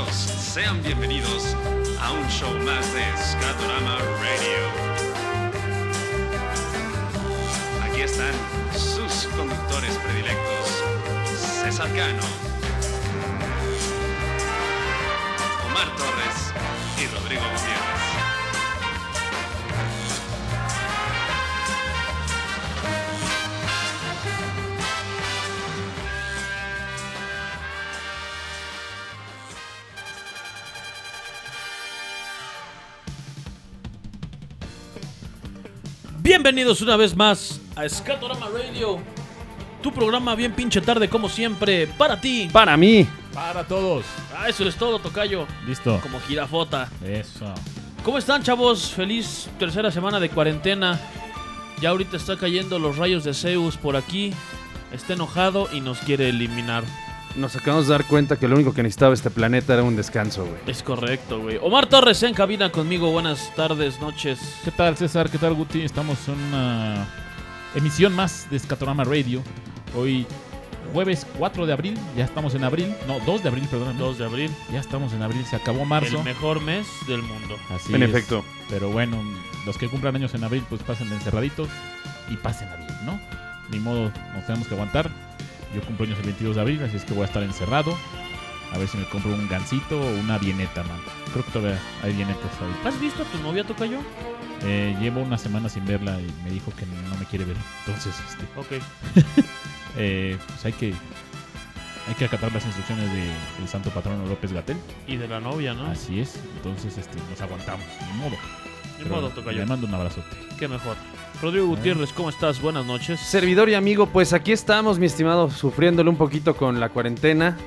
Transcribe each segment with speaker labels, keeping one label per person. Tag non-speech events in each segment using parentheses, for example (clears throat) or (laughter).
Speaker 1: Sean bienvenidos a un show más de Scatorama Radio. Aquí están sus conductores predilectos, César Cano, Omar Torres y Rodrigo Gutiérrez.
Speaker 2: Bienvenidos una vez más a Scatorama Radio, tu programa bien pinche tarde como siempre, para ti.
Speaker 3: Para mí.
Speaker 4: Para todos.
Speaker 2: Ah, eso es todo, Tocayo.
Speaker 4: Listo.
Speaker 2: Como jirafota.
Speaker 4: Eso.
Speaker 2: ¿Cómo están, chavos? Feliz tercera semana de cuarentena. Ya ahorita está cayendo los rayos de Zeus por aquí. Está enojado y nos quiere eliminar.
Speaker 3: Nos acabamos de dar cuenta que lo único que necesitaba este planeta era un descanso, güey.
Speaker 2: Es correcto, güey. Omar Torres en cabina conmigo. Buenas tardes, noches.
Speaker 4: ¿Qué tal, César? ¿Qué tal, Guti? Estamos en una emisión más de Escatorama Radio. Hoy, jueves 4 de abril. Ya estamos en abril. No, 2 de abril, perdón.
Speaker 2: 2 de abril,
Speaker 4: Ya estamos en abril. Se acabó marzo.
Speaker 2: el mejor mes del mundo.
Speaker 4: Así
Speaker 3: en
Speaker 4: es.
Speaker 3: efecto.
Speaker 4: Pero bueno, los que cumplan años en abril, pues pasen encerraditos y pasen abril, ¿no? Ni modo, nos tenemos que aguantar. Yo cumplo años el 22 de abril, así es que voy a estar encerrado. A ver si me compro un gancito o una vieneta, man. Creo que todavía hay vienetas ahorita.
Speaker 2: ¿Has visto a tu novia, Tocayo?
Speaker 4: Eh, llevo una semana sin verla y me dijo que no me quiere ver. Entonces, este,
Speaker 2: Ok.
Speaker 4: eh, pues hay que, hay que acatar las instrucciones de- del santo patrono López Gatel.
Speaker 2: Y de la novia, ¿no?
Speaker 4: Así es. Entonces, este, nos aguantamos. Ni modo.
Speaker 2: Ni
Speaker 4: Pero
Speaker 2: modo, Tocayo.
Speaker 4: Le mando un abrazote.
Speaker 2: Qué mejor. Rodrigo Gutiérrez, ¿cómo estás? Buenas noches.
Speaker 3: Servidor y amigo, pues aquí estamos, mi estimado, sufriéndole un poquito con la cuarentena.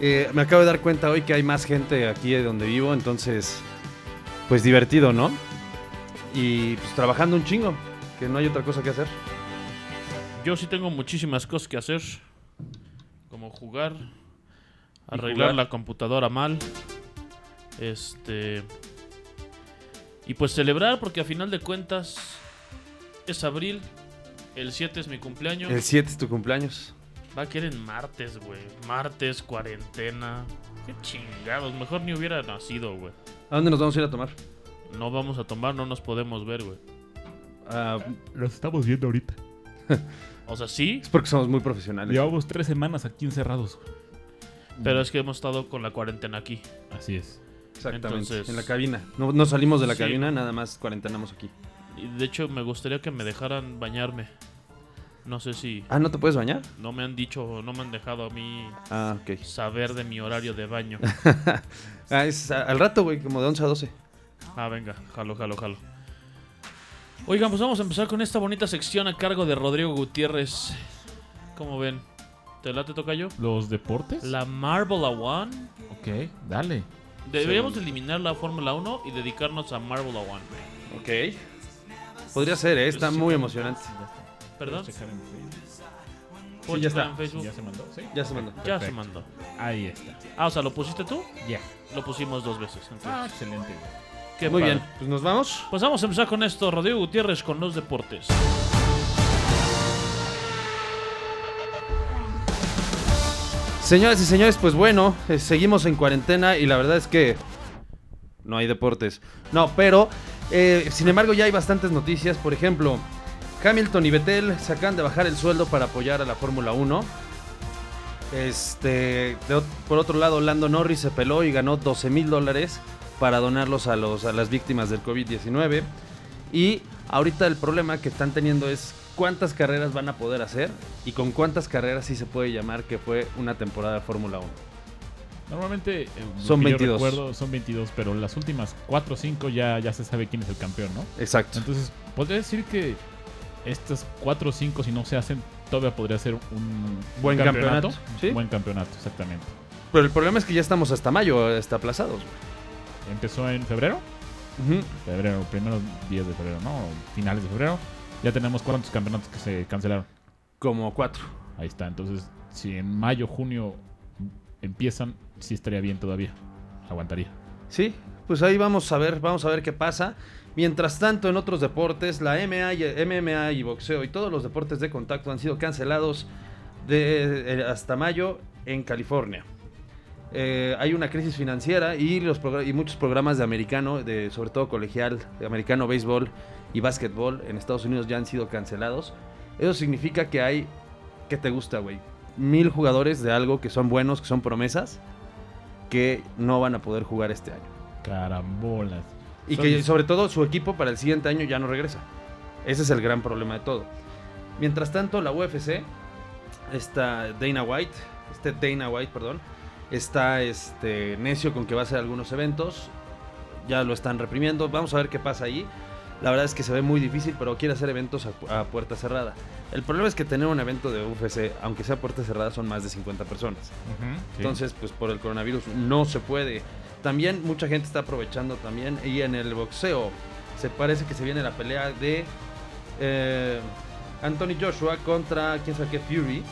Speaker 3: Eh, me acabo de dar cuenta hoy que hay más gente aquí de donde vivo, entonces, pues divertido, ¿no? Y pues trabajando un chingo, que no hay otra cosa que hacer.
Speaker 2: Yo sí tengo muchísimas cosas que hacer. Como jugar, arreglar
Speaker 3: jugar.
Speaker 2: la computadora mal. Este. Y pues celebrar, porque a final de cuentas es abril. El 7 es mi cumpleaños.
Speaker 3: El 7 es tu cumpleaños.
Speaker 2: Va a querer en martes, güey. Martes, cuarentena. Qué chingados. Mejor ni hubiera nacido, güey.
Speaker 3: ¿A dónde nos vamos a ir a tomar?
Speaker 2: No vamos a tomar, no nos podemos ver, güey.
Speaker 3: Ah,
Speaker 4: Los estamos viendo ahorita.
Speaker 2: O sea, sí,
Speaker 3: es porque somos muy profesionales.
Speaker 4: Llevamos tres semanas aquí encerrados. güey.
Speaker 3: Mm.
Speaker 2: pero es que hemos estado con la cuarentena aquí.
Speaker 4: Así es.
Speaker 3: Exactamente.
Speaker 2: entonces-
Speaker 3: En la cabina. No, no salimos de la
Speaker 2: Sí.
Speaker 3: cabina, nada más cuarentenamos aquí.
Speaker 2: Y de hecho me gustaría que me dejaran bañarme. No sé si
Speaker 3: Ah, ¿no te puedes bañar?
Speaker 2: no me han dicho o no me han dejado a mí
Speaker 3: Ah, ok.
Speaker 2: saber de mi horario
Speaker 3: (laughs)
Speaker 2: de baño.
Speaker 3: Ah, es a- al rato, güey, como de 11 a 12.
Speaker 2: Ah, venga, jalo, jalo, jalo. Oigan, pues vamos a empezar con esta bonita sección a cargo de Rodrigo Gutiérrez. ¿Cómo ven? ¿Te late toca yo?
Speaker 4: ¿Los deportes?
Speaker 2: La Marble One.
Speaker 4: Ok, dale.
Speaker 2: Deberíamos eliminar la Fórmula 1 y dedicarnos a Marble One.
Speaker 3: Ok. Podría ser, ¿eh? está muy emocionante.
Speaker 2: ¿Perdón?
Speaker 3: Sí, ya está.
Speaker 2: en Facebook.
Speaker 4: ¿Ya se mandó? Sí.
Speaker 3: Ya se mandó.
Speaker 2: Ya se
Speaker 4: Perfecto.
Speaker 2: mandó.
Speaker 4: Ahí está.
Speaker 2: Ah, o sea, ¿lo pusiste tú?
Speaker 4: Ya.
Speaker 2: Lo pusimos dos veces. entonces.
Speaker 4: Ah, excelente. güey.
Speaker 2: Qué
Speaker 3: Muy
Speaker 2: padre.
Speaker 3: bien, pues nos vamos.
Speaker 2: Pues vamos a empezar con esto, Rodrigo Gutiérrez con los deportes.
Speaker 3: Señoras y señores, pues bueno, eh, seguimos en cuarentena y la verdad es que no hay deportes. No, pero, eh, sin embargo, ya hay bastantes noticias. Por ejemplo, Hamilton y Vettel se acaban de bajar el sueldo para apoyar a la Fórmula 1. Este, de ot- por otro lado, Lando Norris se peló y ganó 12 mil dólares para donarlos a, los, a las víctimas del COVID-19. Y ahorita el problema que están teniendo es cuántas carreras van a poder hacer y con cuántas carreras sí se puede llamar que fue una temporada de Fórmula 1.
Speaker 4: Normalmente eh, lo
Speaker 3: Son
Speaker 4: que yo
Speaker 3: 22.
Speaker 4: recuerdo, son 22, pero las últimas 4 o 5 ya, ya se sabe quién es el campeón, ¿no?
Speaker 3: Exacto.
Speaker 4: Entonces, podría decir que estas 4 o 5, si no se hacen, todavía podría ser un
Speaker 3: Buen
Speaker 4: un
Speaker 3: campeonato, sí.
Speaker 4: Buen campeonato, exactamente.
Speaker 3: Pero el problema es que ya estamos hasta mayo, hasta aplazados.
Speaker 4: Empezó en febrero. Febrero, primeros días de febrero, ¿no? Finales de febrero. Ya tenemos cuántos campeonatos que se cancelaron.
Speaker 3: Como cuatro.
Speaker 4: Ahí está. Entonces, si en mayo, junio empiezan, sí estaría bien todavía. Aguantaría.
Speaker 3: Sí, pues ahí vamos a ver, vamos a ver qué pasa. Mientras tanto, en otros deportes, la MMA y, MMA y boxeo y todos los deportes de contacto han sido cancelados de, eh, hasta mayo en California. eh, hay una crisis financiera y, los progr- y muchos programas de americano, de, sobre todo colegial, de americano, béisbol y básquetbol en Estados Unidos ya han sido cancelados. Eso significa que hay, ¿qué te gusta, güey? Mil jugadores de algo que son buenos, que son promesas, que no van a poder jugar este año.
Speaker 4: Carambolas.
Speaker 3: Y
Speaker 4: Son-
Speaker 3: que sobre todo su equipo para el siguiente año ya no regresa. Ese es el gran problema de todo. Mientras tanto, la UFC, está Dana White, este Dana White, perdón, está este necio con que va a hacer algunos eventos. Ya lo están reprimiendo. Vamos a ver qué pasa allí. La verdad es que se ve muy difícil, pero quiere hacer eventos a, pu- a puerta cerrada. El problema es que tener un evento de UFC, aunque sea a puerta cerrada, son más de 50 personas. Entonces, pues por el coronavirus no se puede. También mucha gente está aprovechando también. Y en el boxeo se parece que se viene la pelea de eh, Anthony Joshua contra quién sabe qué Fury.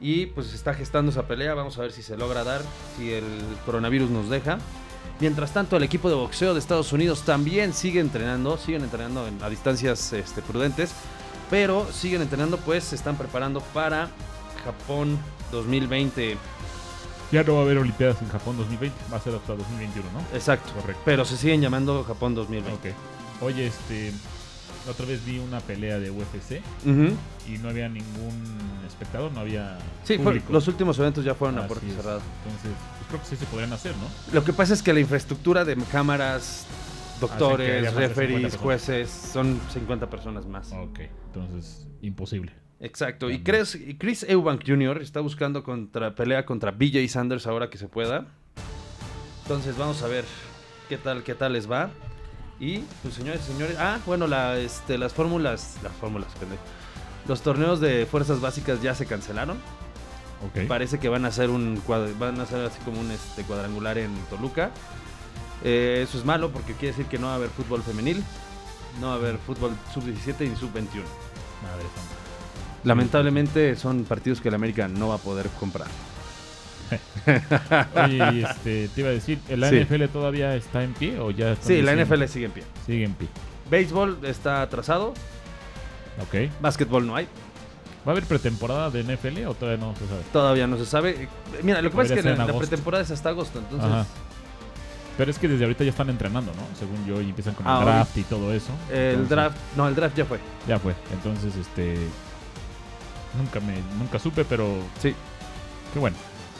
Speaker 3: Y pues se está gestando esa pelea. Vamos a ver si se logra dar, si el coronavirus nos deja. Mientras tanto, el equipo de boxeo de Estados Unidos también sigue entrenando, siguen entrenando en- a distancias este, prudentes, pero siguen entrenando, pues se están preparando para Japón 2020.
Speaker 4: Ya no va a haber Olimpiadas en Japón 2020, va a ser hasta 2021, ¿no?
Speaker 3: Exacto.
Speaker 4: Correcto.
Speaker 3: Pero se siguen llamando Japón 2020.
Speaker 4: Ok. Oye, este. La otra vez vi una pelea de UFC
Speaker 3: Ujú.
Speaker 4: y no había ningún espectador, no había.
Speaker 3: Sí, fue-
Speaker 4: público.
Speaker 3: los últimos eventos ya fueron a
Speaker 4: Así
Speaker 3: puerta
Speaker 4: es.
Speaker 3: cerrada.
Speaker 4: Entonces, pues creo que sí se podrían hacer, ¿no?
Speaker 3: Lo que pasa es que la infraestructura de cámaras,
Speaker 4: Hacen Ah, que haya
Speaker 3: doctores,
Speaker 4: más de 50
Speaker 3: referees,
Speaker 4: personas. Oh.
Speaker 3: jueces, son 50 personas más.
Speaker 4: Ok. Entonces, imposible.
Speaker 3: Exacto. Y
Speaker 4: También.
Speaker 3: Chris, y Chris Eubank Jr. está buscando contra, pelea contra BJ Sanders ahora que se pueda. Entonces vamos a ver qué tal, qué tal les va. Y, pues señores, señores. Ah, bueno, la, este, las fórmulas. Las fórmulas, pendejo. Los torneos de fuerzas básicas ya se cancelaron.
Speaker 4: Ok.
Speaker 3: Parece que van a hacer un cuad- van a hacer así como un este cuadrangular en Toluca. Eh, eso es malo porque quiere decir que no va a haber fútbol femenil, no va a haber fútbol sub 17 ni sub 21.
Speaker 4: Madre santa.
Speaker 3: Lamentablemente son partidos que el América no va a poder comprar.
Speaker 4: Oye, y este, te iba a decir, ¿la
Speaker 3: Sí.
Speaker 4: NFL todavía está en pie o ya está?
Speaker 3: Sí, la NFL sigue en pie.
Speaker 4: Sigue en pie.
Speaker 3: Béisbol está atrasado,
Speaker 4: Ok.
Speaker 3: básquetbol no hay,
Speaker 4: ¿Va a haber pretemporada de NFL o todavía no se sabe?
Speaker 3: todavía no se sabe. Eh, Mira, lo que pasa
Speaker 4: Podría
Speaker 3: es que
Speaker 4: ser en
Speaker 3: la, la
Speaker 4: agosto.
Speaker 3: pretemporada es hasta agosto, entonces
Speaker 4: Ajá. Pero es que desde ahorita ya están entrenando, ¿no? Según yo, y empiezan con el
Speaker 3: Ah,
Speaker 4: draft y todo eso.
Speaker 3: el
Speaker 4: Entonces,
Speaker 3: draft, no, el draft ya fue.
Speaker 4: Ya fue. Entonces, este. Nunca me nunca supe, pero
Speaker 3: Sí.
Speaker 4: qué bueno.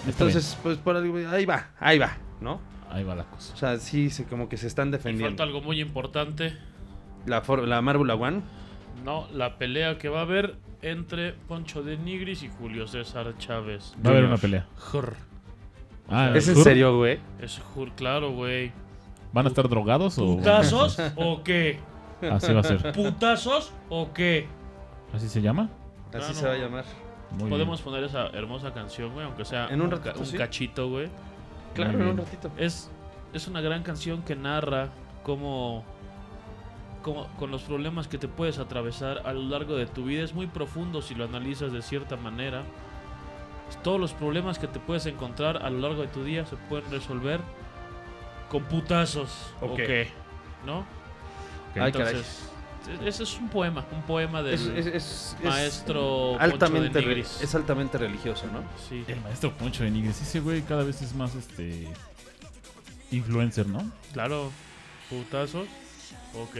Speaker 4: Está bien.
Speaker 3: Entonces, pues por algo- ahí va, ahí va, ¿no?
Speaker 4: Ahí va la cosa.
Speaker 3: O sea, sí, se, como que se están
Speaker 2: Y
Speaker 3: defendiendo.
Speaker 2: falta algo muy importante.
Speaker 3: La, for- la Márvula One.
Speaker 2: No, la pelea que va a haber entre Poncho de Nigris y Julio César Chávez.
Speaker 4: Va a
Speaker 3: Junior.
Speaker 4: haber una pelea.
Speaker 2: Jr.
Speaker 4: Ah,
Speaker 3: ¿Es en
Speaker 4: sur?
Speaker 3: serio, güey?
Speaker 2: Es Jur, claro, güey.
Speaker 4: ¿Van a estar drogados o.?
Speaker 2: ¿Putazos o qué?
Speaker 4: (laughs) Así va a ser.
Speaker 2: ¿Putazos o qué?
Speaker 4: ¿Así se llama?
Speaker 3: Así
Speaker 2: Ah, no.
Speaker 3: se va a llamar.
Speaker 4: Muy
Speaker 2: Podemos poner esa hermosa canción, güey, aunque sea
Speaker 3: En un
Speaker 2: ca-
Speaker 3: ratito, sí.
Speaker 2: cachito, güey.
Speaker 3: Claro, en
Speaker 4: bien.
Speaker 3: un ratito.
Speaker 2: Es, es una gran canción que narra cómo, cómo- con los problemas que te puedes atravesar a lo largo de tu vida. Es muy profundo si lo analizas de cierta manera. Todos los problemas que te puedes encontrar a lo largo de tu día se pueden resolver con putazos. ¿O
Speaker 3: Ok.
Speaker 2: qué? ¿No?
Speaker 4: bien.
Speaker 3: Ay, caray.
Speaker 2: Entonces, e- ese es un poema, un poema del
Speaker 3: Es, es- es- es
Speaker 2: maestro Poncho
Speaker 3: altamente
Speaker 2: de
Speaker 3: re-
Speaker 2: Nigris.
Speaker 3: es altamente religioso, ¿no?
Speaker 2: Sí.
Speaker 3: eh.
Speaker 4: El maestro Poncho de Nigris. Ese güey cada vez es más este. Influencer, ¿no?
Speaker 2: Claro, putazos. Ok.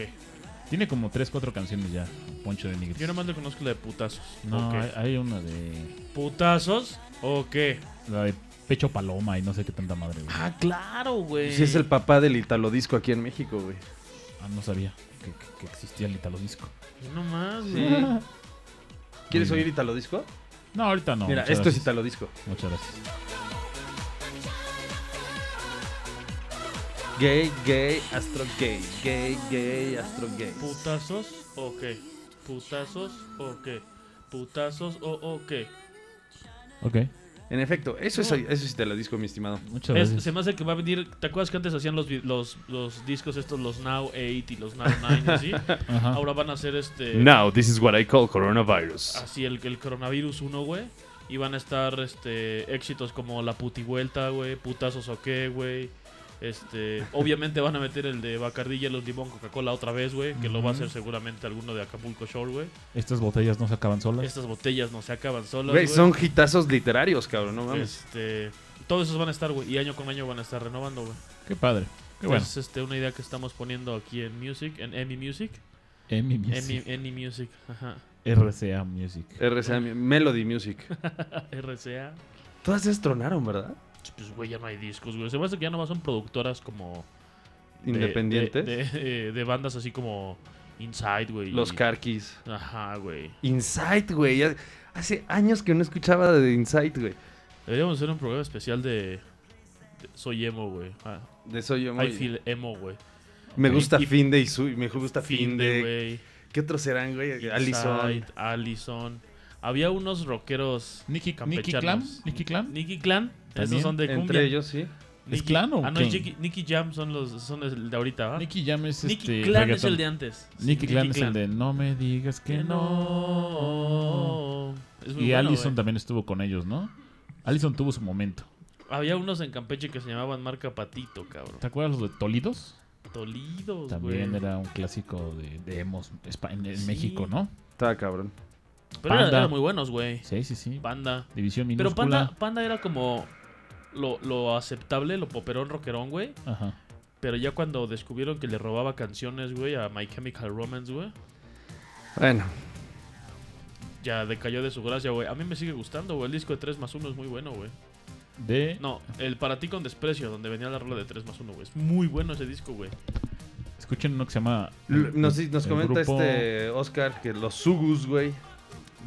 Speaker 4: Tiene como 3-4 canciones ya. Poncho de Nigris.
Speaker 2: Yo nada más le conozco la de putazos.
Speaker 4: No,
Speaker 2: Ok.
Speaker 4: hay- hay una de.
Speaker 2: ¿Putazos o qué?
Speaker 4: La de pecho paloma y no sé qué tanta madre, güey.
Speaker 2: Ah, claro, güey.
Speaker 3: Sí, es el papá del italodisco aquí en México, güey.
Speaker 4: Ah, no sabía que, que- que existía el Italo Disco.
Speaker 2: No más,
Speaker 3: Sí.
Speaker 2: güey.
Speaker 3: (laughs) ¿Quieres
Speaker 4: Muy
Speaker 3: oír
Speaker 4: bien.
Speaker 3: italodisco?
Speaker 4: No, ahorita no.
Speaker 3: Mira,
Speaker 4: muchas
Speaker 3: esto es
Speaker 4: gracias.
Speaker 3: italodisco.
Speaker 4: Muchas gracias.
Speaker 3: Gay, gay, astro gay. Gay, gay, astro gay.
Speaker 2: ¿Putazos o qué? ¿Putazos o qué? ¿Putazos o o qué?
Speaker 4: Ok,
Speaker 3: En efecto, eso es, eso es italodisco, mi estimado.
Speaker 2: Es-
Speaker 4: muchas gracias.
Speaker 2: se me hace que va a venir. ¿Te acuerdas que antes hacían los, vi- los, los discos estos, los Now 8 y los Now 9 y
Speaker 3: (laughs)
Speaker 2: así?
Speaker 4: Ajá.
Speaker 2: Ahora van a hacer este.
Speaker 3: Now, this is what I call coronavirus.
Speaker 2: Así el, el coronavirus 1, güey. Y van a estar este éxitos como la putivuelta, güey. Putazos o qué, güey.
Speaker 3: (laughs)
Speaker 2: Este, obviamente van a meter el de Bacardí y los limón Coca-Cola otra vez, güey. Que lo va a hacer
Speaker 4: Ujú.
Speaker 2: seguramente alguno de Acapulco Shore, güey.
Speaker 4: Estas botellas no se acaban solas.
Speaker 2: Estas botellas no se acaban solas,
Speaker 3: Güey,
Speaker 2: güey.
Speaker 3: son hitazos literarios, cabrón, no mames.
Speaker 2: Este, Todos esos van a estar, güey. Y año con año van a estar renovando, güey.
Speaker 4: Qué padre.
Speaker 2: Esa
Speaker 4: Qué bueno.
Speaker 2: Es este, una idea que estamos poniendo aquí en Music, en Emmy Music.
Speaker 4: Emmy
Speaker 2: Emmy,
Speaker 4: Music.
Speaker 2: Emmy Music, ajá. (laughs)
Speaker 4: RCA Music.
Speaker 3: RCA, Melody Music.
Speaker 2: RCA.
Speaker 3: (laughs) Todas se tronaron, ¿verdad?
Speaker 2: Pues, güey, ya no hay discos, güey. Se me hace que ya nomás son productoras como... de-
Speaker 3: Independientes.
Speaker 2: De, de- de bandas así como Inside, güey.
Speaker 3: Los Carquis.
Speaker 2: Ajá, güey.
Speaker 3: Insight, güey. ya- Hace años que no escuchaba de Insight, güey.
Speaker 2: Deberíamos hacer un programa especial de... de- Soy emo, güey. Ah,
Speaker 3: De soy yo.
Speaker 2: I
Speaker 3: muy-
Speaker 2: feel emo, güey.
Speaker 3: Me gusta
Speaker 2: Y-
Speaker 3: Finde y Sui. Me gusta
Speaker 2: Finde,
Speaker 3: Finde.
Speaker 2: güey.
Speaker 3: ¿Qué otros serán, güey?
Speaker 2: Inside,
Speaker 3: Allison.
Speaker 2: Allison. Había unos rockeros...
Speaker 4: Nicky, Nicky Clan.
Speaker 2: Campechanos.
Speaker 4: Nicky Clan.
Speaker 2: Nicky Clan. Esos
Speaker 4: También,
Speaker 2: son de cumbia.
Speaker 3: Entre ellos, sí.
Speaker 4: ¿Es Clan o
Speaker 2: Ah, no, es
Speaker 4: quién?
Speaker 2: Nicky, Nicky Jam son los son el de ahorita,
Speaker 3: Ah.
Speaker 2: ¿va?
Speaker 4: Nicky Jam es
Speaker 2: Nicky
Speaker 4: este.
Speaker 2: Clan es
Speaker 4: reggaetón.
Speaker 2: el de antes. Sí,
Speaker 4: Nicky Clan es
Speaker 2: Clan.
Speaker 4: el de No me digas que
Speaker 2: Que
Speaker 4: no.
Speaker 2: no. Es muy
Speaker 4: Y
Speaker 2: bueno, eh.
Speaker 4: Allison
Speaker 2: güey.
Speaker 4: también estuvo con ellos, ¿no? Allison tuvo su momento.
Speaker 2: Había unos en Campeche que se llamaban marca Patito, cabrón.
Speaker 4: ¿Te acuerdas los de Tolidos?
Speaker 2: Tolidos,
Speaker 4: También
Speaker 2: güey.
Speaker 4: era un clásico de, de emos espa- en, en
Speaker 2: Sí.
Speaker 4: México, ¿no?
Speaker 3: Estaba cabrón.
Speaker 2: Pero era-
Speaker 4: Panda.
Speaker 2: eran muy buenos, güey.
Speaker 4: Sí, sí, sí.
Speaker 2: Panda.
Speaker 4: División minúscula.
Speaker 2: Pero Panda, Panda era como lo, lo aceptable, lo poperón rockerón, güey.
Speaker 4: Ajá.
Speaker 2: Pero ya cuando descubrieron que le robaba canciones, güey, a My Chemical Romance, güey,
Speaker 3: Bueno,
Speaker 2: ya decayó de su gracia, güey. A mí me sigue gustando, güey. El disco de 3 más 1 es muy bueno, güey.
Speaker 4: De.
Speaker 2: No, el Para ti con desprecio, donde venía la rola de 3 más 1, güey. Es muy bueno ese disco, güey.
Speaker 4: Escuchen uno que se llama.
Speaker 3: l- nos, nos
Speaker 4: el
Speaker 3: comenta
Speaker 4: grupo-
Speaker 3: este Oscar que los Sugus, güey.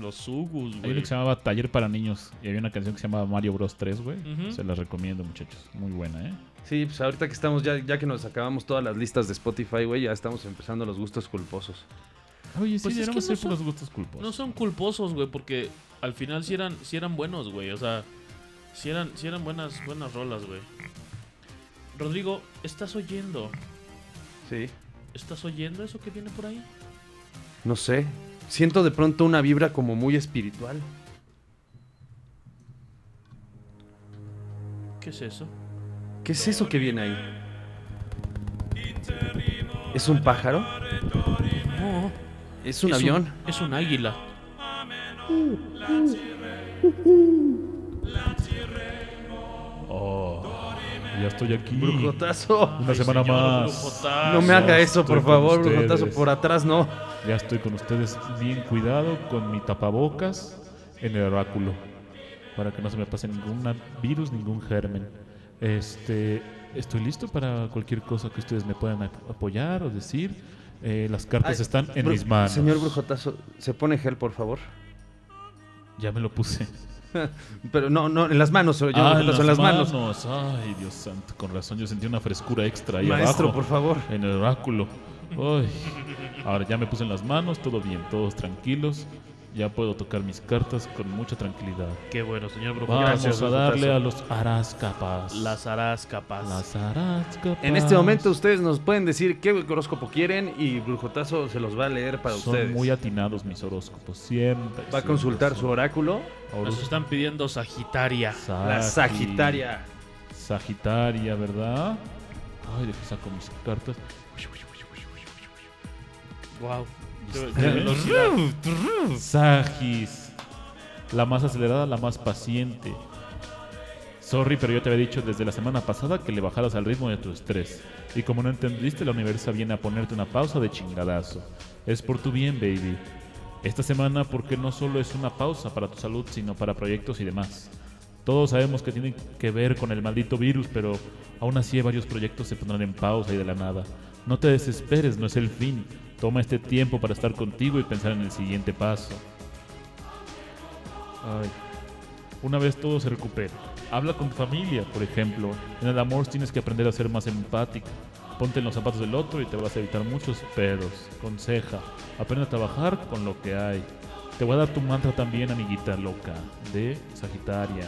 Speaker 2: Los Sugus,
Speaker 4: Hay uno
Speaker 2: güey.
Speaker 4: que se llamaba Taller para Niños. Y había una canción que se llamaba Mario Bros 3, güey.
Speaker 2: Ujú.
Speaker 4: Se las recomiendo, muchachos. Muy buena, ¿eh?
Speaker 3: Sí, pues ahorita que estamos, ya, ya que nos acabamos todas las listas de Spotify, güey, ya estamos empezando los gustos culposos.
Speaker 4: Oye, sí,
Speaker 2: Pues es que
Speaker 4: deberíamos
Speaker 2: no
Speaker 4: ir por
Speaker 2: son-
Speaker 4: los gustos culposos.
Speaker 2: No son culposos, güey, porque al final sí eran, sí eran buenos, güey. O sea, sí eran, sí eran buenas, buenas rolas, güey. Rodrigo, ¿estás oyendo?
Speaker 3: Sí.
Speaker 2: ¿Estás oyendo eso que viene por ahí?
Speaker 3: No sé. Siento de pronto una vibra como muy espiritual.
Speaker 2: ¿Qué es eso?
Speaker 3: ¿Qué es eso que viene ahí? ¿Es un pájaro?
Speaker 2: No.
Speaker 3: ¿Es un avión?
Speaker 2: es un águila.
Speaker 4: Oh, ya estoy aquí. (laughs)
Speaker 3: ¡Brujotazo!
Speaker 4: Una semana
Speaker 2: señor,
Speaker 4: más.
Speaker 2: brujotazo.
Speaker 3: No me haga eso,
Speaker 4: estoy
Speaker 3: por
Speaker 4: con
Speaker 3: favor,
Speaker 4: ustedes.
Speaker 3: brujotazo. Por atrás no.
Speaker 4: Ya estoy con ustedes. Bien cuidado con mi tapabocas en el oráculo. Para que no se me pase ningún virus, ningún germen. Este, estoy listo para cualquier cosa que ustedes me puedan ap- apoyar o decir. Eh, las cartas
Speaker 3: Ay,
Speaker 4: están en
Speaker 3: Bru-
Speaker 4: mis manos.
Speaker 3: Señor brujotazo, ¿se pone gel, por favor?
Speaker 4: Ya me lo puse.
Speaker 3: Pero no, no, en las manos,
Speaker 4: Ah,
Speaker 3: señor brujotazo, en las manos.
Speaker 4: Ay, Dios santo. Con razón yo sentí una frescura extra ahí
Speaker 3: Maestro,
Speaker 4: abajo.
Speaker 3: por favor.
Speaker 4: En el oráculo. Ay. Ahora ya me puse en las manos, todo bien, todos tranquilos. Ya puedo tocar mis cartas con mucha tranquilidad.
Speaker 2: Qué bueno, señor Brujo.
Speaker 4: Vamos
Speaker 2: Gracias.
Speaker 4: a darle a los Arascapas.
Speaker 2: Las harás capaz.
Speaker 4: Las Arascapas.
Speaker 3: En este momento ustedes nos pueden decir qué horóscopo quieren y Brujotazo se los va a leer para
Speaker 4: son
Speaker 3: ustedes.
Speaker 4: muy atinados mis horóscopos, siempre.
Speaker 3: Va a consultar su oráculo,
Speaker 2: Nos están pidiendo Sagitaria.
Speaker 3: la Sagitaria.
Speaker 4: Sagitaria, ¿verdad? Ay, deja saco mis cartas.
Speaker 2: Wow.
Speaker 4: (laughs) Sagis. La más acelerada, la más paciente. Sorry, pero yo te había dicho desde la semana pasada que le bajaras al ritmo de tu estrés. Y como no entendiste, la universidad viene a ponerte una pausa de chingadazo. Es por tu bien, baby. Esta semana porque no solo es una pausa para tu salud, sino para proyectos y demás. Todos sabemos que tiene que ver con el maldito virus, pero aún así varios proyectos se pondrán en pausa y de la nada. No te desesperes, no es el fin. Toma este tiempo para estar contigo y pensar en el siguiente paso. Ay. Una vez todo se recupera. Habla con tu familia, por ejemplo. En el amor tienes que aprender a ser más empático. Ponte en los zapatos del otro y te vas a evitar muchos pedos. Conseja, aprende a trabajar con lo que hay. Te voy a dar tu mantra también, amiguita loca, de Sagitaria.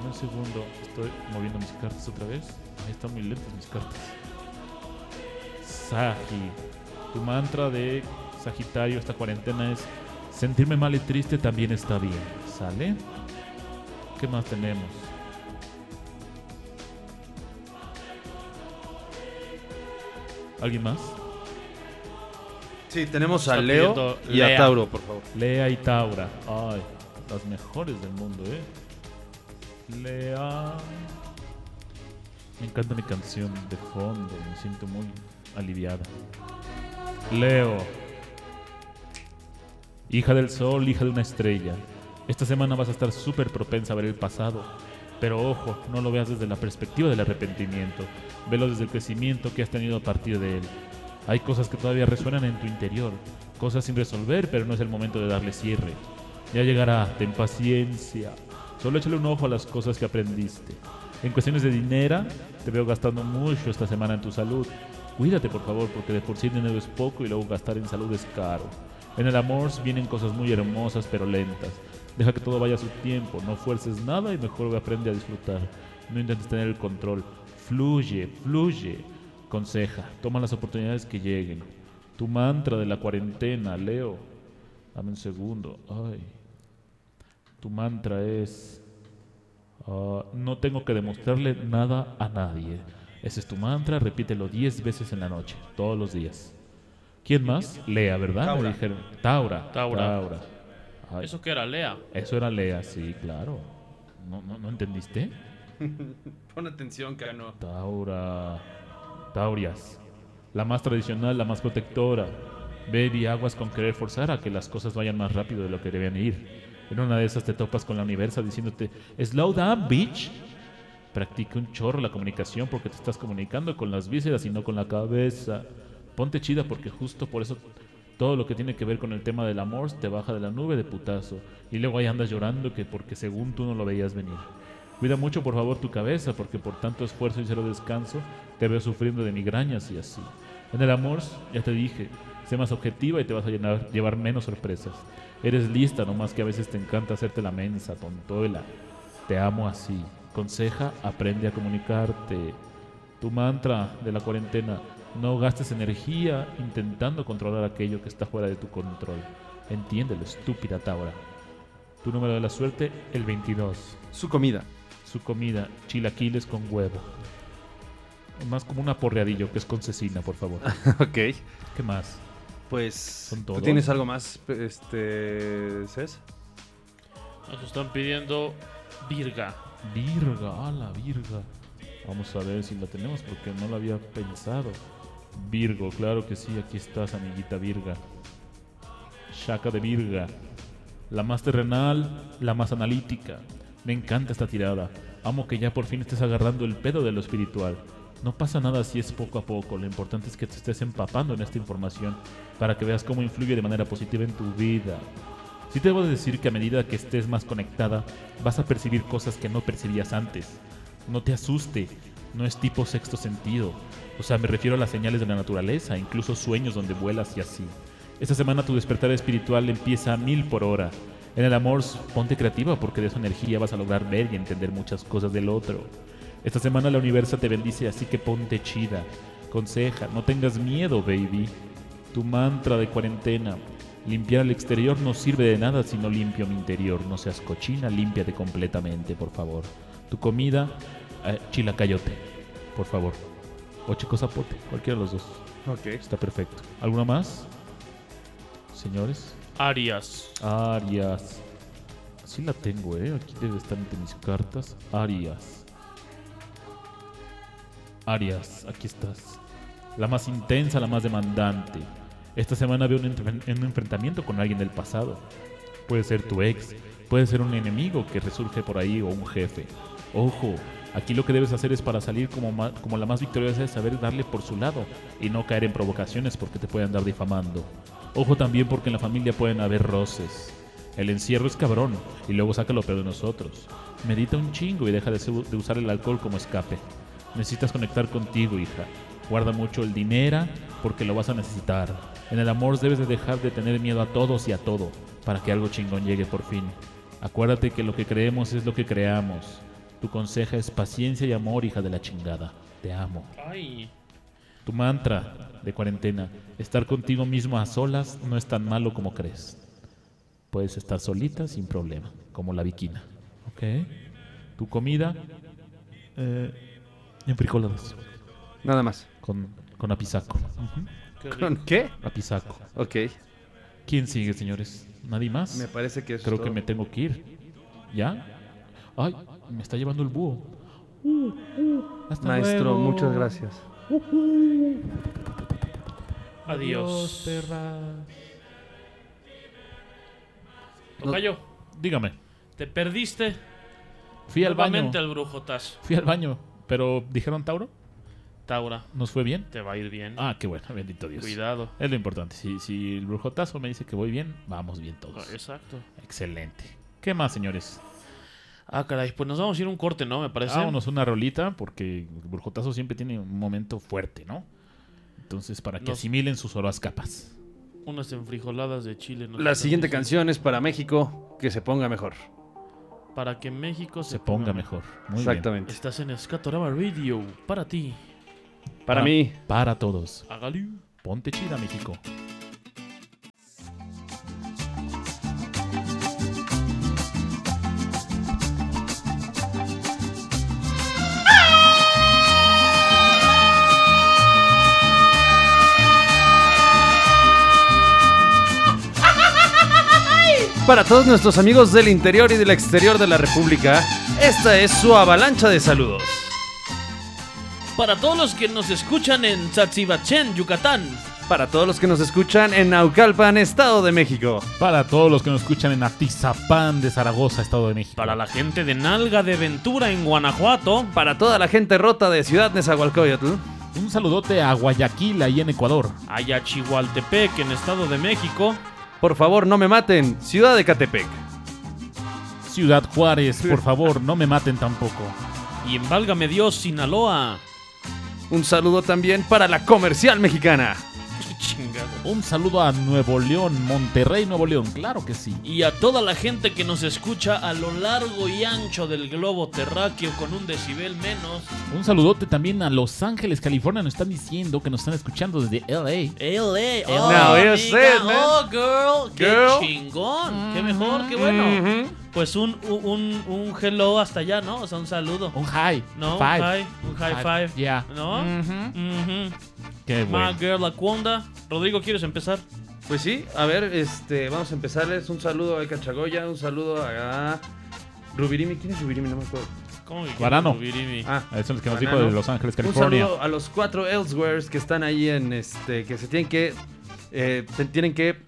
Speaker 4: En un segundo, estoy moviendo mis cartas otra vez. Ahí están muy lentas mis cartas. Sagi. Tu mantra de Sagitario esta cuarentena es sentirme mal y triste también está bien. ¿Sale? ¿Qué más tenemos? ¿Alguien más?
Speaker 3: Sí, tenemos
Speaker 2: Está
Speaker 3: a Leo
Speaker 2: pidiendo
Speaker 3: y a
Speaker 2: Lea.
Speaker 3: Tauro, por favor.
Speaker 4: Lea y Taura. Ay, las mejores del mundo, ¿eh? nuclear. Me encanta mi canción de fondo, me siento muy aliviada. Leo. Hija del sol, hija de una estrella. Esta semana vas a estar súper propensa a ver el pasado. Pero ojo, no lo veas desde la perspectiva del arrepentimiento. Velo desde el crecimiento que has tenido a partir de él. Hay cosas que todavía resuenan en tu interior. Cosas sin resolver, pero no es el momento de darle cierre. Ya llegará, ten paciencia. Solo échale un ojo a las cosas que aprendiste. En cuestiones de dinero, te veo gastando mucho esta semana en tu salud. Cuídate, por favor, porque de por sí el dinero es poco y luego gastar en salud es caro. En el amor vienen cosas muy hermosas pero lentas. Deja que todo vaya a su tiempo, no fuerces nada y mejor aprende a disfrutar. No intentes tener el control. Fluye, fluye. Conseja, toma las oportunidades que lleguen. Tu mantra de la cuarentena, Leo. Dame un segundo. Ay. Tu mantra es... Ah, no tengo que demostrarle nada a nadie. Ese es tu mantra, repítelo 10 veces en la noche, todos los días. ¿Quién más? Lea, ¿verdad? Me
Speaker 3: Taura.
Speaker 4: dijeron. Taura.
Speaker 5: Taura.
Speaker 4: Taura. Ay, eso...
Speaker 5: ¿Eso que era, Lea?
Speaker 4: era Lea, sí, claro. ¿No, no, no entendiste?
Speaker 3: Pon atención, Cano.
Speaker 4: Taura. Taurias. La más tradicional, la más protectora. Ver y aguas con querer forzar a que las cosas vayan más rápido de lo que debían ir. En una de esas te topas con la universa diciéndote, slow down, bitch. Practica un chorro la comunicación porque te estás comunicando con las vísceras y no con la cabeza. Ponte chida porque justo por eso todo lo que tiene que ver con el tema del amor te baja de la nube de putazo. Y luego ahí andas llorando que porque según tú no lo veías venir. Cuida mucho por favor tu cabeza porque por tanto esfuerzo y cero descanso te veo sufriendo de migrañas y así. En el amor, ya te dije, sé más objetiva y te vas a llenar- llevar menos sorpresas. Eres lista, nomás que a veces te encanta hacerte la mensa, tontoela. Te amo así. Conseja, aprende a comunicarte. Tu mantra de la cuarentena, no gastes energía intentando controlar aquello que está fuera de tu control. Entiéndelo, estúpida Taura. Tu número de la suerte, el 22
Speaker 3: Su comida.
Speaker 4: su comida, chilaquiles con huevo. Más como un aporreadillo, que es con cecina, por favor.
Speaker 3: (laughs) ok.
Speaker 4: ¿Qué más?
Speaker 3: Pues. ¿Tú
Speaker 4: todos?
Speaker 3: tienes algo más, este. Cés?
Speaker 5: Nos están pidiendo Virga.
Speaker 4: Virga, a la virga. Vamos a ver si la tenemos, porque no la había pensado. Virgo, claro que sí, aquí estás, amiguita virga. Shaka de virga. La más terrenal, la más analítica. Me encanta esta tirada. Amo que ya por fin estés agarrando el pedo de lo espiritual. No pasa nada si es poco a poco, lo importante es que te estés empapando en esta información para que veas cómo influye de manera positiva en tu vida. Sí te debo de decir que a medida que estés más conectada, vas a percibir cosas que no percibías antes. No te asuste, no es tipo sexto sentido. O sea, me refiero a las señales de la naturaleza, incluso sueños donde vuelas y así. Esta semana tu despertar espiritual empieza a mil por hora. En el amor, ponte creativa porque de esa energía vas a lograr ver y entender muchas cosas del otro. Esta semana la universa te bendice, así que ponte chida. Conseja, no tengas miedo, baby. Tu mantra de cuarentena. Limpiar el exterior no sirve de nada si no limpio mi interior. No seas cochina, límpiate completamente, por favor. Tu comida, eh, chilacayote, por favor. O chico zapote, cualquiera de los dos.
Speaker 3: Ok.
Speaker 4: Está perfecto. ¿Alguna más? Señores.
Speaker 5: Arias.
Speaker 4: Arias. Sí la tengo, ¿eh? Aquí debe estar entre mis cartas. Arias. Arias, aquí estás. La más intensa, la más demandante. Esta semana veo un, entre- un enfrentamiento con alguien del pasado. Puede ser tu ex, puede ser un enemigo que resurge por ahí o un jefe. Ojo, aquí lo que debes hacer es para salir como, ma- como la más victoriosa es saber darle por su lado y no caer en provocaciones porque te pueden andar difamando. Ojo también porque en la familia pueden haber roces. El encierro es cabrón y luego saca lo peor de nosotros. Medita un chingo y deja de, su- de usar el alcohol como escape. Necesitas conectar contigo, hija. Guarda mucho el dinero porque lo vas a necesitar. En el amor debes de dejar de tener miedo a todos y a todo para que algo chingón llegue por fin. Acuérdate que lo que creemos es lo que creamos. Tu conseja es paciencia y amor, hija de la chingada. Te amo.
Speaker 5: Ay.
Speaker 4: Tu mantra de cuarentena, estar contigo mismo a solas no es tan malo como crees. Puedes estar solita sin problema, como la viquina. ¿Ok? Tu comida, eh, enfrijoladas,
Speaker 3: Nada más.
Speaker 4: con, con apisaco. Ujú, (laughs)
Speaker 5: Qué rico.
Speaker 3: (laughs) ¿Con qué?
Speaker 4: Apisaco.
Speaker 3: Ok.
Speaker 4: ¿Quién sigue, señores? ¿Nadie más?
Speaker 3: Me parece que eso.
Speaker 4: Creo
Speaker 3: es
Speaker 4: que
Speaker 3: todo.
Speaker 4: me tengo que ir. ¿Ya? Ay, me está llevando el búho. Uh, uh, hasta
Speaker 3: Maestro,
Speaker 4: luego.
Speaker 3: muchas gracias.
Speaker 2: Adiós.
Speaker 4: perra.
Speaker 2: Tocayo,
Speaker 4: Dígame.
Speaker 2: te perdiste
Speaker 4: Fui al baño.
Speaker 2: nuevamente al brujotazo.
Speaker 4: Fui al baño. Pero dijeron Tauro.
Speaker 2: Taura,
Speaker 4: ¿Nos fue bien?
Speaker 2: te va a ir bien.
Speaker 4: Ah, qué bueno. Bendito Dios.
Speaker 2: Cuidado.
Speaker 4: Es lo importante. Si, si el brujotazo me dice que voy bien, vamos bien
Speaker 2: Ah,
Speaker 4: todos.
Speaker 2: Exacto.
Speaker 4: Excelente. ¿Qué más, señores?
Speaker 2: Ah, caray, pues nos vamos a ir a un corte, ¿no? Me parece.
Speaker 4: Vámonos una rolita porque el brujotazo siempre tiene un momento fuerte, ¿no? Entonces, para que
Speaker 2: Nos-
Speaker 4: asimilen sus horas capas.
Speaker 2: Unas enfrijoladas de Chile. nos
Speaker 3: La
Speaker 2: están
Speaker 3: siguiente
Speaker 2: diciendo.
Speaker 3: canción es para México, que se ponga mejor.
Speaker 2: Para que México se,
Speaker 4: Se ponga mejor. Muy
Speaker 3: Exactamente.
Speaker 2: Estás en Escatorama Radio. Para ti.
Speaker 3: Para
Speaker 4: Ah.
Speaker 3: mí,
Speaker 4: bien. Para todos.
Speaker 2: Hágale.
Speaker 4: Ponte chida, México.
Speaker 3: para todos nuestros amigos del interior y del exterior de la República, esta es su avalancha de saludos.
Speaker 2: Para todos los que nos escuchan en Tzatzibachén, Yucatán.
Speaker 3: Para todos los que nos escuchan en Naucalpan, Estado de México.
Speaker 4: Para todos los que nos escuchan en Atizapán de Zaragoza, Estado de México.
Speaker 2: Para la gente de Nalga de Ventura en Guanajuato.
Speaker 3: Para toda la gente rota de Ciudad Nezahualcóyotl.
Speaker 4: Un saludote a Guayaquil, ahí en Ecuador.
Speaker 2: A Yachihualtepec en Estado de México.
Speaker 3: Por favor, no me maten, Ciudad de Catepec.
Speaker 4: Ciudad Juárez, por favor, no me maten tampoco.
Speaker 2: Y en Válgame Dios, Sinaloa. (laughs)
Speaker 3: Un saludo también para la comercial mexicana.
Speaker 2: Chingado.
Speaker 4: Un saludo a Nuevo León, Monterrey, Nuevo León, claro que sí.
Speaker 2: Y a toda la gente que nos escucha a lo largo y ancho del globo terráqueo con un decibel menos.
Speaker 4: Un saludote también a Los Ángeles, California. Nos están diciendo que nos están escuchando desde LA.
Speaker 2: LA.
Speaker 4: Oh,
Speaker 3: Now it's
Speaker 2: amiga,
Speaker 3: it, man.
Speaker 2: oh, girl. Qué
Speaker 3: Girl.
Speaker 2: chingón.
Speaker 3: Mm-hmm.
Speaker 2: Qué mejor, qué bueno.
Speaker 4: Mm-hmm.
Speaker 2: Pues un, un, un hello hasta allá, ¿no? O sea, un saludo.
Speaker 4: Un high.
Speaker 2: ¿No? Un
Speaker 4: five.
Speaker 2: high, un high five.
Speaker 4: Yeah.
Speaker 2: ¿No?
Speaker 3: Mm-hmm.
Speaker 2: Ujú.
Speaker 4: Qué
Speaker 2: My
Speaker 4: bueno.
Speaker 2: girl Aquonda. Rodrigo, ¿quieres empezar?
Speaker 3: Pues sí, a ver, este, vamos a empezarles. Un saludo a Cachagoya, un saludo a Rubirimi. ¿Quién es Rubirimi? No me acuerdo.
Speaker 2: ¿Cómo que quieres,
Speaker 4: Guarano.
Speaker 2: Rubirimi?
Speaker 3: Ah,
Speaker 4: Ah, Eso es lo que nos dijo
Speaker 3: Banano.
Speaker 4: de Los Ángeles,
Speaker 3: un
Speaker 4: California.
Speaker 3: saludo a los cuatro Elsewheres que están ahí en este, que se tienen que, eh, te- tienen que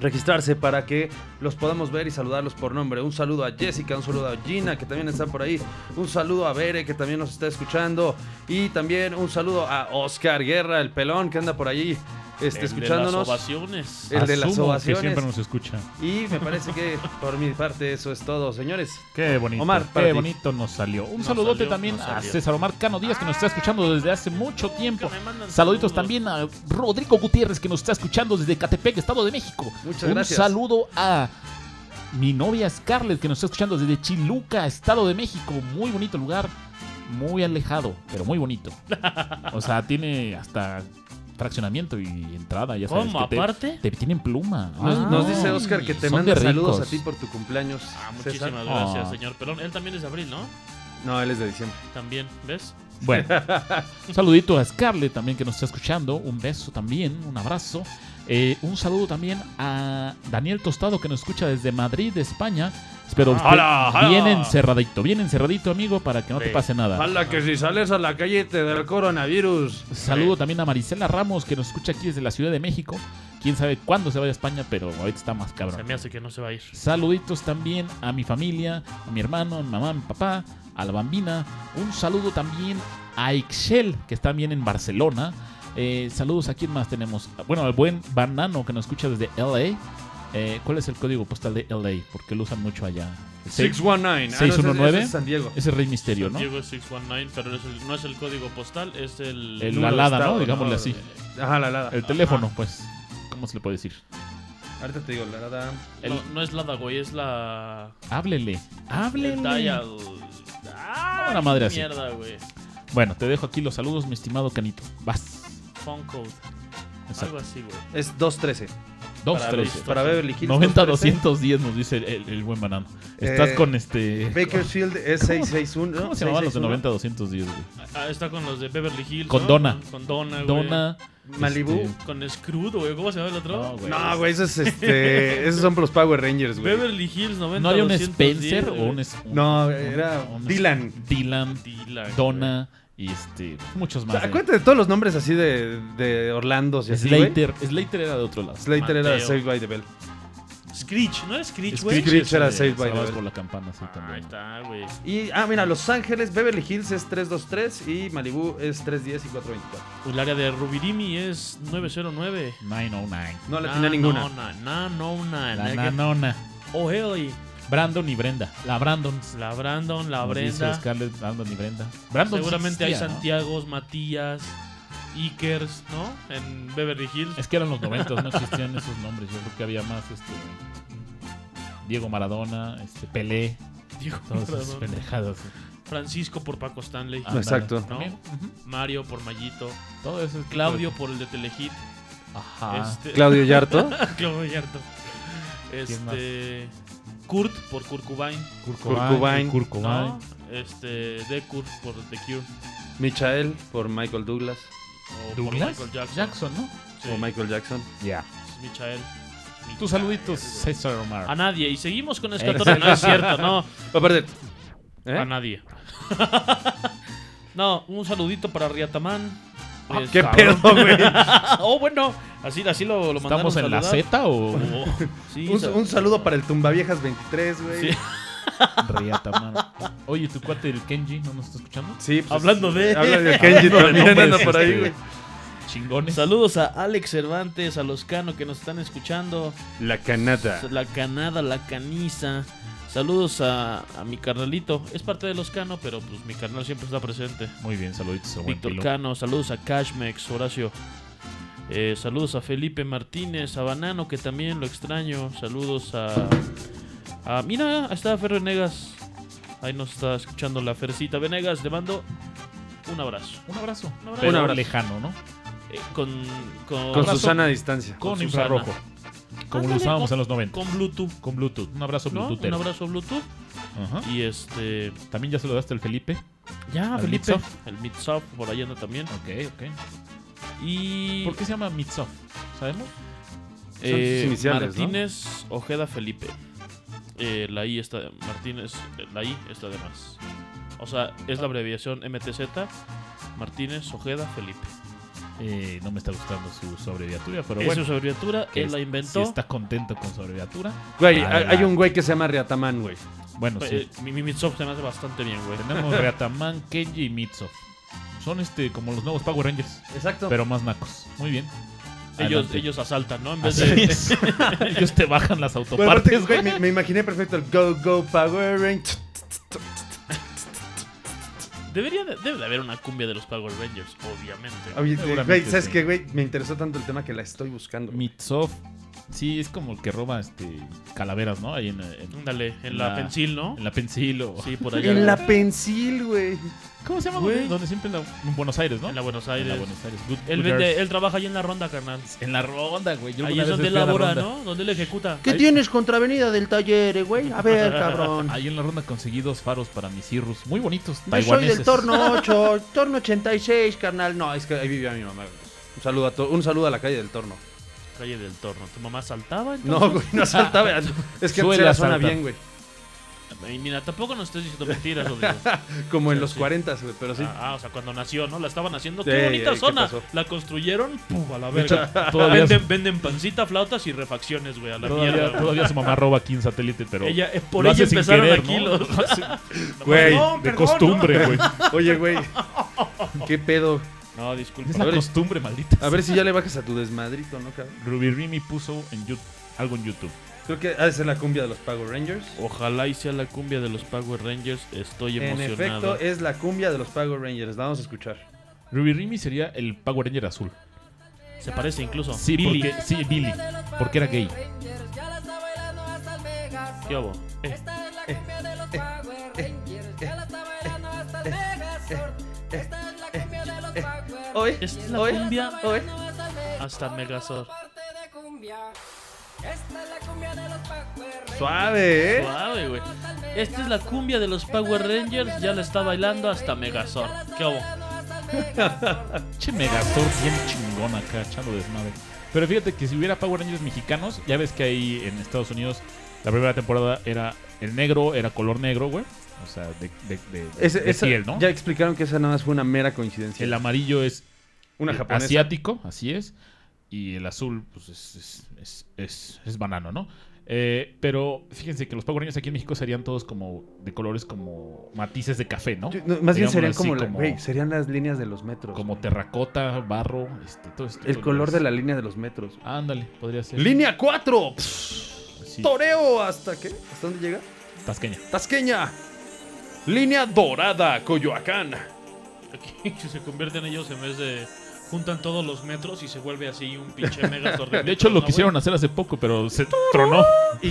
Speaker 3: registrarse para que los podamos ver y saludarlos por nombre. Un saludo a Jessica, un saludo a Gina que también está por ahí, un saludo a Bere que también nos está escuchando y también un saludo a Oscar Guerra, el pelón que anda por ahí este,
Speaker 2: El de
Speaker 3: escuchándonos.
Speaker 2: las ovaciones.
Speaker 3: el de las
Speaker 4: Asumo que
Speaker 3: ovaciones.
Speaker 4: siempre nos escucha.
Speaker 3: Y me parece que por mi parte eso es todo, señores.
Speaker 4: Qué bonito.
Speaker 3: Omar, para
Speaker 4: qué
Speaker 3: ti.
Speaker 4: bonito nos salió. Un
Speaker 2: Nos
Speaker 4: saludote
Speaker 2: salió,
Speaker 4: también
Speaker 2: nos
Speaker 4: a
Speaker 2: salió.
Speaker 4: César Omar Cano Díaz, que nos está escuchando desde hace mucho tiempo.
Speaker 2: que me mandan
Speaker 4: Saluditos
Speaker 2: saludos.
Speaker 4: también a Rodrigo Gutiérrez, que nos está escuchando desde Catepec, Estado de México.
Speaker 3: Muchas
Speaker 4: Un
Speaker 3: gracias.
Speaker 4: saludo a mi novia Scarlett, que nos está escuchando desde Chiluca, Estado de México. Muy bonito lugar, muy alejado, pero muy bonito. O sea, tiene hasta fraccionamiento y entrada. Ya sabes
Speaker 2: ¿Cómo?
Speaker 4: que te-
Speaker 2: ¿Aparte?
Speaker 4: Te, tienen pluma.
Speaker 3: Nos,
Speaker 4: Ay,
Speaker 3: nos dice Oscar que te
Speaker 4: son de
Speaker 3: manda saludos a
Speaker 4: ricos.
Speaker 3: ti por tu cumpleaños.
Speaker 2: Ah,
Speaker 3: César.
Speaker 2: muchísimas gracias,
Speaker 4: Ah.
Speaker 2: señor Pelón. Él también es de abril, ¿no?
Speaker 3: No, él es de diciembre.
Speaker 2: También, ¿ves?
Speaker 4: Bueno,
Speaker 2: (laughs)
Speaker 4: un saludito a Scarlett también que nos está escuchando. Un beso también, un abrazo. Eh, un saludo también a Daniel Tostado que nos escucha desde Madrid, España.
Speaker 2: Ah,
Speaker 4: Espero usted
Speaker 3: Hola, hola.
Speaker 4: bien encerradito, bien encerradito, amigo, para que no te
Speaker 2: Sí.
Speaker 4: pase nada.
Speaker 3: Hala, que si sales a la calle te da el coronavirus.
Speaker 4: Saludo también a Marisela Ramos que nos escucha aquí desde la Ciudad de México. Quién sabe cuándo se vaya a España, pero ahorita está más
Speaker 2: Se
Speaker 4: cabrón.
Speaker 2: me hace que no se va a ir.
Speaker 4: Saluditos también a mi familia, a mi hermano, a mi mamá, a mi papá, a la bambina. Un saludo también a Ixchel, que está bien en Barcelona. Eh, saludos a quién más tenemos. Bueno, al buen Banano que nos escucha desde LA. Eh, ¿Cuál es el código postal de LA? Porque lo usan mucho allá. El seis-
Speaker 3: 619. Ah, no, ese- ese
Speaker 4: 619.
Speaker 3: es San Diego.
Speaker 4: Ese es Rey Misterio,
Speaker 2: San
Speaker 4: ¿no?
Speaker 2: Diego es 619, pero es el- no es el código postal, es el...
Speaker 4: El-
Speaker 3: Número
Speaker 4: la alada,
Speaker 3: estado,
Speaker 4: ¿no?
Speaker 2: (laughs)
Speaker 4: Digámosle así.
Speaker 3: Ajá, la alada.
Speaker 4: El teléfono, pues. ¿Cómo se le puede decir?
Speaker 3: Ahorita te digo, la alada.
Speaker 2: No, no es la Dagüey, es la...
Speaker 4: Háblele.
Speaker 2: El
Speaker 4: Háblele.
Speaker 2: dial. Ah,
Speaker 4: Una madre
Speaker 2: qué
Speaker 4: así.
Speaker 2: mierda, güey.
Speaker 4: Bueno, te dejo aquí los saludos, mi estimado Canito. Vas.
Speaker 2: Phone code.
Speaker 4: Exacto.
Speaker 2: Algo así, güey.
Speaker 3: Es 213.
Speaker 4: Dos,
Speaker 2: Para
Speaker 4: tres.
Speaker 2: listo.
Speaker 3: Para Beverly Hills.
Speaker 4: 90
Speaker 3: 213.
Speaker 4: 210 nos dice el, el buen banano. Estás
Speaker 3: Eh,
Speaker 4: con este.
Speaker 3: Bakersfield es
Speaker 4: ¿Cómo-
Speaker 3: 661.
Speaker 4: ¿Cómo se llamaban los de 90
Speaker 3: 661?
Speaker 4: 210, güey?
Speaker 2: Ah, está con los de Beverly Hills.
Speaker 4: Con
Speaker 2: ¿no?
Speaker 4: Donna.
Speaker 2: Con Donna, Ah, güey.
Speaker 4: Donna,
Speaker 3: Malibu.
Speaker 4: Este,
Speaker 2: Con Scrooge, güey. ¿Cómo se llama el otro?
Speaker 4: No, güey.
Speaker 3: No, güey, esos, este, esos son por los Power Rangers, güey.
Speaker 2: Beverly Hills 90.
Speaker 4: ¿No había un
Speaker 2: 210,
Speaker 4: Spencer o
Speaker 2: güey.
Speaker 4: un, es- un-
Speaker 3: No,
Speaker 4: un-
Speaker 3: era
Speaker 4: un-
Speaker 3: Dylan.
Speaker 4: Dylan,
Speaker 2: Dylan, güey.
Speaker 4: Donna y este, muchos
Speaker 3: O
Speaker 4: más.
Speaker 3: sea,
Speaker 4: eh.
Speaker 3: acuérdate de todos los nombres así de, de Orlando. y así, güey.
Speaker 4: Slater, Slater era de otro lado.
Speaker 3: Slater era
Speaker 2: Mateo.
Speaker 3: Saved by the Bell.
Speaker 2: Screech, ¿no era Screech, güey?
Speaker 3: Screech.
Speaker 4: es
Speaker 3: era
Speaker 4: el de
Speaker 3: Saved by the
Speaker 4: Salvados
Speaker 3: Bell.
Speaker 4: Eh, por la campana, sí,
Speaker 2: Ah, ahí
Speaker 4: también.
Speaker 2: está, güey.
Speaker 3: Y, ah, mira, Los Ángeles, Beverly Hills es 323 y Malibu es 310 y 424.
Speaker 2: Pues El área de Rubirimi es 909.
Speaker 4: 909.
Speaker 3: No le
Speaker 2: Na,
Speaker 4: Ah,
Speaker 3: tiene ninguna.
Speaker 2: No, na, na, no, na,
Speaker 4: La
Speaker 2: na,
Speaker 4: nanona.
Speaker 2: Oh, Haley.
Speaker 4: Brandon y Brenda. La Brandon.
Speaker 2: La Brandon, la
Speaker 4: Nos dice
Speaker 2: Brenda.
Speaker 4: Scarlett, Brandon y Brenda. Brandon sí
Speaker 2: Seguramente hay
Speaker 4: existía, ¿no?
Speaker 2: Santiagos, Matías, Ikers, ¿no? En Beverly Hills.
Speaker 4: Es que eran los 90, no existían esos nombres. Yo creo que había más este Diego Maradona, este Pelé,
Speaker 2: Diego
Speaker 4: todas esas
Speaker 2: Maradona.
Speaker 4: pendejadas.
Speaker 2: Francisco por Paco Stanley.
Speaker 4: Ándale,
Speaker 3: Exacto.
Speaker 4: también.
Speaker 2: ¿No?
Speaker 4: Ujú.
Speaker 2: Mario por Mayito.
Speaker 4: Todo eso. es-
Speaker 2: Claudio por el de Telehit.
Speaker 4: Ajá.
Speaker 2: Este-
Speaker 3: Claudio Yarto.
Speaker 2: (laughs) Claudio Gallardo. Este. Kurt por Kurt Cobain.
Speaker 4: Kurt
Speaker 3: Cobain.
Speaker 4: Kurt Cobain.
Speaker 2: ¿no? Este. De Kurt por The Cure.
Speaker 3: Michael por Michael Douglas
Speaker 2: O
Speaker 4: Douglas.
Speaker 2: por Michael
Speaker 4: Jackson.
Speaker 2: Jackson.
Speaker 4: ¿no?
Speaker 2: Sí,
Speaker 3: o Michael Jackson.
Speaker 4: Ya.
Speaker 2: Michael.
Speaker 4: Tus saluditos, César Omar.
Speaker 2: A nadie. Y seguimos con escatorra. No
Speaker 4: (laughs)
Speaker 2: es cierto, no.
Speaker 3: Aparte, Oh, ¿eh?
Speaker 6: Ah,
Speaker 2: A nadie. no, un saludito para Riatamán.
Speaker 4: Ah,
Speaker 2: Este-
Speaker 3: ¿Qué pedo,
Speaker 6: (laughs)
Speaker 3: güey?
Speaker 2: oh, bueno. Así, así lo, lo mandaron
Speaker 4: ¿Estamos en la
Speaker 2: saludar.
Speaker 4: Z o
Speaker 2: Oh, sí,
Speaker 3: Un,
Speaker 2: sal-
Speaker 3: un saludo para el Tumbaviejas 23, güey.
Speaker 2: Sí.
Speaker 3: Sí.
Speaker 4: Riatamar? Oye, tu cuate del Kenji, ¿no nos está escuchando?
Speaker 3: pues,
Speaker 2: Hablando de-
Speaker 3: Habla de
Speaker 4: (laughs)
Speaker 3: Kenji
Speaker 4: Hablando de
Speaker 3: también,
Speaker 4: nombres,
Speaker 3: anda por ahí,
Speaker 4: este,
Speaker 3: güey.
Speaker 4: Chingones.
Speaker 2: Saludos a Alex Cervantes, a los Cano que nos están escuchando,
Speaker 3: La Canada.
Speaker 2: la Canada, la Caniza. Saludos a, a mi carnalito, es parte de los Cano, pero pues mi carnal siempre está presente.
Speaker 4: Muy bien, saluditos a buen
Speaker 2: Víctor
Speaker 4: pilo.
Speaker 2: Cano, saludos a Cashmex, Horacio. Eh, saludos a Felipe Martínez, a Banano que también lo extraño. Saludos a. a- mira, ahí está Fer Venegas. Ahí nos está escuchando la Fercita Venegas. Le mando un abrazo.
Speaker 4: Un abrazo.
Speaker 2: abrazo.
Speaker 4: Un abrazo.
Speaker 3: Un abrazo.
Speaker 4: lejano, ¿no?
Speaker 2: Eh, con, con,
Speaker 3: Con
Speaker 4: abrazo.
Speaker 3: Susana a distancia.
Speaker 4: Con,
Speaker 2: Susana.
Speaker 4: infrarrojo. Como
Speaker 2: Ándale,
Speaker 4: lo usábamos
Speaker 2: con-
Speaker 4: en los 90.
Speaker 2: con Bluetooth.
Speaker 4: Con Bluetooth. Un abrazo
Speaker 2: ¿no?
Speaker 4: Bluetooth.
Speaker 2: Un abrazo Bluetooth.
Speaker 4: Ajá.
Speaker 2: Y este.
Speaker 4: También ya saludaste al Felipe.
Speaker 2: Ya,
Speaker 4: Al
Speaker 2: Felipe.
Speaker 4: Mitsoft.
Speaker 2: El Mitsoft por ahí anda también.
Speaker 4: Ok, ok.
Speaker 2: Y.
Speaker 4: ¿Por qué se llama Mitsoft? ¿Sabemos?
Speaker 3: Son sus iniciales, ¿no?
Speaker 2: Eh, Martínez Ojeda Felipe. Eh, la I está de Martínez, eh, la I está de más. O sea, es la abreviación MTZ. Martínez Ojeda Felipe.
Speaker 4: Eh, no me está gustando su sobreviatura, pero
Speaker 2: Esa
Speaker 4: bueno.
Speaker 2: es su abreviatura,
Speaker 4: que
Speaker 2: él la
Speaker 4: es-
Speaker 2: inventó. Eh,
Speaker 4: Si está contento con su abreviatura.
Speaker 3: Güey,
Speaker 4: Adelante.
Speaker 3: hay un güey que se llama Riatamán, güey.
Speaker 4: Bueno,
Speaker 2: Eh,
Speaker 4: sí.
Speaker 2: mi, mi Mitsoft se me hace bastante bien, güey. (laughs)
Speaker 4: Tenemos Reataman, Kenji y Mitsoft. Son este como los nuevos Power Rangers,
Speaker 3: Exacto.
Speaker 4: pero más nacos. Muy bien.
Speaker 2: Ellos,
Speaker 4: Adelante.
Speaker 2: ellos asaltan, ¿no? En vez
Speaker 4: Así
Speaker 2: de.
Speaker 4: es. (laughs) ellos te bajan las
Speaker 3: Bueno, aparte,
Speaker 4: autopartes, güey.
Speaker 3: güey, me, me imaginé perfecto el Go Go Power Rangers.
Speaker 2: (laughs) Debería de- debe de haber una cumbia de los Power Rangers, obviamente.
Speaker 3: Oye,
Speaker 4: Seguramente
Speaker 3: Güey, ¿sabes
Speaker 4: sí.
Speaker 3: qué, güey? Me interesó tanto el tema que la estoy buscando. güey.
Speaker 4: Mitsoft. Sí, es como el que roba este calaveras, ¿no? Ahí en, en-
Speaker 2: Ándale, en la,
Speaker 4: La-
Speaker 2: pensil, ¿no?
Speaker 4: en la Pensil o...
Speaker 2: Sí,
Speaker 4: (laughs)
Speaker 2: por allá.
Speaker 3: En la pensil, güey.
Speaker 4: ¿Cómo se llama?
Speaker 2: Güey.
Speaker 4: Donde, donde siempre en, la- en Buenos Aires, ¿no?
Speaker 2: En la Buenos Aires.
Speaker 4: En la Buenos Aires. Good-
Speaker 2: Él,
Speaker 4: Good
Speaker 2: vende,
Speaker 4: Earth.
Speaker 2: él trabaja ahí en la ronda, carnal.
Speaker 4: En la ronda, güey. Yo
Speaker 2: Ahí
Speaker 4: alguna
Speaker 2: es
Speaker 4: vez
Speaker 2: donde él
Speaker 4: fui a la
Speaker 2: labora,
Speaker 4: ronda.
Speaker 2: ¿no? Donde él ejecuta.
Speaker 6: ¿Qué
Speaker 2: Ahí-
Speaker 6: tienes contra Avenida del Taller, eh, güey? A ver,
Speaker 3: (laughs)
Speaker 6: cabrón.
Speaker 4: Ahí en la ronda conseguí dos faros para mis cirrus. Muy bonitos.
Speaker 6: Yo soy
Speaker 4: Taiwaneses.
Speaker 6: del torno 8, torno 86, carnal. No,
Speaker 3: Es que ahí vivía mi mamá, güey. Un saludo, a to- un saludo a la calle del Torno.
Speaker 2: Calle del Torno. ¿Tu mamá saltaba entonces?
Speaker 3: No, güey, no saltaba. Es que antes
Speaker 4: Suele
Speaker 3: era zona
Speaker 4: asaltar.
Speaker 3: bien, güey.
Speaker 2: Y mira, tampoco nos estés diciendo mentiras,
Speaker 4: (laughs)
Speaker 2: Rodrigo.
Speaker 4: Ah,
Speaker 3: Como en
Speaker 2: Sí,
Speaker 3: los
Speaker 2: sí.
Speaker 3: 40, güey, pero sí.
Speaker 2: Ah, ah, o sea, cuando nació, ¿no? La estaban haciendo.
Speaker 3: Sí,
Speaker 2: ¡Qué bonita
Speaker 3: ¿qué
Speaker 2: zona!
Speaker 3: pasó?
Speaker 2: La construyeron, ¡pum! A la
Speaker 4: De hecho,
Speaker 2: verga.
Speaker 4: (laughs) todavía-
Speaker 2: Venden, venden pancita, flautas y refacciones, güey, a la mierda.
Speaker 4: Todavía,
Speaker 2: güey.
Speaker 4: todavía su mamá roba aquí un satélite, pero.
Speaker 2: Ella, eh, por
Speaker 4: lo
Speaker 2: ella
Speaker 4: hace sin
Speaker 2: empezaron
Speaker 4: querer,
Speaker 2: aquí
Speaker 4: ¿no? (laughs)
Speaker 2: los. (laughs)
Speaker 3: Güey,
Speaker 2: Perdón,
Speaker 4: De
Speaker 2: perdón,
Speaker 4: costumbre, güey.
Speaker 3: Oye, güey. ¿Qué pedo?
Speaker 2: No, No, disculpa.
Speaker 4: Es la
Speaker 3: ver.
Speaker 4: costumbre, maldita.
Speaker 3: A ver si ya le bajas a tu desmadrito, ¿no, cabrón?
Speaker 4: Rubirimi puso en Yout- algo en YouTube.
Speaker 3: Creo que ha de ser la cumbia de los Power Rangers.
Speaker 2: Ojalá y sea la cumbia de los Power Rangers. Estoy
Speaker 3: En
Speaker 2: emocionado.
Speaker 3: efecto, es la cumbia de los Power Rangers. La vamos a escuchar.
Speaker 4: Rubirimi sería el Power Ranger azul.
Speaker 2: Se parece incluso.
Speaker 4: Sí,
Speaker 2: Billy.
Speaker 4: porque. Sí, Billy. Porque era gay.
Speaker 2: ¿Qué hubo?
Speaker 7: Esta es la cumbia de los Power Rangers. Ya la está bailando hasta el Megazord. Esta es la cumbia de los Power
Speaker 6: hoy,
Speaker 7: Rangers.
Speaker 2: Esta es la
Speaker 6: hoy,
Speaker 2: cumbia
Speaker 6: hoy.
Speaker 2: hasta el Megazord.
Speaker 7: Parte de cumbia. Esta es la cumbia de los Power Rangers.
Speaker 3: Suave, ¿eh?
Speaker 2: Suave, güey. Esta es la cumbia de los Power Rangers. Ya la (laughs) está bailando hasta Megazord. ¿Qué hubo?
Speaker 7: Hasta el Megazord.
Speaker 4: Che, Megazord bien chingón. chingón acá, echando desmadre. Pero fíjate que si hubiera Power Rangers mexicanos, ya ves que ahí en Estados Unidos la primera temporada era el negro, era color negro, güey. O sea, de, de, de- de-
Speaker 3: Ese-
Speaker 4: de
Speaker 3: esa-
Speaker 4: piel, ¿no?
Speaker 3: Ya explicaron que esa nada más fue una mera coincidencia.
Speaker 4: El amarillo es
Speaker 3: Una
Speaker 4: eh,
Speaker 3: japonesa.
Speaker 4: asiático, así es. Y el azul, pues es, es, es, es- es banano, ¿no? Eh, pero fíjense que los Power Rangers aquí en México serían todos como de colores como matices de café, ¿no?
Speaker 3: Yo- no, más bien
Speaker 4: Digámoslo
Speaker 3: serían
Speaker 4: así,
Speaker 3: como, la- güey, serían las líneas de los metros.
Speaker 4: como terracota, barro, este, todo esto.
Speaker 3: el color de la línea de los metros.
Speaker 4: Ándale, podría ser.
Speaker 3: Línea 4.
Speaker 4: Sí,
Speaker 3: Toreo hasta qué? ¿Hasta dónde llega?
Speaker 4: tasqueña.
Speaker 3: Tasqueña. Línea dorada, Coyoacán.
Speaker 2: Aquí se convierten ellos en vez de. Juntan todos los metros y se vuelve así un pinche megazord.
Speaker 4: (laughs) De hecho, lo quisieron hacer hace poco, pero se tronó. (laughs)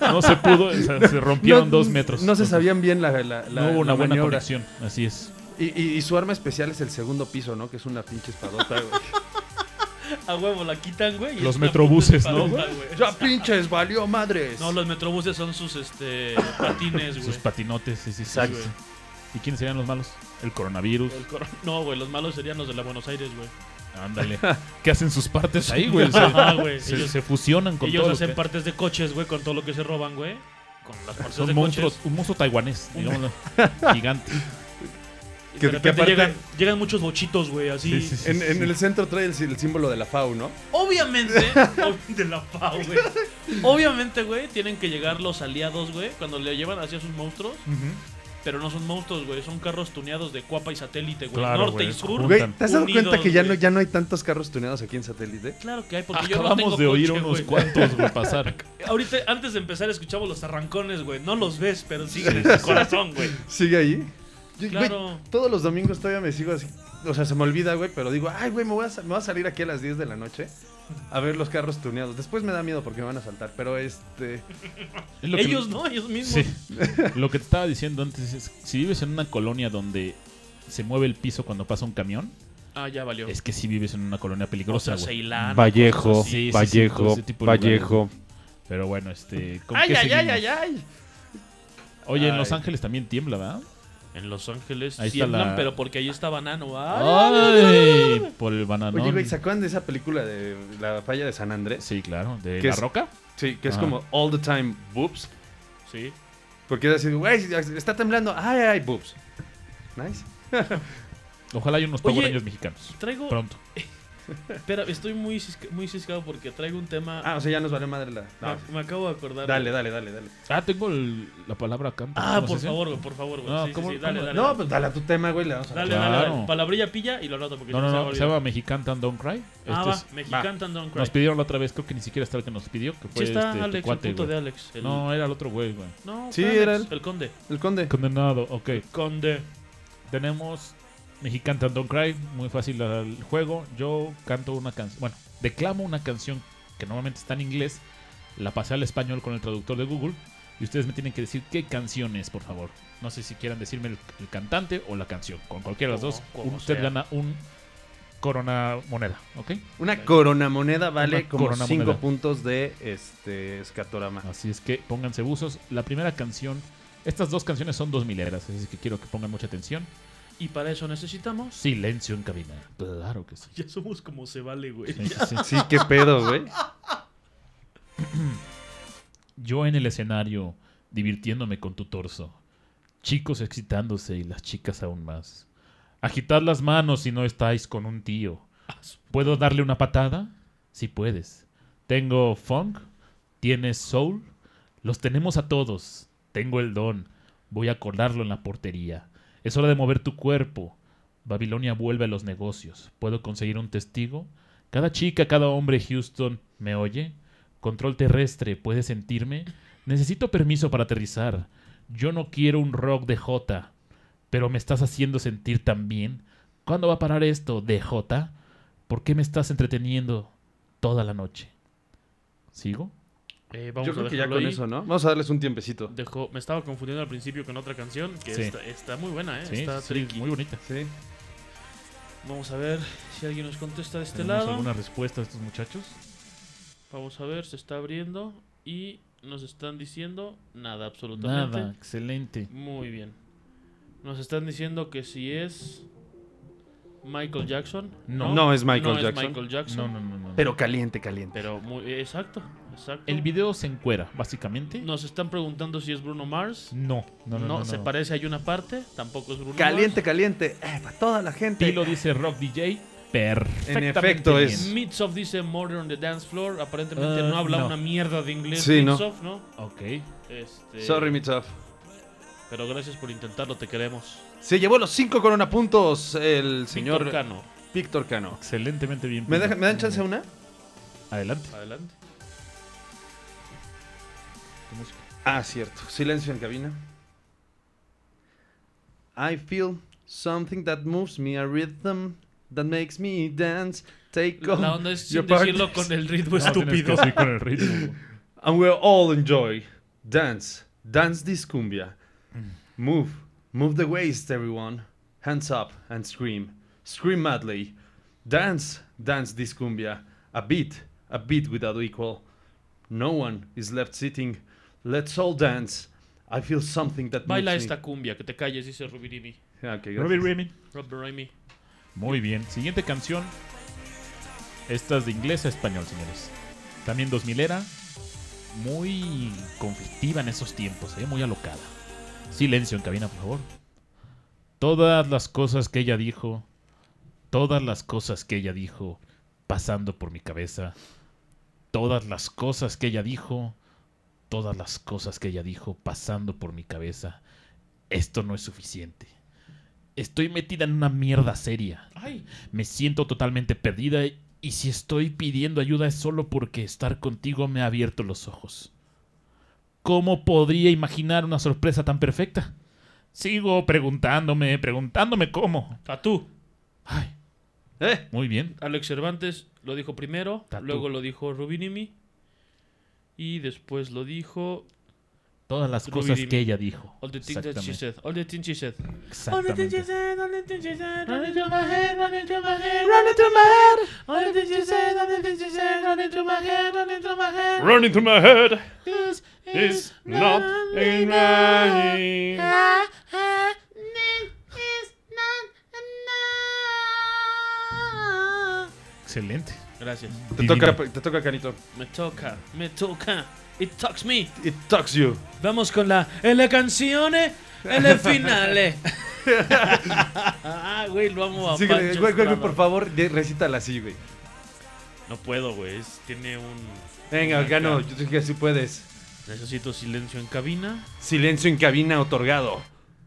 Speaker 4: No se pudo, o sea, se rompieron dos metros.
Speaker 3: No se
Speaker 4: Entonces,
Speaker 3: sabían bien la, la, la-
Speaker 4: no hubo una
Speaker 3: la
Speaker 4: buena
Speaker 3: maniobra.
Speaker 4: conexión, así es.
Speaker 3: Y, y- y su arma especial es el segundo piso, ¿no? Que es una pinche espadota,
Speaker 4: (laughs)
Speaker 3: güey.
Speaker 2: A huevo, la quitan, güey. y es
Speaker 4: Los
Speaker 2: una
Speaker 4: metrobuses,
Speaker 2: puta
Speaker 4: ¿no,
Speaker 2: espadota, güey.
Speaker 3: ya pinches, valió madres.
Speaker 2: No, los metrobuses son sus
Speaker 4: (laughs)
Speaker 2: este, patines,
Speaker 4: Sus
Speaker 2: güey.
Speaker 4: patinotes, sí, sí, sí,
Speaker 2: Exacto.
Speaker 4: sí. ¿Y quiénes serían los malos? El coronavirus.
Speaker 2: El cor- No, güey, los malos serían los de la Buenos Aires, güey.
Speaker 3: (laughs)
Speaker 4: Ándale. ¿Qué hacen sus partes ahí, güey? Se,
Speaker 2: Ajá, güey.
Speaker 4: se-
Speaker 2: Ellos-
Speaker 4: se fusionan con
Speaker 2: Ellos
Speaker 4: todo lo
Speaker 2: hacen
Speaker 4: que-
Speaker 2: partes de coches, güey, con todo lo que se roban, güey. Con las partes
Speaker 4: Son
Speaker 2: de
Speaker 4: monstruos,
Speaker 2: coches.
Speaker 4: un monstruo taiwanés,
Speaker 2: (laughs)
Speaker 4: digámoslo. Gigante.
Speaker 3: Que-
Speaker 2: Y de
Speaker 3: que
Speaker 2: repente
Speaker 3: aparte-
Speaker 2: llegan, llegan muchos bochitos, güey, así.
Speaker 4: Sí, sí, sí,
Speaker 3: En,
Speaker 4: sí.
Speaker 3: en el centro trae el, sí- el símbolo de la FAO, ¿no?
Speaker 2: Obviamente,
Speaker 4: (laughs)
Speaker 2: ob- de la FAO, güey. Obviamente, güey, tienen que llegar los aliados, güey, cuando le llevan hacia sus monstruos. Pero no son monstruos, güey, son carros tuneados de cuapa y satélite, güey.
Speaker 4: Claro,
Speaker 2: Norte
Speaker 4: güey,
Speaker 2: y sur.
Speaker 4: Güey,
Speaker 3: ¿te has dado
Speaker 2: unidos,
Speaker 3: cuenta que ya no,
Speaker 2: güey.
Speaker 3: ya no hay tantos carros tuneados aquí en satélite?
Speaker 2: Claro que hay, porque yo no
Speaker 4: Acabamos
Speaker 2: tengo
Speaker 4: de oír
Speaker 2: coche,
Speaker 4: unos
Speaker 2: güey.
Speaker 4: cuantos, güey,
Speaker 2: (laughs)
Speaker 4: pasar.
Speaker 2: Ahorita, antes de empezar, escuchamos los arrancones, güey. No los ves, pero siguen en tu corazón, güey.
Speaker 3: ¿Sigue ahí? Yo, güey,
Speaker 2: Claro.
Speaker 3: todos los domingos todavía me sigo así. O sea, se me olvida, güey, pero digo, ay, güey, me, voy a sa- me voy a salir aquí a las 10 de la noche a ver los carros tuneados. Después me da miedo porque me van a saltar, pero este.
Speaker 4: (laughs) Es lo que-
Speaker 2: Ellos no, ellos mismos.
Speaker 4: Sí. (laughs) Lo que te estaba diciendo antes es, si vives en una colonia donde se mueve el piso cuando pasa un camión,
Speaker 2: Ah, ya valió.
Speaker 4: es que si vives en una colonia
Speaker 2: O
Speaker 4: peligrosa,
Speaker 2: sea,
Speaker 4: güey.
Speaker 2: Ceilán.
Speaker 4: Vallejo,
Speaker 2: cosas
Speaker 4: Sí, sí, sí, todo
Speaker 8: Vallejo,
Speaker 4: ese tipo de
Speaker 8: Vallejo.
Speaker 4: Pero bueno, este... ¿con
Speaker 2: Ay,
Speaker 4: qué
Speaker 2: ay, ay,
Speaker 4: seguimos?
Speaker 2: ay, ay.
Speaker 4: Oye, en Los
Speaker 3: Ay.
Speaker 4: Ángeles también tiembla, ¿verdad?
Speaker 2: En Los Ángeles
Speaker 4: Ahí está
Speaker 2: tiemblan,
Speaker 4: la- Ah.
Speaker 2: pero porque ahí está banano.
Speaker 4: Ay, por el bananón.
Speaker 3: Oye, güey, ¿se acuerdan de esa película de La falla de San Andrés?
Speaker 4: Sí, claro. ¿De
Speaker 3: ¿Qué
Speaker 4: La
Speaker 3: es?
Speaker 4: Roca?
Speaker 3: Sí, que es
Speaker 4: Ah.
Speaker 3: como All the Time Boobs.
Speaker 2: Sí.
Speaker 3: Porque es así, güey, está temblando. Ay, ay, boobs. Nice.
Speaker 4: Ojalá haya unos
Speaker 2: Oye.
Speaker 4: Power Rangers mexicanos.
Speaker 2: Traigo.
Speaker 4: Pronto.
Speaker 2: Espera, estoy muy, cisca- muy ciscado porque traigo un tema.
Speaker 3: Ah, o sea, ya nos valió madre la.
Speaker 2: me,
Speaker 3: no.
Speaker 2: me acabo de acordar.
Speaker 3: Dale, dale, dale, dale.
Speaker 4: Ah, tengo el- la palabra acá.
Speaker 2: Ah,
Speaker 4: ¿Cómo se
Speaker 2: por
Speaker 4: dice?
Speaker 2: favor, güey, por favor, güey.
Speaker 4: No,
Speaker 2: sí, sí,
Speaker 4: ¿cómo-
Speaker 2: sí, dale,
Speaker 4: cómo?
Speaker 2: dale.
Speaker 3: No,
Speaker 2: dale.
Speaker 3: pues dale a tu tema, güey. Le vamos a
Speaker 2: Dale,
Speaker 4: Claro.
Speaker 2: dale, dale. Palabrilla pilla y lo rato porque
Speaker 4: No, no,
Speaker 2: se me
Speaker 4: no. Se
Speaker 2: olvidó.
Speaker 4: llama Mexican Tan Don't Cry. Este
Speaker 2: Ah,
Speaker 4: es-
Speaker 2: va. Mexican Tan Don't Cry.
Speaker 4: Nos pidieron la otra vez, creo que ni siquiera está el que nos pidió, que
Speaker 2: Sí
Speaker 4: fue
Speaker 2: está
Speaker 4: este, tu
Speaker 2: Alex,
Speaker 4: cuate,
Speaker 2: el puto
Speaker 4: güey.
Speaker 2: de Alex. el-
Speaker 4: No, era el otro güey, güey.
Speaker 2: no
Speaker 3: Sí,
Speaker 2: fue
Speaker 3: era
Speaker 2: Alex,
Speaker 3: él.
Speaker 2: El conde.
Speaker 3: El conde.
Speaker 4: Condenado, ok.
Speaker 2: Conde.
Speaker 4: Tenemos Mexican Tan Don't Cry, muy fácil el juego. Yo canto una canción, bueno, declamo una canción que normalmente está en inglés, la pasé al español con el traductor de Google y ustedes me tienen que decir qué canción es, por favor. No sé si quieran decirme el, el cantante o la canción, con cualquiera de las dos,
Speaker 2: Como- como
Speaker 4: usted
Speaker 2: sea.
Speaker 4: gana un corona moneda, ¿ok?
Speaker 3: Una corona moneda vale
Speaker 4: Una
Speaker 3: como
Speaker 4: corona
Speaker 3: 5
Speaker 4: moneda.
Speaker 3: puntos de este escatorama.
Speaker 4: Así es que pónganse buzos. La primera canción, estas dos canciones son dos mileras, así es que quiero que pongan mucha atención.
Speaker 2: Y para eso necesitamos. (laughs)
Speaker 4: Silencio en cabina. Claro que sí.
Speaker 2: Ya somos como se vale, güey. (laughs)
Speaker 4: Sí, sí, sí.
Speaker 3: (laughs) Sí, qué pedo, güey.
Speaker 4: Yo en el escenario, divirtiéndome con tu torso. Chicos excitándose y las chicas aún más. Agitad las manos si no estáis con un tío. ¿Puedo darle una patada? Si puedes. Tengo funk, tienes soul. Los tenemos a todos. Tengo el don. Voy a colarlo en la portería. Es hora de mover tu cuerpo. Babilonia vuelve a los negocios. ¿Puedo conseguir un testigo? Cada chica, cada hombre, Houston, ¿me oye? Control terrestre, ¿puedes sentirme? Necesito permiso para aterrizar. Yo no quiero un rock de J, pero me estás haciendo sentir tan bien. ¿Cuándo va a parar esto, DJ? ¿Por qué me estás entreteniendo toda la noche? ¿Sigo?
Speaker 2: Eh, vamos
Speaker 3: Yo
Speaker 2: a
Speaker 3: creo que ya
Speaker 2: dejarlo
Speaker 3: con
Speaker 2: ahí.
Speaker 3: eso, ¿no? Vamos a darles un tiempecito.
Speaker 2: Dejó- me estaba confundiendo al principio con otra canción que
Speaker 4: Sí.
Speaker 2: está, está muy buena, ¿eh?
Speaker 4: Sí,
Speaker 2: está
Speaker 4: sí,
Speaker 2: tricky.
Speaker 4: muy bonita.
Speaker 3: Sí.
Speaker 2: Vamos a ver si alguien nos contesta de este
Speaker 4: ¿Tenemos
Speaker 2: lado.
Speaker 4: alguna respuesta de estos muchachos?
Speaker 2: Vamos a ver, se está abriendo y nos están diciendo nada, absolutamente.
Speaker 4: Nada, excelente.
Speaker 2: Muy bien. Nos están diciendo que si es
Speaker 5: Michael Jackson?
Speaker 4: No.
Speaker 3: No es Michael
Speaker 5: No
Speaker 3: Jackson.
Speaker 5: Michael Jackson.
Speaker 4: No, no, no, no.
Speaker 3: Pero caliente, caliente.
Speaker 5: Pero muy exacto, exacto.
Speaker 4: el video se encuera, básicamente.
Speaker 5: Nos están preguntando si es Bruno Mars.
Speaker 4: No, no, no.
Speaker 5: No,
Speaker 4: no,
Speaker 5: se
Speaker 4: no.
Speaker 5: parece, hay una parte, tampoco es Bruno
Speaker 3: Caliente, caliente. Eh, para toda la gente.
Speaker 4: Tilo dice Rock DJ. Perfectamente.
Speaker 3: efecto es.
Speaker 4: bien.
Speaker 5: Mars. Midsoff dice Murder on the Dance Floor. Aparentemente
Speaker 4: Ah,
Speaker 5: no habla
Speaker 4: no.
Speaker 5: una mierda de inglés.
Speaker 3: Sí, no.
Speaker 5: Midsoff, ¿no?
Speaker 4: Ok.
Speaker 5: Este,
Speaker 3: Sorry, Mitsoff.
Speaker 5: Pero gracias por intentarlo, te queremos.
Speaker 3: Se llevó los cinco coronapuntos el señor
Speaker 5: Víctor Cano,
Speaker 3: Víctor Cano.
Speaker 4: Excelentemente bien.
Speaker 3: ¿Me, deja-
Speaker 4: Pino.
Speaker 3: ¿Me dan chance a una?
Speaker 4: Adelante.
Speaker 5: adelante.
Speaker 3: Ah, cierto. Silencio en cabina. I feel something that moves me, a rhythm that makes me dance. Take off
Speaker 5: La onda es sin
Speaker 3: your
Speaker 5: decirlo
Speaker 3: partners.
Speaker 5: con el ritmo
Speaker 4: No, tienes que
Speaker 5: estúpido.
Speaker 4: seguir con el ritmo.
Speaker 3: And we'll all enjoy. Dance. Dance this cumbia. Move. Move the waist, everyone. Hands up and scream. Scream madly. Dance. Dance this cumbia. A beat. A beat without equal. No one is left sitting. Let's all dance. I feel something that
Speaker 5: Baila
Speaker 3: moves
Speaker 5: esta cumbia, que te calles, dice Rubirini.
Speaker 3: me. Okay, gracias.
Speaker 4: Robbie Remy.
Speaker 5: Rob Raimi.
Speaker 4: Muy bien. Siguiente canción. Esta es de inglés a español, señores. También 2000 era. Muy conflictiva en esos tiempos, ¿eh? muy alocada. Silencio en cabina, por favor. Todas las cosas que ella dijo, todas las cosas que ella dijo, pasando por mi cabeza. Todas las cosas que ella dijo, todas las cosas que ella dijo, pasando por mi cabeza. Esto no es suficiente. Estoy metida en una mierda seria.
Speaker 5: Ay,
Speaker 4: Me siento totalmente perdida y si estoy pidiendo ayuda es solo porque estar contigo me ha abierto los ojos. ¿Cómo podría imaginar una sorpresa tan perfecta? Sigo preguntándome, preguntándome cómo.
Speaker 5: Tatú.
Speaker 4: Ay,
Speaker 3: Eh,
Speaker 4: muy bien.
Speaker 5: Alex Cervantes lo dijo primero,
Speaker 4: Tatú.
Speaker 5: luego lo dijo Rubinimi y después lo dijo
Speaker 4: Todas las
Speaker 5: Ruby
Speaker 4: cosas
Speaker 5: Dimi.
Speaker 4: que ella dijo.
Speaker 5: All the things that she
Speaker 4: Exactamente.
Speaker 5: said. All the things she said. All the things she
Speaker 4: Exactamente.
Speaker 5: said, all the things she said, run it through my head, run it through my head, run
Speaker 3: run it through my head.
Speaker 5: it- all the things she said, all the things she said, run it through my head, run it through my head.
Speaker 1: Run into my head
Speaker 5: This
Speaker 1: is
Speaker 5: is
Speaker 1: not
Speaker 5: enough.
Speaker 1: enough.
Speaker 5: Ah, ah, this is not enough.
Speaker 4: Excelente.
Speaker 5: Gracias.
Speaker 3: Te
Speaker 4: Divino.
Speaker 3: toca, te toca, Canito.
Speaker 5: Me toca, me toca. It talks me.
Speaker 3: It talks you.
Speaker 5: Vamos con la eh, L canciones, L
Speaker 3: (laughs)
Speaker 5: finale. ah, eh. güey, lo amo a
Speaker 3: Sí, güey,
Speaker 5: Pancho
Speaker 3: güey, güey,
Speaker 5: Estrada.
Speaker 3: por favor, de- recítala así, güey.
Speaker 5: No puedo, güey. es- Tiene un.
Speaker 3: Venga, Cano, yo sé que sí puedes.
Speaker 5: Necesito silencio en cabina.
Speaker 3: Silencio en cabina otorgado.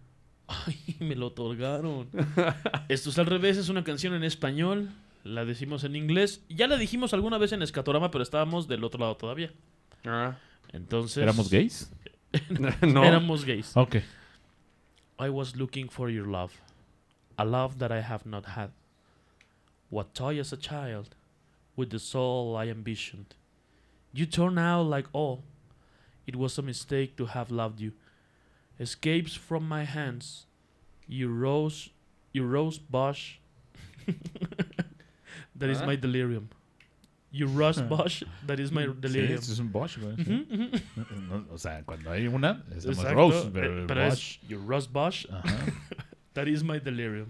Speaker 5: (laughs) Ay, me lo otorgaron. Esto es al revés, es una canción en español. La decimos en inglés. Ya la dijimos alguna vez en Escatorama, pero estábamos del otro lado todavía. Entonces.
Speaker 4: ¿Éramos gays? (laughs)
Speaker 3: no.
Speaker 5: Éramos gays.
Speaker 4: Ok.
Speaker 5: I was looking for your love, a love that I have not had. What toy as a child, with the soul I ambitioned. You turn out like all. It was a mistake to have loved you. Escapes from my hands. You rose, you rose bush. (laughs) that is
Speaker 3: Huh?
Speaker 5: my delirium. You rose bush. That is my
Speaker 4: Mm, Sí,
Speaker 5: delirium.
Speaker 4: esto es un Bosch, güey. sí. No, no, o sea, cuando hay una, es
Speaker 5: Exacto,
Speaker 4: Rose,
Speaker 5: eh,
Speaker 4: pero, el
Speaker 5: pero es
Speaker 4: Bosch.
Speaker 5: your Rose bush.
Speaker 4: Ajá. (laughs)
Speaker 5: That is my delirium.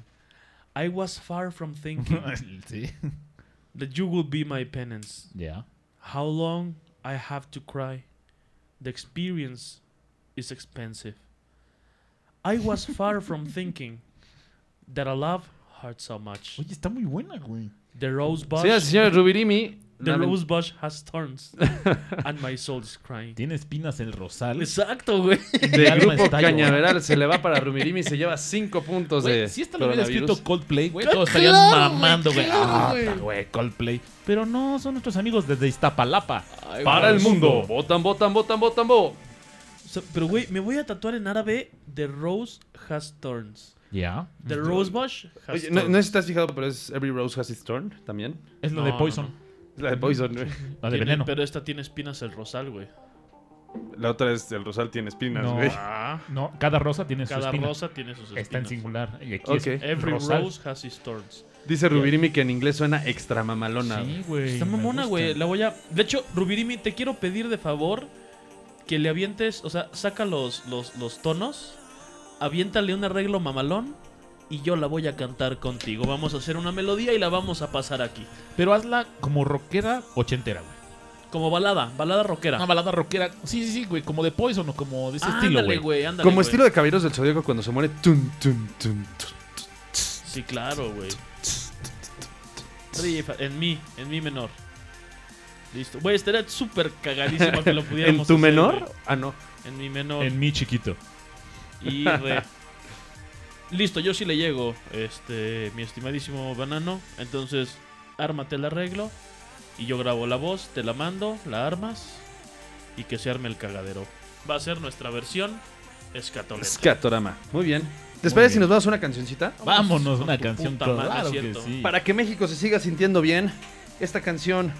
Speaker 5: I was far
Speaker 4: (laughs)
Speaker 5: from thinking
Speaker 4: sí.
Speaker 5: that you will be my penance.
Speaker 4: Ya.
Speaker 5: How long I have to cry. The experience is expensive. I was far (laughs) from thinking that a love hurts so much.
Speaker 4: Oye, está muy buena, güey.
Speaker 5: The rose bush,
Speaker 3: Señoras y señores, Rubirimi.
Speaker 5: the
Speaker 3: lamen-
Speaker 5: rose bush has (laughs) thorns, and my soul is crying.
Speaker 4: Tiene espinas el rosal.
Speaker 5: Exacto, güey.
Speaker 4: El
Speaker 3: de
Speaker 4: alma
Speaker 3: grupo
Speaker 4: está llorando.
Speaker 3: Cañaveral se le va
Speaker 4: (laughs)
Speaker 3: para Rubirimi y se lleva 5 puntos
Speaker 4: Güey,
Speaker 3: de
Speaker 4: si esta lo hubiera
Speaker 3: coronavirus.
Speaker 4: escrito Coldplay, güey, todos estarían mamando, güey. Ah, güey, Coldplay. Pero no, son nuestros amigos desde Iztapalapa.
Speaker 3: para el mundo. Votan, votan, votan, votan, bo.
Speaker 5: So- pero, güey, me voy a tatuar en árabe. The rose has thorns.
Speaker 4: Ya.
Speaker 5: The rose bush has
Speaker 3: Oye, no,
Speaker 5: thorns.
Speaker 3: no sé si te has fijado, pero es Every Rose Has Its Thorn también.
Speaker 4: Es lo
Speaker 5: No,
Speaker 4: de
Speaker 5: no,
Speaker 4: Poison.
Speaker 3: La de Poison, güey.
Speaker 4: La de
Speaker 5: Tiene-
Speaker 4: Veneno.
Speaker 5: Pero esta tiene espinas el rosal, güey.
Speaker 3: La otra es El Rosal tiene espinas,
Speaker 4: No.
Speaker 3: güey.
Speaker 4: No, cada rosa tiene su
Speaker 5: Ah, Cada
Speaker 4: espina.
Speaker 5: rosa tiene sus espinas.
Speaker 4: Está en singular. Y aquí
Speaker 3: Ok.
Speaker 4: es
Speaker 5: Every
Speaker 4: rosal.
Speaker 5: rose has its thorns.
Speaker 3: Dice Rubirimi que en inglés suena extra mamalona.
Speaker 4: Sí, güey.
Speaker 5: Está
Speaker 4: me
Speaker 5: mamona,
Speaker 4: gusta.
Speaker 5: güey. La voy a... De hecho, Rubirimi, te quiero pedir de favor que le avientes... O sea, saca los, los, los tonos. Aviéntale un arreglo mamalón. y yo la voy a cantar contigo. Vamos a hacer una melodía y la vamos a pasar aquí.
Speaker 4: Pero hazla como rockera ochentera, güey.
Speaker 5: Como balada, balada rockera.
Speaker 4: Una balada rockera. Sí, sí, sí, güey. Como de Poison o como de ese
Speaker 5: Ah,
Speaker 4: estilo, güey.
Speaker 5: ándale, güey, ándale,
Speaker 3: Como
Speaker 5: güey.
Speaker 3: estilo de Caballeros del Zodíaco cuando se muere. tun, tun, tun, tun.
Speaker 5: Sí, claro, güey. Rifa, En mi, en mi menor. Listo. Güey, estaría súper
Speaker 4: (laughs)
Speaker 5: cagadísimo que lo pudiéramos
Speaker 3: ¿En tu
Speaker 5: hacer,
Speaker 3: menor?
Speaker 5: güey.
Speaker 3: Ah, no.
Speaker 5: En mi menor.
Speaker 4: En mi chiquito.
Speaker 5: Y re. Listo, yo sí le llego, este, mi estimadísimo banano. Entonces, ármate el arreglo. Y yo grabo la voz, te la mando, la armas. Y que se arme el cagadero. Va a ser nuestra versión escatoleta.
Speaker 3: Escatorama. Muy bien. ¿Te
Speaker 4: Muy
Speaker 3: parece si
Speaker 4: bien.
Speaker 3: nos vamos a una cancioncita?
Speaker 4: Vámonos,
Speaker 5: con
Speaker 4: una
Speaker 5: tu
Speaker 4: canción.
Speaker 5: puta madre,
Speaker 4: Claro que
Speaker 5: ¿cierto?
Speaker 4: sí.
Speaker 3: Para que México se siga sintiendo bien, esta canción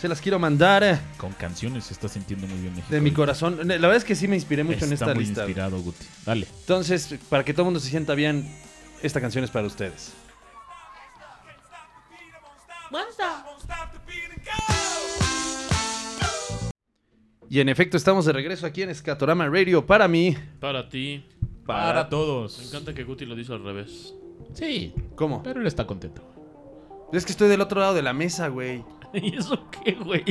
Speaker 3: se las quiero mandar eh,
Speaker 4: Con canciones se está sintiendo muy bien México.
Speaker 3: de mi corazón. La verdad es que sí me inspiré mucho
Speaker 4: Está
Speaker 3: en esta
Speaker 4: muy
Speaker 3: lista. güey.
Speaker 4: inspirado, Guti. Dale.
Speaker 3: Entonces, para que todo el mundo se sienta bien, esta canción es para ustedes. Y en efecto, estamos de regreso aquí en Escatorama Radio. Para mí,
Speaker 5: Para ti.
Speaker 3: para.
Speaker 4: todos.
Speaker 5: Me encanta que Guti lo dice al revés.
Speaker 4: Sí,
Speaker 3: ¿Cómo?
Speaker 4: pero él está contento.
Speaker 3: Es que estoy del otro lado de la mesa,
Speaker 4: (laughs)
Speaker 3: güey.
Speaker 5: ¿Y eso qué, güey?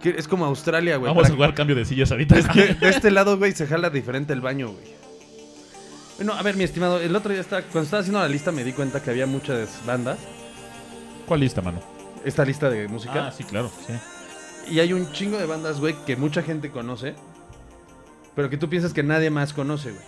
Speaker 3: Que Es como Australia, güey.
Speaker 4: Vamos
Speaker 3: Para
Speaker 4: a jugar cambio de sillas ahorita.
Speaker 3: Es que de este lado, güey, se jala diferente el baño, güey. Bueno, a ver, mi estimado, el otro día estaba, cuando estaba haciendo la lista me di cuenta que había muchas bandas,
Speaker 4: (laughs) ¿Cuál lista, mano?
Speaker 3: esta lista de música,
Speaker 4: Ah, sí, claro. sí.
Speaker 3: y hay un chingo de bandas, güey, que mucha gente conoce, pero que tú piensas que nadie más conoce, güey.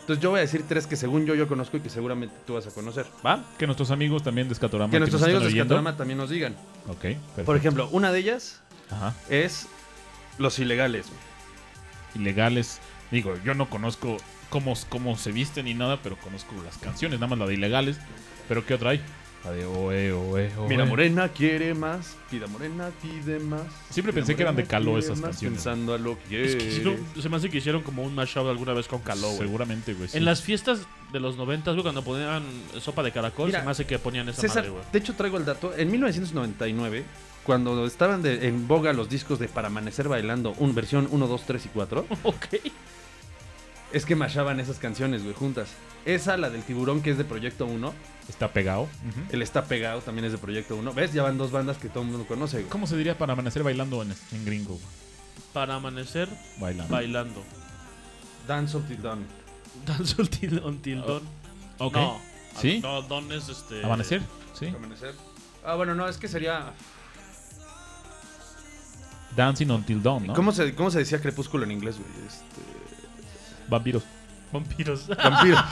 Speaker 3: Entonces yo voy a decir tres que según yo yo conozco y que seguramente tú vas a conocer.
Speaker 4: ¿Va? Que nuestros amigos también de Escatorama.
Speaker 3: Que nuestros
Speaker 4: Ah, nos
Speaker 3: amigos de
Speaker 4: están oyendo.
Speaker 3: Escatorama también nos digan.
Speaker 4: Ok, perfecto.
Speaker 3: Por ejemplo, una de ellas
Speaker 4: Ajá.
Speaker 3: es Los Ilegales, güey.
Speaker 4: Ilegales. Digo, yo no conozco cómo, cómo se visten ni nada, pero conozco las canciones, nada más la de ilegales. Pero ¿qué otra hay? La de Oe, Oe, Oe.
Speaker 3: Mira Morena quiere más, pida Morena pide más.
Speaker 4: Siempre
Speaker 3: Pida
Speaker 4: pensé que eran de
Speaker 3: Morena
Speaker 4: Caló
Speaker 3: quiere
Speaker 4: esas
Speaker 3: más,
Speaker 4: canciones.
Speaker 3: Pensando a lo que
Speaker 5: Es que hicieron-
Speaker 3: eres.
Speaker 5: se me hace que hicieron como un mashup alguna vez con (laughs) Caló, güey.
Speaker 4: Seguramente, güey. sí.
Speaker 5: En las fiestas de los noventas, güey, cuando ponían sopa de caracol,
Speaker 3: Mira,
Speaker 5: se me hace que ponían esa
Speaker 3: César,
Speaker 5: madre, güey.
Speaker 3: de hecho traigo el dato. En 1999, cuando estaban de- en boga los discos de Para Amanecer Bailando, un versión 1, 2, 3 y
Speaker 4: (laughs)
Speaker 3: 4,
Speaker 5: Ok.
Speaker 3: es que mashaban esas canciones, güey, juntas. Esa, la del tiburón, que es de Proyecto 1.
Speaker 4: Está pegado.
Speaker 3: El está pegado también es de Proyecto 1. ¿Ves? Ya van dos bandas que todo el mundo conoce, güey.
Speaker 4: Eh, ¿Cómo se diría para amanecer bailando en, en gringo? güey?
Speaker 5: Para amanecer
Speaker 4: Bailando.
Speaker 5: bailando.
Speaker 3: Dance of the Dawn.
Speaker 5: Dance until, until dawn.
Speaker 4: Oh, Ok.
Speaker 5: No.
Speaker 4: ¿Sí?
Speaker 5: No, dawn es este.
Speaker 4: Amanecer,
Speaker 3: eh,
Speaker 4: sí.
Speaker 3: Amanecer. Ah, bueno, no, es que sería...
Speaker 4: Dancing until dawn, ¿no?
Speaker 3: ¿Cómo, se, ¿Cómo se decía crepúsculo en inglés, güey? Este...
Speaker 4: Vampiros.
Speaker 5: Vampiros. (laughs)
Speaker 4: (laughs)
Speaker 3: Vampiros.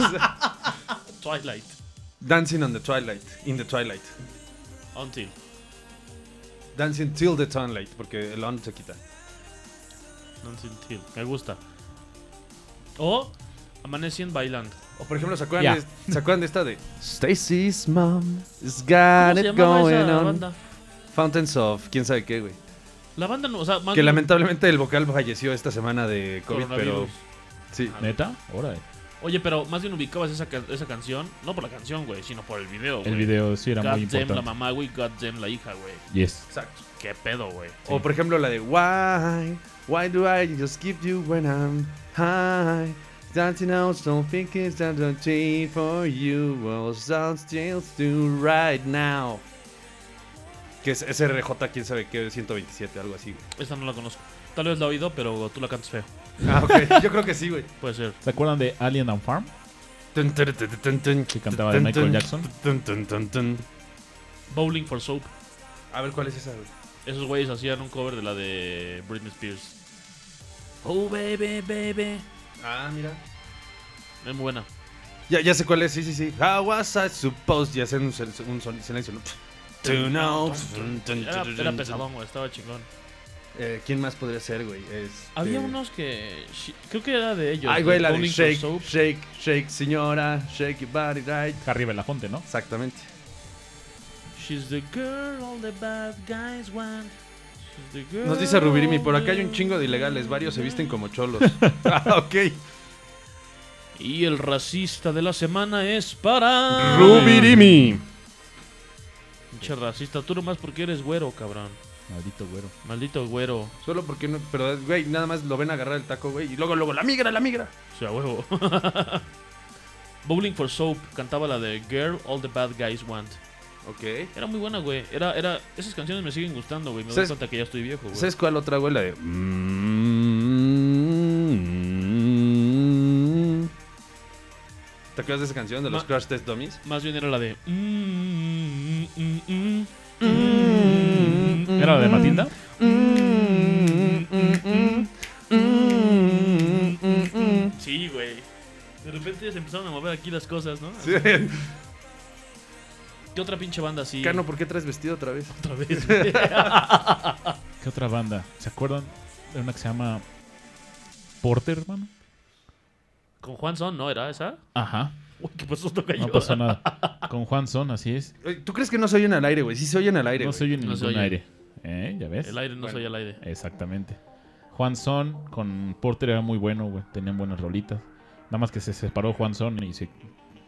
Speaker 5: Twilight.
Speaker 3: Dancing on the Twilight. In the Twilight.
Speaker 5: Until.
Speaker 3: Dancing till the sunlight, porque el on se quita.
Speaker 5: Until. Me gusta. O amanecen bailando.
Speaker 3: O por ejemplo, ¿se acuerdan,
Speaker 4: Ya.
Speaker 3: de, ¿se acuerdan de esta de Stacy's mom has
Speaker 5: ¿Cómo
Speaker 3: got
Speaker 5: se
Speaker 3: it
Speaker 5: llamaba
Speaker 3: going
Speaker 5: esa
Speaker 3: on?
Speaker 5: banda?
Speaker 3: Fountains of, quién sabe qué, güey.
Speaker 5: La banda no, o sea, más
Speaker 3: Que
Speaker 5: bien
Speaker 3: lamentablemente el vocal falleció esta semana de COVID, pero
Speaker 5: coronavirus.
Speaker 3: sí.
Speaker 4: ¿Neta? Órale.
Speaker 5: Oye, pero más bien ubicabas esa, ca- esa canción, no por la canción, güey, sino por el video, güey.
Speaker 4: El video sí era
Speaker 5: God
Speaker 4: muy
Speaker 5: damn la
Speaker 4: importante.
Speaker 5: mamá, güey, God damn la hija, güey.
Speaker 4: Yes.
Speaker 3: Exacto.
Speaker 5: Qué pedo, güey.
Speaker 3: O por ejemplo la de Why, why do I just give you when I'm high? Dancing out, don't think it's not a change for you. Well, sounds just do right now. Que es SRJ, quién sabe qué, 127, algo así, güey.
Speaker 5: Esta no la conozco. Tal vez la he oído, pero tú la cantas feo.
Speaker 3: Ah, ok. Yo creo que sí, güey.
Speaker 5: Puede ser.
Speaker 4: ¿Se acuerdan de Alien and Farm?
Speaker 3: Que
Speaker 4: cantaba de Michael Jackson.
Speaker 5: Bowling for Soap.
Speaker 3: A ver cuál es esa, güey.
Speaker 5: Esos güeyes hacían un cover de la de Britney Spears. Oh, baby, baby.
Speaker 3: Ah, mira.
Speaker 5: Es muy buena.
Speaker 3: Ya, ya sé cuál es, sí, sí, sí. How was I supposed? Y hacen un, sil- un son- silencio. ¿no? To know.
Speaker 5: Era, era pesadón, güey. Estaba chingón.
Speaker 3: Eh, ¿Quién más podría ser, güey? Este-
Speaker 5: Había unos que... shi- Creo que era de ellos.
Speaker 3: Ay, güey,
Speaker 5: de
Speaker 3: la de
Speaker 5: Bowling
Speaker 3: shake,
Speaker 5: for Soap.
Speaker 3: shake, shake, señora, shake your body right.
Speaker 4: Harry Belafonte, ¿no?
Speaker 3: Exactamente.
Speaker 5: She's the girl all the bad guys want. She's the girl
Speaker 3: Nos dice Rubirimi, por acá hay
Speaker 5: all
Speaker 3: un chingo de ilegales, varios se visten como cholos. (laughs) ah, ok.
Speaker 5: Y el racista de la semana es para...
Speaker 3: Rubirimi.
Speaker 5: Pinche racista, tú nomás porque eres güero, cabrón.
Speaker 4: Maldito güero.
Speaker 5: Maldito güero.
Speaker 3: Solo porque no, pero güey, nada más lo ven agarrar el taco, güey, y luego luego la migra, la migra.
Speaker 5: O sea, huevo. (laughs) Bowling for Soap cantaba la de Girl All the Bad Guys Want.
Speaker 3: Ok.
Speaker 5: Era muy buena, güey. Era, era... Esas canciones me siguen gustando, güey. Me doy
Speaker 3: ¿Sabes-
Speaker 5: cuenta que ya estoy viejo, güey.
Speaker 3: ¿Sabes cuál otra, güey? La de... mm, mm. ¿Te acuerdas de esa canción de los
Speaker 5: Ma-
Speaker 3: Crash Test Dummies?
Speaker 5: Más bien era la de... mm, mm, mm, mm,
Speaker 4: ¿Era la de Matilda?
Speaker 5: mm. Sí, güey. De repente se empezaron a mover aquí las cosas, ¿no? ¿Qué otra pinche banda así?
Speaker 3: Cano, ¿por qué traes vestido otra vez?
Speaker 5: otra
Speaker 4: (laughs)
Speaker 5: vez, güey?
Speaker 4: ¿Qué otra banda? ¿Se acuerdan de una que se llama Porter, hermano?
Speaker 5: Con Juan Son, ¿no? ¿Era esa?
Speaker 4: Ajá.
Speaker 5: (laughs) Uy, ¿qué pasó? Toca
Speaker 4: No
Speaker 5: yo.
Speaker 4: pasó nada. Con Juan Son, así es.
Speaker 3: Oye, ¿Tú crees que no se oyen al aire, güey? Sí se oyen al aire,
Speaker 4: No
Speaker 3: güey.
Speaker 4: se oye en
Speaker 5: No
Speaker 4: ningún
Speaker 5: se oye.
Speaker 4: aire. ¿Eh? ¿Ya ves?
Speaker 5: El aire no
Speaker 3: Bueno.
Speaker 5: soy el aire.
Speaker 4: Exactamente. Juan Son con Porter era muy bueno, güey. Tenían buenas rolitas. Nada más que se separó Juan Son y se,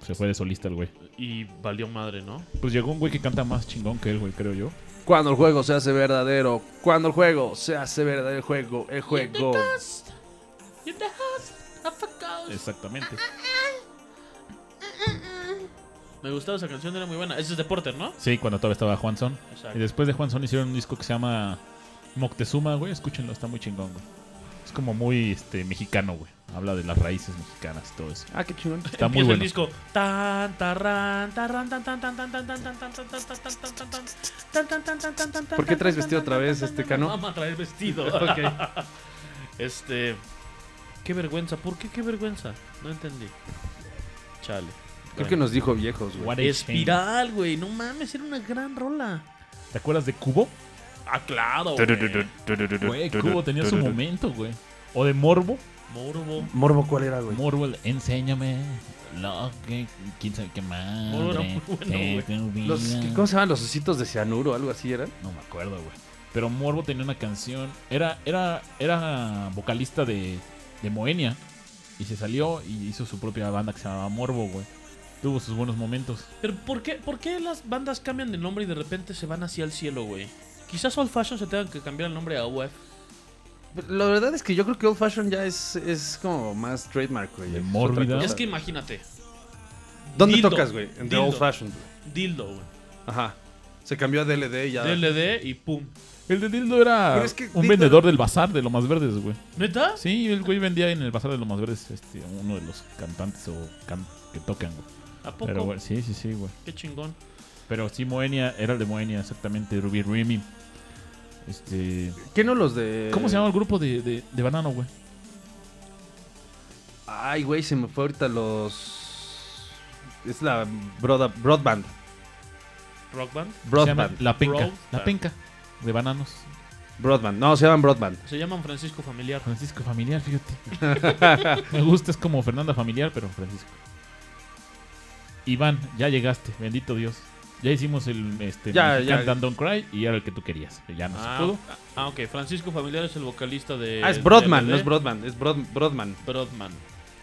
Speaker 4: se fue de solista el güey.
Speaker 5: Y valió madre, ¿no?
Speaker 4: Pues llegó un güey que canta más chingón que él, güey, creo yo.
Speaker 3: Cuando el juego se hace verdadero, cuando el juego se hace verdadero, el juego, el juego.
Speaker 4: Exactamente.
Speaker 5: Me gustaba esa canción, era muy buena. Ese es de Porter, ¿no?
Speaker 4: Sí, cuando todavía estaba Juan Son. Y
Speaker 5: Exacto.
Speaker 4: después de Juan Son hicieron un disco que se llama Moctezuma, güey. Escúchenlo, está muy chingón, güey. Es como muy este, mexicano, güey. Habla de las raíces mexicanas y todo eso.
Speaker 2: Ah, qué chingón.
Speaker 4: Está muy
Speaker 5: Empieza el
Speaker 4: bueno.
Speaker 5: disco. Tan, tarran, tarran, tan, tan, tan, tan, tan, tan, tan, tan, tan, tan, tan, tan, tan, tan, tan, tan, tan, tan, tan, tan,
Speaker 3: ¿Por qué traes
Speaker 5: tan,
Speaker 3: vestido
Speaker 5: tan,
Speaker 3: otra
Speaker 5: tan,
Speaker 3: vez,
Speaker 5: tan,
Speaker 3: este,
Speaker 5: tan,
Speaker 3: Cano?
Speaker 5: (laughs) Vamos a traer vestido. Este. Qué vergüenza. ¿Por qué qué vergüenza? No entendí. Chale.
Speaker 3: Creo que nos dijo viejos, güey.
Speaker 4: What a shame.
Speaker 5: Espiral, güey. No mames, era una gran rola.
Speaker 4: ¿Te acuerdas de Cubo?
Speaker 5: Ah, claro. güey.
Speaker 4: Güey, Cubo tenía su momento, güey. O de Morbo.
Speaker 5: Morbo.
Speaker 3: Morbo, ¿cuál era, güey?
Speaker 4: Morbo, el enséñame. Lo que quién sabe qué más.
Speaker 5: Morbo era muy bueno, güey.
Speaker 3: Los, ¿Cómo se llaman? Los ositos de cianuro, algo así eran.
Speaker 4: No me acuerdo, güey. Pero Morbo tenía una canción. Era, era, era vocalista de, de Moenia. Y se salió y hizo su propia banda que se llamaba Morbo, güey. Tuvo sus buenos momentos.
Speaker 5: Pero ¿por qué, ¿por qué las bandas cambian de nombre y de repente se van hacia el cielo, güey? Quizás Old Fashion se tenga que cambiar el nombre a UF.
Speaker 3: La verdad es que yo creo que Old Fashion ya es, es como más trademark, güey.
Speaker 4: De
Speaker 3: Es
Speaker 4: mórbida.
Speaker 3: otra cosa.
Speaker 5: Es que imagínate,
Speaker 3: ¿Dónde
Speaker 5: Dildo.
Speaker 3: tocas, güey? En The
Speaker 5: Dildo.
Speaker 3: Old Fashion, güey.
Speaker 5: dildo, güey.
Speaker 3: Ajá. Se cambió a DLD y ya.
Speaker 5: DLD y pum.
Speaker 4: El de Dildo era
Speaker 3: Pero es que
Speaker 4: un
Speaker 3: Dildo Ah.
Speaker 4: vendedor del bazar de lo más verdes, güey.
Speaker 5: ¿Neta?
Speaker 4: Sí, el güey vendía en el bazar de lo más verdes este, uno de los cantantes o can- que tocan, güey.
Speaker 5: ¿A poco?
Speaker 4: Pero, güey, sí, sí, sí, güey.
Speaker 5: Qué chingón.
Speaker 4: Pero sí, Moenia era el de Moenia, exactamente. Ruby Remy. Este.
Speaker 3: ¿Qué no los de.
Speaker 4: ¿Cómo se llama el grupo de, de, de Banano, güey?
Speaker 3: Ay, güey, se me fue ahorita los. Es la broda, Broadband.
Speaker 5: Rock Band.
Speaker 4: Se llama
Speaker 3: Broadband.
Speaker 4: La Penca.
Speaker 5: Broadband.
Speaker 4: La Penca. De bananos.
Speaker 3: Broadband. No, se llaman Broadband.
Speaker 5: Se llaman Francisco Familiar.
Speaker 4: Francisco Familiar, fíjate. (laughs) Me gusta, es como Fernanda Familiar, pero Francisco. Iván, ya llegaste, bendito Dios. Ya hicimos el este,
Speaker 3: Ya,
Speaker 4: Mexican
Speaker 3: ya.
Speaker 4: Dan Don't Cry y era el que tú querías. Ya no
Speaker 5: Ah,
Speaker 4: se pudo.
Speaker 5: ah, ok. Francisco Familiar es el E. vocalista de.
Speaker 3: ah, es Broadman,
Speaker 5: DLD.
Speaker 3: no es Broadband, es Broad- Broadman.
Speaker 5: Broadman.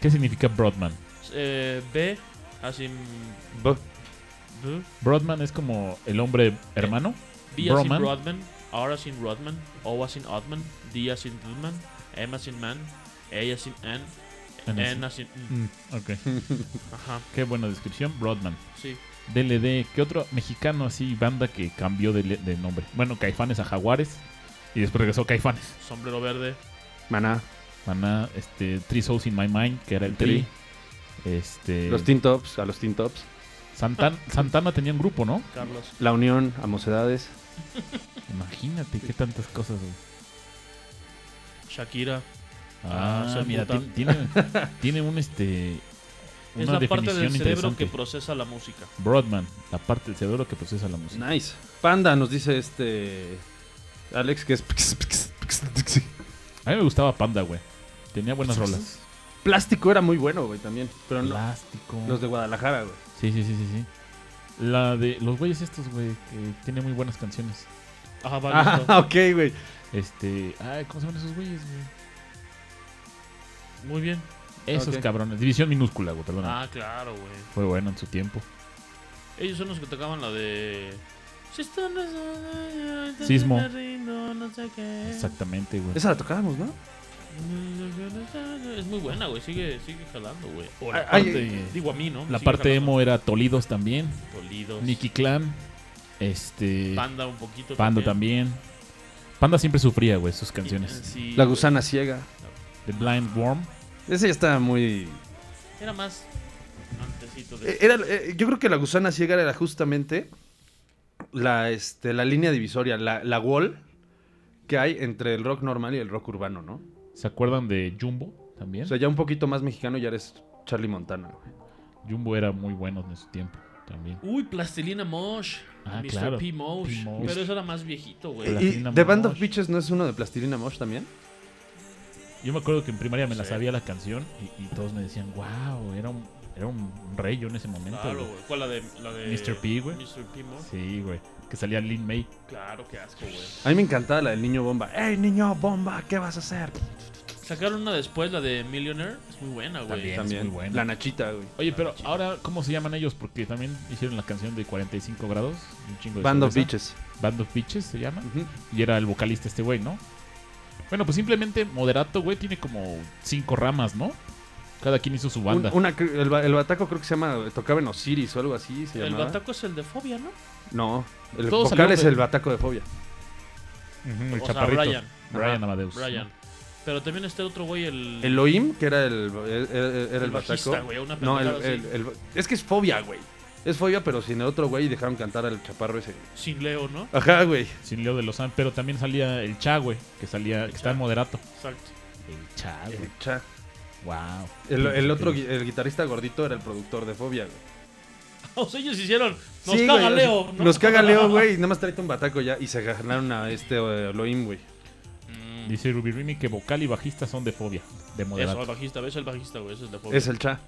Speaker 4: ¿Qué significa Broadman?
Speaker 5: Eh, B, así. mm,
Speaker 3: Bo-
Speaker 5: B,
Speaker 4: Broadman es como el hombre hermano.
Speaker 5: B así
Speaker 4: Broman.
Speaker 5: Broadman. R así Rodman. O así Oddman. D así Dudman. M así Man. A así N.
Speaker 4: N así.
Speaker 5: N así. mm.
Speaker 4: Mm, ok,
Speaker 5: Ajá,
Speaker 4: qué buena descripción. Broadman.
Speaker 5: sí.
Speaker 4: DLD, ¿qué otro mexicano así, banda que cambió de, le- de nombre? Bueno, Caifanes a Jaguares y después regresó Caifanes.
Speaker 5: Sombrero verde.
Speaker 3: Maná.
Speaker 4: Maná, este, Three Souls in My Mind, que era el Tri.
Speaker 3: Tri.
Speaker 4: Este,
Speaker 3: Los Teen Tops, a los Teen Tops.
Speaker 4: Santan- Santana tenía un grupo, ¿no?
Speaker 5: Carlos.
Speaker 3: La Unión, a Mocedades.
Speaker 4: Imagínate qué tantas cosas, güey.
Speaker 5: Shakira. Ah,
Speaker 4: Ah,
Speaker 5: soy
Speaker 4: mira,
Speaker 5: puta.
Speaker 4: ti-
Speaker 5: (laughs)
Speaker 4: tiene, tiene un este. Una
Speaker 5: Es la parte
Speaker 4: definición
Speaker 5: del cerebro
Speaker 4: interesante.
Speaker 5: que procesa la música.
Speaker 4: Broadman, la parte del cerebro que procesa la música.
Speaker 3: Nice. Panda nos dice este. Alex que es. (laughs)
Speaker 4: A mí me gustaba Panda, güey. Tenía buenas rolas.
Speaker 3: Plástico era muy bueno, güey, también. Pero no.
Speaker 4: Plástico.
Speaker 3: Los de Guadalajara, güey.
Speaker 4: Sí, sí, sí, sí, sí. La de los güeyes estos, güey, que tiene muy buenas canciones.
Speaker 5: Ajá, vale.
Speaker 3: (laughs)
Speaker 5: esto.
Speaker 3: Ah, ok, güey.
Speaker 4: Este, ay, ¿cómo se llaman esos güeyes, güey?
Speaker 5: Muy bien.
Speaker 4: Esos
Speaker 3: Ok.
Speaker 4: cabrones. División minúscula, güey, perdón.
Speaker 5: Ah, claro, güey.
Speaker 4: Fue bueno en su tiempo.
Speaker 5: Ellos son los que tocaban la de. Si esto no es una-
Speaker 4: Sismo.
Speaker 5: me rindo, no sé qué.
Speaker 4: Exactamente, güey.
Speaker 3: Esa la tocábamos, ¿no?
Speaker 5: Es muy buena, güey. Sigue, sigue jalando, güey. O la
Speaker 3: Ay,
Speaker 5: parte-
Speaker 4: ay.
Speaker 5: eh, digo a mí, ¿no? Me
Speaker 4: La
Speaker 5: sigue
Speaker 4: parte
Speaker 5: jalando.
Speaker 4: emo era Tolidos también.
Speaker 5: Tolidos.
Speaker 4: Nicky Clan. Este.
Speaker 5: Panda un poquito.
Speaker 4: Pando también. Panda siempre sufría, güey, sus
Speaker 5: Y-
Speaker 4: canciones.
Speaker 5: Eh, sí,
Speaker 3: La
Speaker 5: güey.
Speaker 3: gusana ciega.
Speaker 4: The Blind Worm.
Speaker 3: Ese ya está muy.
Speaker 5: Era más antecito de...
Speaker 3: Eh, Era, eh, yo creo que la gusana ciega era justamente la, este, la línea divisoria, la, la wall que hay entre el rock normal y el rock urbano, ¿no?
Speaker 4: ¿Se acuerdan de Jumbo también?
Speaker 3: O sea, ya un poquito más mexicano ya eres Charlie Montana, güey.
Speaker 4: Jumbo era muy bueno en su tiempo también.
Speaker 5: Uy, Plastilina Mosh.
Speaker 4: Ah,
Speaker 5: Mr.
Speaker 4: claro.
Speaker 5: P. Mosh.
Speaker 4: P. Mosh.
Speaker 5: Pero eso era más viejito, güey.
Speaker 4: Plastilina
Speaker 3: ¿Y The Band
Speaker 4: Mosh.
Speaker 3: of Bitches no es uno de Plastilina Mosh también?
Speaker 4: Yo me acuerdo que en primaria me la
Speaker 5: Sí.
Speaker 4: sabía la canción y, y todos me decían, wow, era un, era un rey yo en ese momento.
Speaker 5: Claro,
Speaker 4: güey".
Speaker 5: güey. ¿Cuál la de, la de.
Speaker 4: Mr. P, güey.
Speaker 5: Mr. P. Mosh.
Speaker 4: Sí, güey. Que salía Lin May.
Speaker 5: Claro, qué asco, güey.
Speaker 3: A mí me encantaba la del niño bomba. ¡Ey, niño bomba! ¿Qué vas a hacer?
Speaker 5: Sacaron una después, la de Millionaire. Es muy buena, güey.
Speaker 4: También.
Speaker 3: También.
Speaker 4: muy buena.
Speaker 3: La Nachita, güey.
Speaker 4: Oye, pero ahora, ¿cómo se llaman ellos? Porque también hicieron la canción de 45 grados. y Un chingo de
Speaker 3: Band of
Speaker 4: cerveza.
Speaker 3: Bitches.
Speaker 4: Band of Bitches se llama.
Speaker 3: Ujú.
Speaker 4: Y era el vocalista este güey, ¿no? Bueno, pues simplemente Moderato, güey, tiene como cinco ramas, ¿no? Cada quien hizo su banda.
Speaker 3: Un- una, cr- el, ba- el bataco creo que se llama. Tocaba en Osiris o algo así. Se
Speaker 5: El
Speaker 3: llamaba.
Speaker 5: bataco es el de fobia, ¿no?
Speaker 3: No. El
Speaker 4: Todo
Speaker 3: vocal
Speaker 4: salió
Speaker 3: es
Speaker 4: de-
Speaker 3: el bataco de fobia.
Speaker 4: Ujú, el
Speaker 5: o sea,
Speaker 4: chaparrito.
Speaker 5: Brian.
Speaker 4: Brian Amadeus.
Speaker 5: Brian. Pero también este otro güey, el.
Speaker 3: El Oim, que era el, el- el- era el,
Speaker 5: El bajista,
Speaker 3: bataco.
Speaker 5: güey, una
Speaker 3: no, el,
Speaker 5: pendejada
Speaker 3: el-
Speaker 5: así.
Speaker 3: el- es que es fobia, güey. Es fobia, pero sin el otro güey y dejaron cantar al chaparro ese.
Speaker 5: Sin Leo, ¿no?
Speaker 3: Ajá, güey.
Speaker 4: Sin Leo de Lozán, pero también salía el Cha, güey, que salía, que está en moderato.
Speaker 5: Exacto.
Speaker 4: El Cha,
Speaker 3: El, cha-
Speaker 4: Wow.
Speaker 3: el- el otro, gui- el guitarrista gordito era el productor de fobia, güey.
Speaker 5: (laughs) O sea, ellos hicieron. Nos
Speaker 3: Sí,
Speaker 5: caga
Speaker 3: güey,
Speaker 5: Leo. ¿no?
Speaker 3: Nos caga Leo, güey. Y nada más tráete un bataco ya. Y se ganaron a este eh, Elohim, güey.
Speaker 5: Mm,
Speaker 4: Dice Ruby Rimi que vocal y bajista son de fobia, de
Speaker 5: Eso, el
Speaker 4: moderato.
Speaker 5: bajista, ves el bajista, güey. Ese es de fobia.
Speaker 3: Es el cha.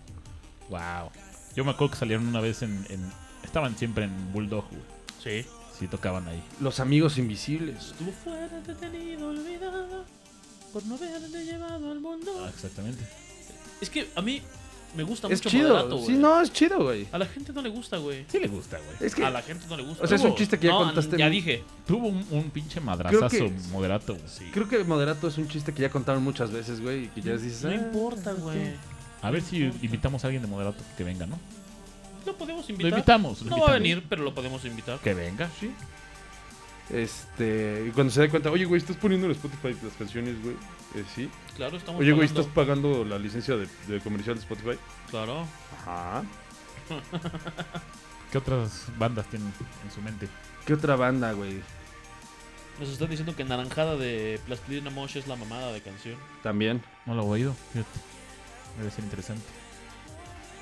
Speaker 4: Wow. Yo me acuerdo que salieron una vez en. en- estaban siempre en Bulldog, güey.
Speaker 5: Sí.
Speaker 4: Sí, tocaban ahí.
Speaker 3: Los amigos invisibles.
Speaker 5: Estuvo fuera, detenido, olvidado. Por no haberte llevado al mundo.
Speaker 4: Ah, exactamente.
Speaker 5: Es que a mí me gusta
Speaker 3: Es
Speaker 5: mucho
Speaker 3: chido.
Speaker 5: Moderato, güey.
Speaker 3: sí, no, es chido, güey.
Speaker 5: A la gente no le gusta, güey.
Speaker 4: Sí le gusta, güey.
Speaker 3: Es que
Speaker 5: A la gente no le gusta.
Speaker 3: O sea, es un chiste que ya contaste
Speaker 5: Ya
Speaker 3: en-
Speaker 5: dije.
Speaker 4: Tuvo un, un pinche madrazazo
Speaker 3: Creo que-
Speaker 4: moderato, güey.
Speaker 3: creo que moderato es un chiste que ya contaron muchas veces, güey. Y que ya dices.
Speaker 5: No
Speaker 3: ah,
Speaker 5: importa, güey.
Speaker 4: A ver si invitamos a alguien de moderato que venga, ¿no?
Speaker 5: Lo podemos
Speaker 4: Lo
Speaker 5: invitar.
Speaker 4: invitamos. lo
Speaker 5: No va a
Speaker 4: invitamos.
Speaker 5: venir, pero lo podemos invitar.
Speaker 4: Que venga.
Speaker 3: Este, y cuando se da cuenta, oye, güey, estás poniendo en Spotify las canciones, güey. Eh, sí.
Speaker 5: Claro, estamos
Speaker 3: Oye, güey, estás
Speaker 5: pagando.
Speaker 3: pagando la licencia de, de comercial de Spotify.
Speaker 5: Claro.
Speaker 3: Ajá.
Speaker 4: ¿Qué otras bandas tienen en su mente?
Speaker 3: ¿Qué otra banda, güey?
Speaker 5: Nos están diciendo que Naranjada de Plastilina Mosh es la mamada de canción.
Speaker 3: También.
Speaker 4: No lo he oído, fíjate. Debe ser interesante.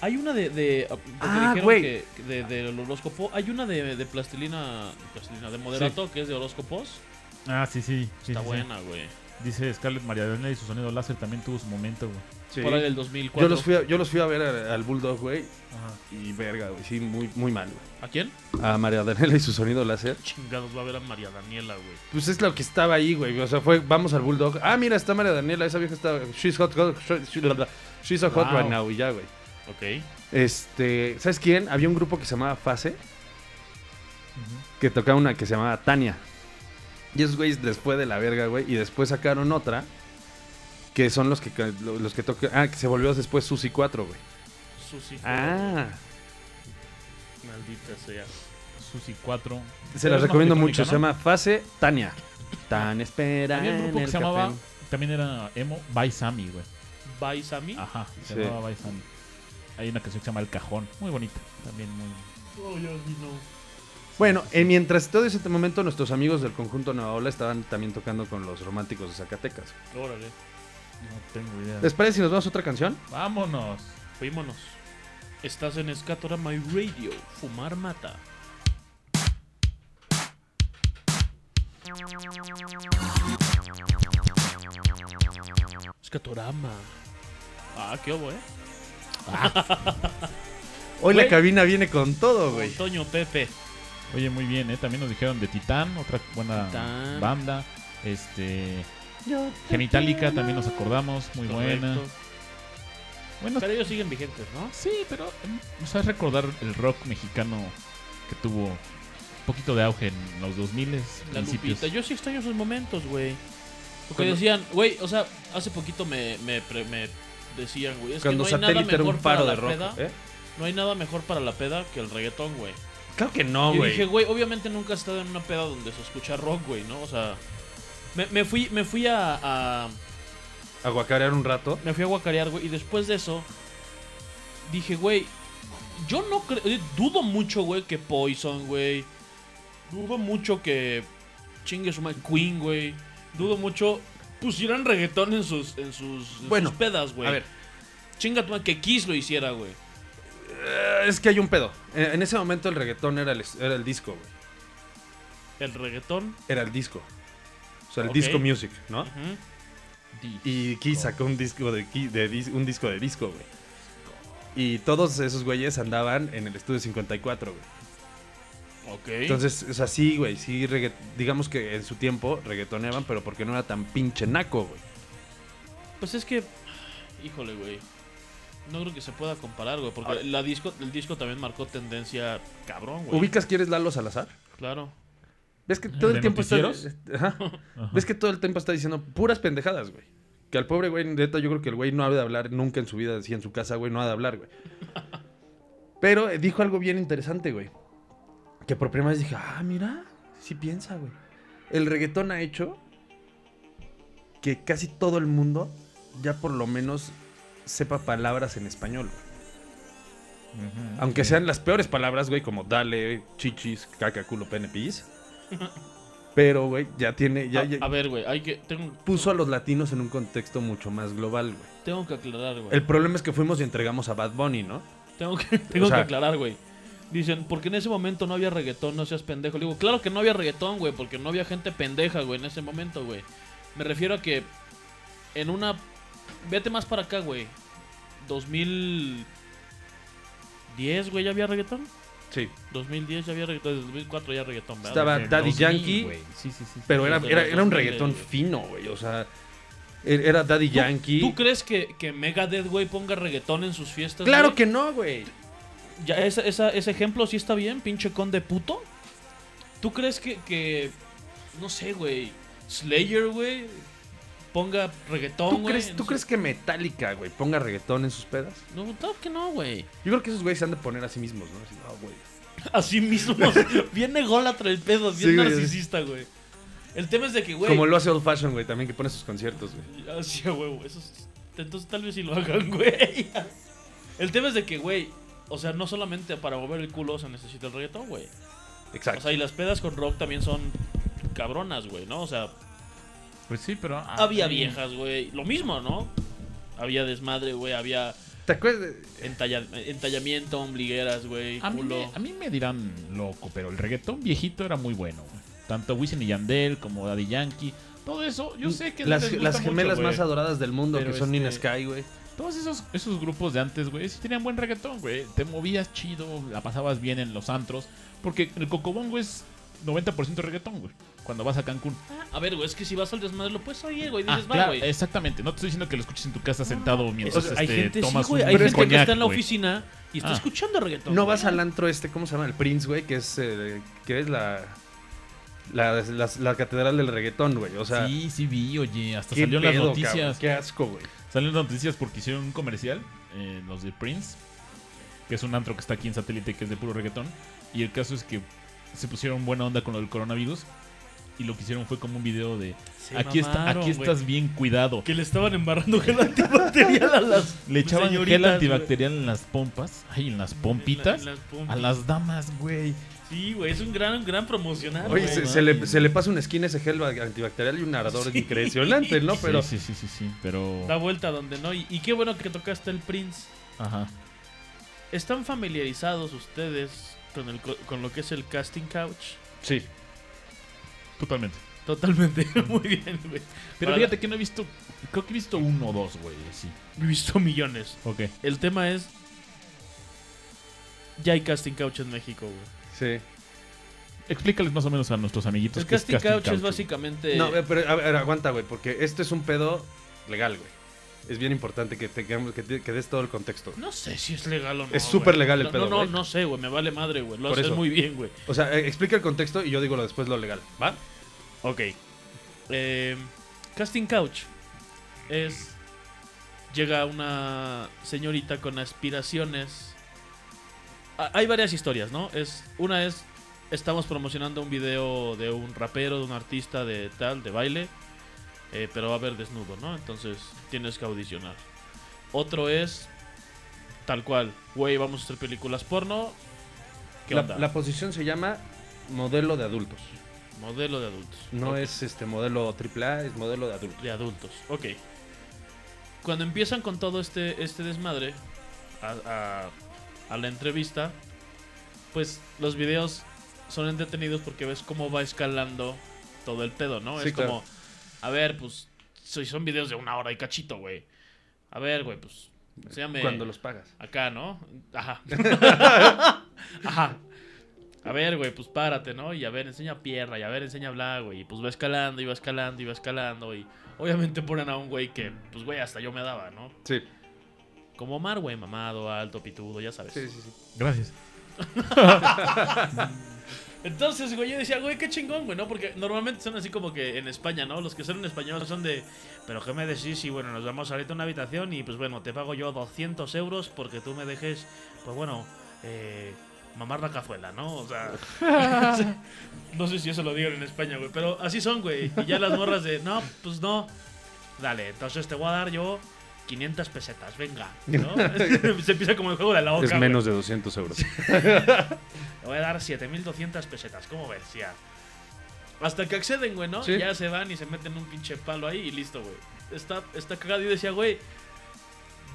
Speaker 5: Hay una de. de porque
Speaker 3: Ah,
Speaker 5: dijeron
Speaker 3: güey.
Speaker 5: que- que de- del horóscopo. Hay una de, de Plastilina. Plastilina de Moderato, que es de horóscopos.
Speaker 4: Ah, sí, sí. sí,
Speaker 5: Está
Speaker 4: sí, sí.
Speaker 5: buena, güey.
Speaker 4: Dice Scarlett Mariadena y su sonido láser también tuvo su momento, güey.
Speaker 3: Sí.
Speaker 5: Por ahí del 2004.
Speaker 3: Yo los fui a, yo los fui a ver al, al Bulldog, güey. Y verga, güey. Sí, muy, muy mal, güey.
Speaker 5: ¿A quién?
Speaker 3: A María Daniela y su sonido láser.
Speaker 5: Chingados, va a ver a María Daniela, güey.
Speaker 3: Pues es lo que estaba ahí, güey. O sea, fue, vamos al Bulldog. Ah, mira, está María Daniela. Esa vieja está. She's hot, hot she- bla, bla. she's so hot
Speaker 4: Wow.
Speaker 3: right now. Y ya, güey.
Speaker 5: Ok.
Speaker 3: Este, ¿sabes quién? Había un grupo que se llamaba Fase. Que tocaba una que se llamaba Tania. Y esos güeyes después de la verga, güey. Y después sacaron otra. Que son los que los que tocan. Ah, que se volvió después Susi 4, güey.
Speaker 5: Susi.
Speaker 4: Ah.
Speaker 5: Maldita sea.
Speaker 4: Susi 4.
Speaker 3: Se
Speaker 4: Era
Speaker 3: las
Speaker 4: una
Speaker 3: recomiendo
Speaker 4: electrónica,
Speaker 3: mucho.
Speaker 4: ¿no?
Speaker 3: Se llama Fase Tania. Tan espera.
Speaker 4: Había un grupo
Speaker 3: Ah, en
Speaker 4: que
Speaker 3: el
Speaker 4: se llamaba.
Speaker 3: café.
Speaker 4: También era Emo by Sammy, güey.
Speaker 5: Bye, Sammy.
Speaker 3: Ah.
Speaker 4: Ajá, se
Speaker 3: Sí.
Speaker 4: llamaba by Sammy. Hay una canción que se llama El Cajón. Muy bonita. También muy.
Speaker 5: Oh, Dios mío.
Speaker 3: Bueno, eh, mientras todo ese momento, nuestros amigos del conjunto Nueva Ola estaban también tocando con los románticos de Zacatecas.
Speaker 5: Órale.
Speaker 4: No tengo idea.
Speaker 3: ¿Les parece si nos vamos a otra canción?
Speaker 4: Vámonos.
Speaker 5: Fuímonos. Estás en Escatora My Radio. Fumar mata. Escatorama. Ah, qué obo, eh.
Speaker 3: Hoy la
Speaker 5: Güey.
Speaker 3: cabina viene con todo, güey.
Speaker 5: Antonio Pepe.
Speaker 4: Oye, muy bien, ¿eh? También nos dijeron de Titán, otra buena
Speaker 5: Titán.
Speaker 4: banda. Este. Genitalica también nos acordamos, muy buena.
Speaker 5: Correcto.
Speaker 4: Bueno,
Speaker 5: Pero ellos siguen vigentes, ¿no?
Speaker 4: sí, pero. mm, O sea, es recordar el rock mexicano que tuvo un poquito de auge en los 2000
Speaker 5: La
Speaker 4: principios.
Speaker 5: Lupita. Yo sí extraño sus momentos, güey. Porque decían, güey, o sea, hace poquito me, me, pre- me decían, güey, es
Speaker 3: Cuando
Speaker 5: que no hay nada
Speaker 3: satélite era
Speaker 5: mejor
Speaker 3: un paro
Speaker 5: para
Speaker 3: de
Speaker 5: la
Speaker 3: rock.
Speaker 5: peda.
Speaker 3: ¿eh?
Speaker 5: No hay nada mejor para la peda que el reggaetón, güey.
Speaker 3: Claro que no,
Speaker 5: Yo dije,
Speaker 3: güey.
Speaker 5: güey, obviamente nunca he estado en una peda donde se escucha rock, güey, ¿no? O sea, me, me fui, me fui a, a-
Speaker 3: Aguacarear un rato.
Speaker 5: me fui a guacarear, güey, y después de eso dije, güey, yo no creo, eh, dudo mucho, güey, que Poison, güey, dudo mucho que chingue su madre, Queen, güey, dudo mucho pusieran reggaetón en sus, en sus, en
Speaker 3: Bueno,
Speaker 5: sus pedas, güey.
Speaker 3: A ver,
Speaker 5: Chinga tu madre, que Kiss lo hiciera, güey.
Speaker 3: eh, es que hay un pedo. Eh, En ese momento el reggaetón era el, era el disco, güey.
Speaker 5: El reggaetón.
Speaker 3: Era el disco. O sea, el
Speaker 5: Ok.
Speaker 3: disco music, ¿no?
Speaker 5: ujú.
Speaker 3: Y Kiss sacó un disco de, Ki- de dis- un disco de disco, güey. Y todos esos güeyes andaban en el estudio 54, güey.
Speaker 5: Ok.
Speaker 3: Entonces, o sea, sí, güey, sí, regga- digamos que en su tiempo reggaetoneaban, pero porque no era tan pinche naco, güey.
Speaker 5: Pues es que, híjole, güey. No creo que se pueda comparar, güey, porque la disco, el disco también marcó tendencia cabrón, güey.
Speaker 3: ¿Ubicas quién es Lalo Salazar?
Speaker 5: Claro.
Speaker 3: ¿Ves que todo
Speaker 4: ¿De
Speaker 3: el tiempo está...
Speaker 4: noticieros?
Speaker 3: Ajá.
Speaker 4: (laughs) Ajá.
Speaker 3: ¿Ves que todo el tiempo está diciendo puras pendejadas, güey? Que al pobre güey, neta, yo creo que el güey no ha de hablar nunca en su vida, así en su casa, güey, no ha de hablar, güey. Pero eh, dijo algo bien interesante, güey. Que por primera vez dije, ah, mira, sí piensa, güey. El reggaetón ha hecho que casi todo el mundo ya por lo menos sepa palabras en español, güey.
Speaker 4: Ujú.
Speaker 3: Aunque sean las peores palabras, güey, como dale, chichis, caca, culo, pene,
Speaker 5: (laughs)
Speaker 3: pis. Pero, güey, ya tiene. Ya,
Speaker 5: a,
Speaker 3: ya-
Speaker 5: a ver, güey, hay que tengo,
Speaker 3: puso a los latinos en un contexto mucho más global, güey.
Speaker 5: tengo que aclarar, güey.
Speaker 3: El problema es que fuimos y entregamos a Bad Bunny, ¿no?
Speaker 5: Tengo que (laughs) tengo
Speaker 3: sea-
Speaker 5: que aclarar, güey. Dicen, porque en ese momento no había reggaetón, no seas pendejo. Le digo, claro que no había reggaetón, güey, porque no había gente pendeja, güey, en ese momento, güey. Me refiero a que en una vete más para acá, güey. 2010, güey, ya había reggaetón.
Speaker 3: Sí.
Speaker 5: 2010 ya había reggaetón, desde 2004 ya reggaetón, ¿verdad?
Speaker 3: Estaba
Speaker 4: Desde
Speaker 3: Daddy
Speaker 4: 2000,
Speaker 3: Yankee,
Speaker 4: güey. Sí, sí, sí.
Speaker 3: Pero era,
Speaker 5: Desde
Speaker 3: era,
Speaker 5: los
Speaker 3: era un
Speaker 5: 2000,
Speaker 3: reggaetón
Speaker 5: güey.
Speaker 3: fino, güey. O sea, er- era Daddy Yankee.
Speaker 5: ¿Tú crees que, que Megadeth, güey, ponga reggaetón en sus fiestas?
Speaker 3: claro
Speaker 5: güey?
Speaker 3: que no, güey.
Speaker 5: Ya, esa- esa- ese ejemplo sí está bien, pinche conde puto. ¿Tú crees que, que no sé, güey, Slayer, güey, ponga reggaetón, (laughs)
Speaker 4: Oh,
Speaker 3: ¿Tú
Speaker 5: güey?
Speaker 3: crees,
Speaker 5: en
Speaker 3: ¿tú
Speaker 5: su-
Speaker 3: crees que Metallica, güey, ponga reggaetón en sus pedas?
Speaker 5: No, claro que no,
Speaker 3: (laughs)
Speaker 5: güey.
Speaker 3: Yo creo que esos güeyes se han de poner a sí mismos, ¿no? Así, ah, güey. (laughs)
Speaker 5: Así mismo, bien ególatra el pedo, bien
Speaker 3: Sí, güey.
Speaker 5: narcisista, güey. El tema es de que, güey...
Speaker 3: Como lo hace Old Fashion, güey, también que pone sus conciertos, güey.
Speaker 5: Así, a huevo, eso es- Entonces tal vez sí lo hagan, (laughs) güey. El tema es de que, güey, o sea, no solamente para mover el culo se necesita el reggaetón, güey. O
Speaker 3: Exacto.
Speaker 5: sea, y las pedas con rock también son cabronas, güey, ¿no? O sea,
Speaker 4: Pues sí, pero. ah,
Speaker 5: había
Speaker 4: sí.
Speaker 5: viejas, güey. Lo mismo, ¿no? Había desmadre, güey. Había
Speaker 3: ¿Te acuerdas?
Speaker 5: entalla- entallamiento, ombligueras, güey.
Speaker 4: A mí,
Speaker 5: Culo.
Speaker 4: me, a mí me dirán loco, pero el reggaetón viejito era muy bueno, güey. Tanto Wisin y Yandel como Daddy Yankee. Todo eso, yo sé que no les
Speaker 3: Las,
Speaker 4: gusta
Speaker 3: las
Speaker 4: mucho,
Speaker 3: gemelas
Speaker 4: güey.
Speaker 3: más adoradas del mundo,
Speaker 4: Pero
Speaker 3: que son Nina
Speaker 4: este-
Speaker 3: Sky, güey.
Speaker 4: Todos esos, esos grupos de antes, güey, sí tenían buen reggaetón, güey. Te movías chido, la pasabas bien en los antros. Porque el cocobongo es 90% reggaetón, güey. Cuando vas a Cancún.
Speaker 5: A ver, güey, es que si vas al desmadre lo puedes oír, güey.
Speaker 4: Ah,
Speaker 5: Dices, va,
Speaker 4: claro,
Speaker 5: güey.
Speaker 4: exactamente. No te estoy diciendo que lo escuches en tu casa sentado mientras
Speaker 5: Entonces, hay
Speaker 4: este,
Speaker 5: gente, sí,
Speaker 4: tomas
Speaker 5: güey.
Speaker 4: un
Speaker 5: Hay gente que
Speaker 4: coñac,
Speaker 5: está en la
Speaker 4: güey.
Speaker 5: oficina y está
Speaker 4: Ah.
Speaker 5: escuchando reggaetón.
Speaker 3: No
Speaker 5: güey.
Speaker 3: vas al antro este, ¿cómo se llama? El Prince, güey, que es, eh, que es la, la, la- la catedral del reggaetón, güey. O sea,
Speaker 4: sí, sí vi, oye, hasta
Speaker 3: qué
Speaker 4: salió en las
Speaker 3: pedo,
Speaker 4: noticias.
Speaker 3: cabrón, qué asco, güey.
Speaker 4: Salen las noticias porque hicieron un comercial, eh, los de Prince, que es un antro que está aquí en satélite, que es de puro reggaetón. Y el caso es que se pusieron buena onda con lo del coronavirus. Y lo que hicieron fue como un video de
Speaker 5: Se
Speaker 4: aquí, está,
Speaker 5: mamaron,
Speaker 4: aquí
Speaker 5: güey.
Speaker 4: estás bien cuidado.
Speaker 5: Que le estaban embarrando gel antibacterial a las.
Speaker 4: Le echaban
Speaker 5: Pues señoritas,
Speaker 4: gel
Speaker 5: güey.
Speaker 4: antibacterial en las pompas. Ay, en las pompitas.
Speaker 5: En la- en las pompas.
Speaker 4: A las damas, güey.
Speaker 5: Sí, güey, es un gran, un gran promocional.
Speaker 3: Oye,
Speaker 5: güey.
Speaker 3: se,
Speaker 4: Ah, no
Speaker 3: se le,
Speaker 4: mames.
Speaker 3: se le pasa una esquina a ese gel antibacterial y un ardor
Speaker 4: (laughs)
Speaker 3: impresionante, ¿no? Pero
Speaker 4: Sí, sí, sí, sí, sí, Pero.
Speaker 5: Da vuelta donde no. Y, y qué bueno que tocaste el Prince.
Speaker 4: Ajá.
Speaker 5: ¿Están familiarizados ustedes con, el, co- con lo que es el casting couch?
Speaker 3: sí.
Speaker 4: Totalmente.
Speaker 5: Totalmente, (laughs) muy bien, güey.
Speaker 4: Pero
Speaker 5: Para-
Speaker 4: fíjate que no he visto. Creo que he visto uno o dos, güey. Sí.
Speaker 5: He visto millones.
Speaker 4: Ok.
Speaker 5: El tema es. Ya hay casting couch en México, güey.
Speaker 3: Sí.
Speaker 4: Explícales más o menos a nuestros amiguitos.
Speaker 5: El
Speaker 4: qué es
Speaker 5: casting, couch, es
Speaker 4: güey.
Speaker 5: básicamente.
Speaker 3: No, eh, pero a ver, aguanta, güey, porque esto es un pedo legal, güey. Es bien importante que, tengamos, que, te- que des todo el contexto.
Speaker 5: No sé si es legal o no.
Speaker 3: Es súper
Speaker 5: güey.
Speaker 3: legal el
Speaker 5: No,
Speaker 3: pedo,
Speaker 5: No, no,
Speaker 3: güey.
Speaker 5: no sé, güey. Me vale madre, güey. Lo
Speaker 3: Por
Speaker 5: haces
Speaker 3: eso.
Speaker 5: muy bien, güey.
Speaker 3: O sea, eh, explica el contexto y yo digo lo después lo legal, ¿va?
Speaker 5: Ok. Eh, Casting Couch es. Llega una señorita con aspiraciones. A- Hay varias historias, ¿no? Es, una es. Estamos promocionando un video de un rapero, de un artista de tal, de baile. eh, pero va a haber desnudo, ¿no? Entonces tienes que audicionar. Otro es. Tal cual. Güey, vamos a hacer películas porno. ¿Qué
Speaker 3: La,
Speaker 5: onda?
Speaker 3: la posición se llama modelo de adultos.
Speaker 5: Modelo de adultos.
Speaker 3: No
Speaker 5: Ok.
Speaker 3: es este modelo AAA, es modelo de adultos.
Speaker 5: de adultos. Ok. Cuando empiezan con todo este, este desmadre a, a- a la entrevista, pues los videos son entretenidos porque ves cómo va escalando todo el pedo, ¿no?
Speaker 3: Sí,
Speaker 5: es como, a ver, pues, si son videos de una hora y cachito, güey. A ver, güey, pues, séame
Speaker 3: Cuando los pagas.
Speaker 5: acá, ¿no?
Speaker 3: (laughs)
Speaker 5: Ajá. Ajá. A ver, güey, pues párate, ¿no? Y a ver, enseña pierna, y a ver, enseña bla, güey. Y pues va escalando, y va escalando, y va escalando. Y obviamente ponen a un güey que, pues, güey, hasta yo me daba, ¿no?
Speaker 3: Sí,
Speaker 5: Como Omar, güey, mamado, alto, pitudo, ya sabes.
Speaker 3: sí, sí. sí.
Speaker 4: Gracias.
Speaker 5: Entonces, güey, yo decía, güey, qué chingón, güey, ¿no? Porque normalmente son así como que en España, ¿no? Los que son en español son de, pero ¿qué me decís? Y bueno, nos vamos ahorita a una habitación y pues bueno, te pago yo 200 euros porque tú me dejes, pues bueno, eh, mamar la cazuela, ¿no? O sea, (laughs) no sé si eso lo digan en España, güey, pero así son, güey. Y ya las morras de, no, pues no, dale, entonces te voy a dar yo 500 pesetas, venga,
Speaker 3: (laughs)
Speaker 5: ¿no? (laughs) Se empieza como el juego de la boca.
Speaker 3: es
Speaker 5: güey.
Speaker 3: menos de 200 euros.
Speaker 5: Le voy a dar 7200 pesetas, ¿cómo ves? Ya. Hasta que acceden, güey, ¿no?
Speaker 3: Sí.
Speaker 5: Ya se van y se meten un pinche palo ahí y listo, güey. Está, está cagado y decía, güey.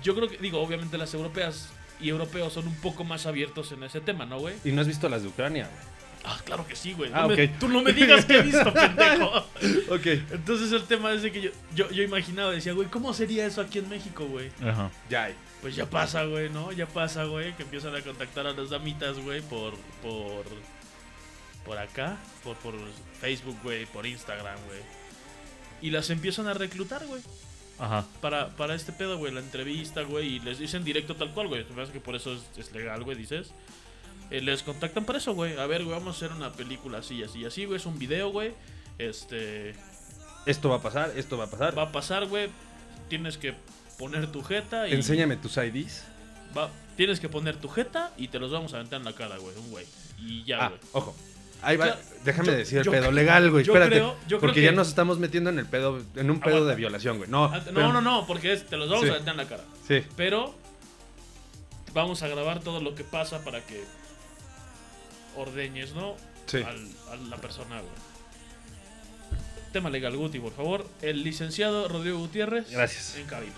Speaker 5: Yo creo que, digo, obviamente las europeas y europeos son un poco más abiertos en ese tema, ¿no, güey?
Speaker 3: (laughs) Y no has visto las de Ucrania,
Speaker 5: Ah, claro que sí, güey.
Speaker 3: Ah,
Speaker 5: No me-
Speaker 3: ok.
Speaker 5: Tú no me digas que he (laughs) visto, pendejo.
Speaker 3: Ok.
Speaker 5: Entonces el tema es de que yo, yo, yo imaginaba, decía, güey, ¿cómo sería eso aquí en México, güey?
Speaker 4: Ajá.
Speaker 3: Ya hay.
Speaker 5: Pues ya pasa, güey, ¿no? Ya pasa, güey, que empiezan a contactar a las damitas, güey, por. por. por acá, por, por Facebook, güey, por Instagram, güey. Y las empiezan a reclutar, güey,
Speaker 4: Ajá.
Speaker 5: para, para este pedo, güey, la entrevista, güey, y les dicen directo tal cual, güey. Me parece que por eso es, es legal, güey, dices. Eh, les contactan para eso, güey. A ver, güey, vamos a hacer una película así, así, así, güey, es un video, güey. Este.
Speaker 3: Esto va a pasar, esto va a pasar.
Speaker 5: va a pasar, güey. Tienes que poner tu jeta y.
Speaker 3: Enséñame tus IDs.
Speaker 5: Va- tienes que poner tu jeta y te los vamos a aventar en la cara, güey. Un güey. Y ya,
Speaker 3: Ah,
Speaker 5: güey.
Speaker 3: ojo. Ahí va.
Speaker 5: Claro,
Speaker 3: Déjame
Speaker 5: yo-
Speaker 3: decir el
Speaker 5: yo
Speaker 3: pedo
Speaker 5: creo-
Speaker 3: legal, güey.
Speaker 5: yo
Speaker 3: Espérate.
Speaker 5: creo- yo creo
Speaker 3: porque
Speaker 5: que-
Speaker 3: ya nos estamos metiendo en el pedo, en un pedo
Speaker 5: Aguanta.
Speaker 3: de violación, güey. No.
Speaker 5: Ah, no,
Speaker 3: pero-
Speaker 5: no, no, porque es- te los vamos
Speaker 3: Sí.
Speaker 5: a aventar en la cara.
Speaker 3: Sí.
Speaker 5: Pero vamos a grabar todo lo que pasa para que ordeñes, ¿no?
Speaker 3: Sí.
Speaker 5: Al- a la persona, güey. Tema legal, Guti, por favor. El licenciado Rodrigo Gutiérrez.
Speaker 3: Gracias.
Speaker 5: En cabina.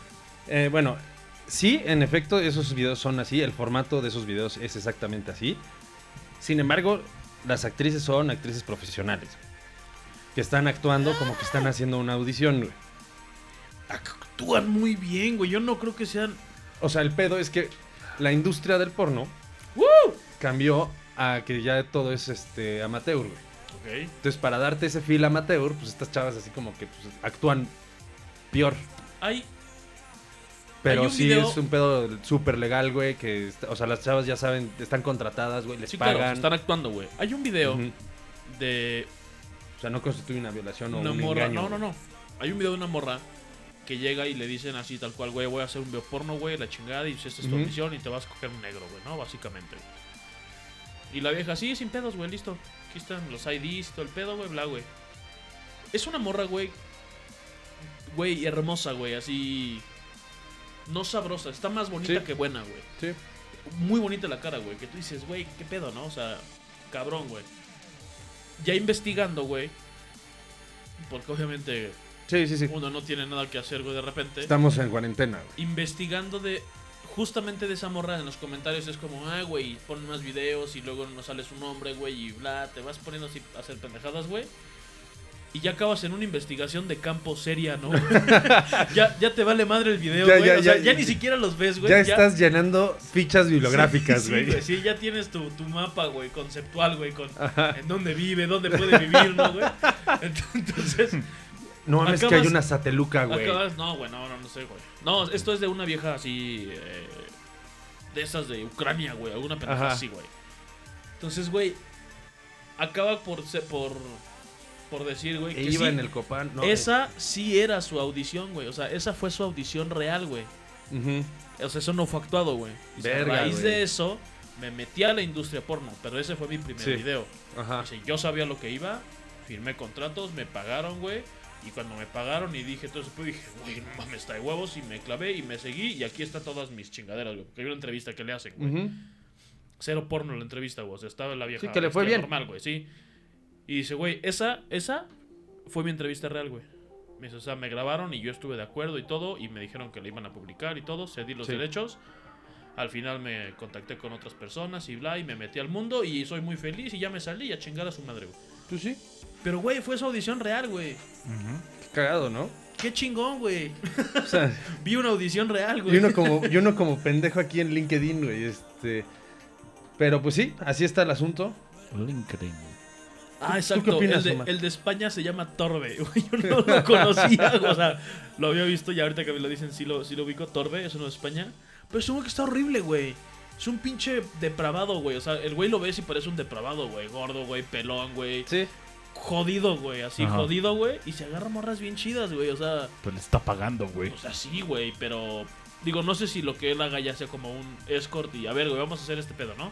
Speaker 3: Eh, bueno, sí, en efecto, esos videos son así. El formato de esos videos es exactamente así. Sin embargo, las actrices son actrices profesionales. güey, Que están actuando como que están haciendo una audición, güey.
Speaker 5: Actúan muy bien, güey. Yo no creo que sean.
Speaker 3: O sea, el pedo es que la industria del porno cambió a que ya todo es este amateur, güey.
Speaker 5: Ok.
Speaker 3: Entonces, para darte ese feel amateur, pues estas chavas así como que pues, actúan peor.
Speaker 5: Hay. Hay
Speaker 3: Pero
Speaker 5: un
Speaker 3: sí
Speaker 5: video-
Speaker 3: es un pedo súper legal, güey, que, está- o sea, las chavas ya saben, están contratadas, güey, les
Speaker 5: Sí, claro,
Speaker 3: pagan.
Speaker 5: están actuando, güey. Hay un video
Speaker 3: Ujú.
Speaker 5: de
Speaker 3: O sea, no constituye una violación o
Speaker 5: una
Speaker 3: un
Speaker 5: morra.
Speaker 3: engaño,
Speaker 5: no, no,
Speaker 3: güey.
Speaker 5: no. Hay un video de una morra que llega y le dicen así, tal cual, güey, voy a hacer un video porno, güey, la chingada, y dices, esta es tu
Speaker 3: Ujú.
Speaker 5: audición y te vas a coger un negro, güey, ¿no? Básicamente. Y la vieja, sí, sin pedos, güey, listo. Aquí están los IDs, todo el pedo, güey, bla, güey. Es una morra, güey. Güey, hermosa, güey, así. No sabrosa, está más bonita
Speaker 3: Sí.
Speaker 5: que buena, güey
Speaker 3: Sí.
Speaker 5: muy bonita la cara, güey. Que tú dices, güey, qué pedo, ¿no? O sea, cabrón, güey. Ya investigando, güey. Porque obviamente
Speaker 3: sí, sí, sí.
Speaker 5: uno no tiene nada que hacer, güey, de repente.
Speaker 3: Estamos en cuarentena, güey.
Speaker 5: Investigando de. Justamente de esa morra en los comentarios es como, ah, güey, pon más videos y luego no sale su nombre, güey, y bla, te vas poniendo así a hacer pendejadas, güey. Y ya acabas en una investigación de campo
Speaker 3: (laughs)
Speaker 5: seria, ¿no? ya, ya te vale madre el video,
Speaker 3: Ya,
Speaker 5: güey.
Speaker 3: ya,
Speaker 5: o sea,
Speaker 3: ya,
Speaker 5: ya, ni
Speaker 3: ya.
Speaker 5: siquiera los ves, güey.
Speaker 3: ya estás llenando fichas bibliográficas,
Speaker 5: Sí,
Speaker 3: güey.
Speaker 5: Sí, ya tienes tu, tu mapa, güey, conceptual, güey, con en dónde vive, dónde puede vivir, ¿no,
Speaker 3: (laughs)
Speaker 5: güey? Ent- Entonces,
Speaker 3: no mames, que
Speaker 5: Acabas-
Speaker 3: hay una sateluca, güey.
Speaker 5: acabas. No, güey, no, no, no sé, güey. No, esto es de una vieja así. eh, de esas de Ucrania, güey, alguna pendeja
Speaker 3: Ajá.
Speaker 5: así, güey. Entonces, güey, acaba por, se- por por decir, güey.
Speaker 3: E
Speaker 5: que
Speaker 3: iba
Speaker 5: sí,
Speaker 3: en el Copán. no, eh.
Speaker 5: esa sí era su audición, güey. O sea, esa fue su audición real, güey.
Speaker 3: eh, ujú.
Speaker 5: O sea, eso no fue actuado, güey. O sea,
Speaker 3: Verga,
Speaker 5: a raíz
Speaker 3: güey.
Speaker 5: de eso, me metí a la industria porno, pero ese fue mi primer
Speaker 3: Sí. Ah.
Speaker 5: video.
Speaker 3: Ajá.
Speaker 5: O sea, yo sabía lo que iba, firmé contratos, me pagaron, güey. Y cuando me pagaron y dije todo eso, pues dije, güey, no mames, está de huevos. Y me clavé y me seguí. Y aquí están todas mis chingaderas, güey. Porque hay una entrevista que le hacen, güey.
Speaker 3: Ujú.
Speaker 5: Cero porno la entrevista, güey. O sea, estaba la vieja.
Speaker 3: Sí, que le fue
Speaker 5: vestida
Speaker 3: bien.
Speaker 5: Normal, güey, sí. Y dice, güey, esa, esa fue mi entrevista real, güey. Me dice, o sea, me grabaron y yo estuve de acuerdo y todo. Y me dijeron que la iban a publicar y todo. Cedí los
Speaker 3: Sí.
Speaker 5: derechos. Al final me contacté con otras personas y bla. Y me metí al mundo y soy muy feliz. Y ya me salí y a chingar a su madre, güey.
Speaker 3: ¿Tú sí?
Speaker 5: Pero, güey, fue su audición real, güey.
Speaker 3: Qué cagado, ¿no?
Speaker 5: Qué chingón, güey.
Speaker 3: (laughs) O sea, (laughs)
Speaker 5: Vi una audición real, güey.
Speaker 3: y uno como, y uno como pendejo aquí en LinkedIn, güey. Este. Pero pues sí, así está el asunto.
Speaker 4: Increíble.
Speaker 5: Ah,
Speaker 3: ¿Tú- tú
Speaker 5: exacto.
Speaker 3: qué opinas,
Speaker 5: el, de,
Speaker 3: Omar?
Speaker 5: el de España se llama Torbe. (laughs) güey. Yo no lo conocía. güey. O sea, lo había visto y ahorita que me lo dicen sí lo, sí lo ubico. Torbe es uno de España. Pero es uno que está horrible, güey. Es un pinche depravado, güey. O sea, el güey lo ves y parece un depravado, güey. Gordo, güey. Pelón, güey.
Speaker 3: Sí.
Speaker 5: Jodido, güey. Así,
Speaker 4: Ajá.
Speaker 5: jodido, güey. Y se agarra morras bien chidas, güey. O sea,
Speaker 4: Pues le está pagando, güey.
Speaker 5: o sea, sí, güey. Pero digo, no sé si lo que él haga ya sea como un escort y a ver, güey, vamos a hacer este pedo, ¿no?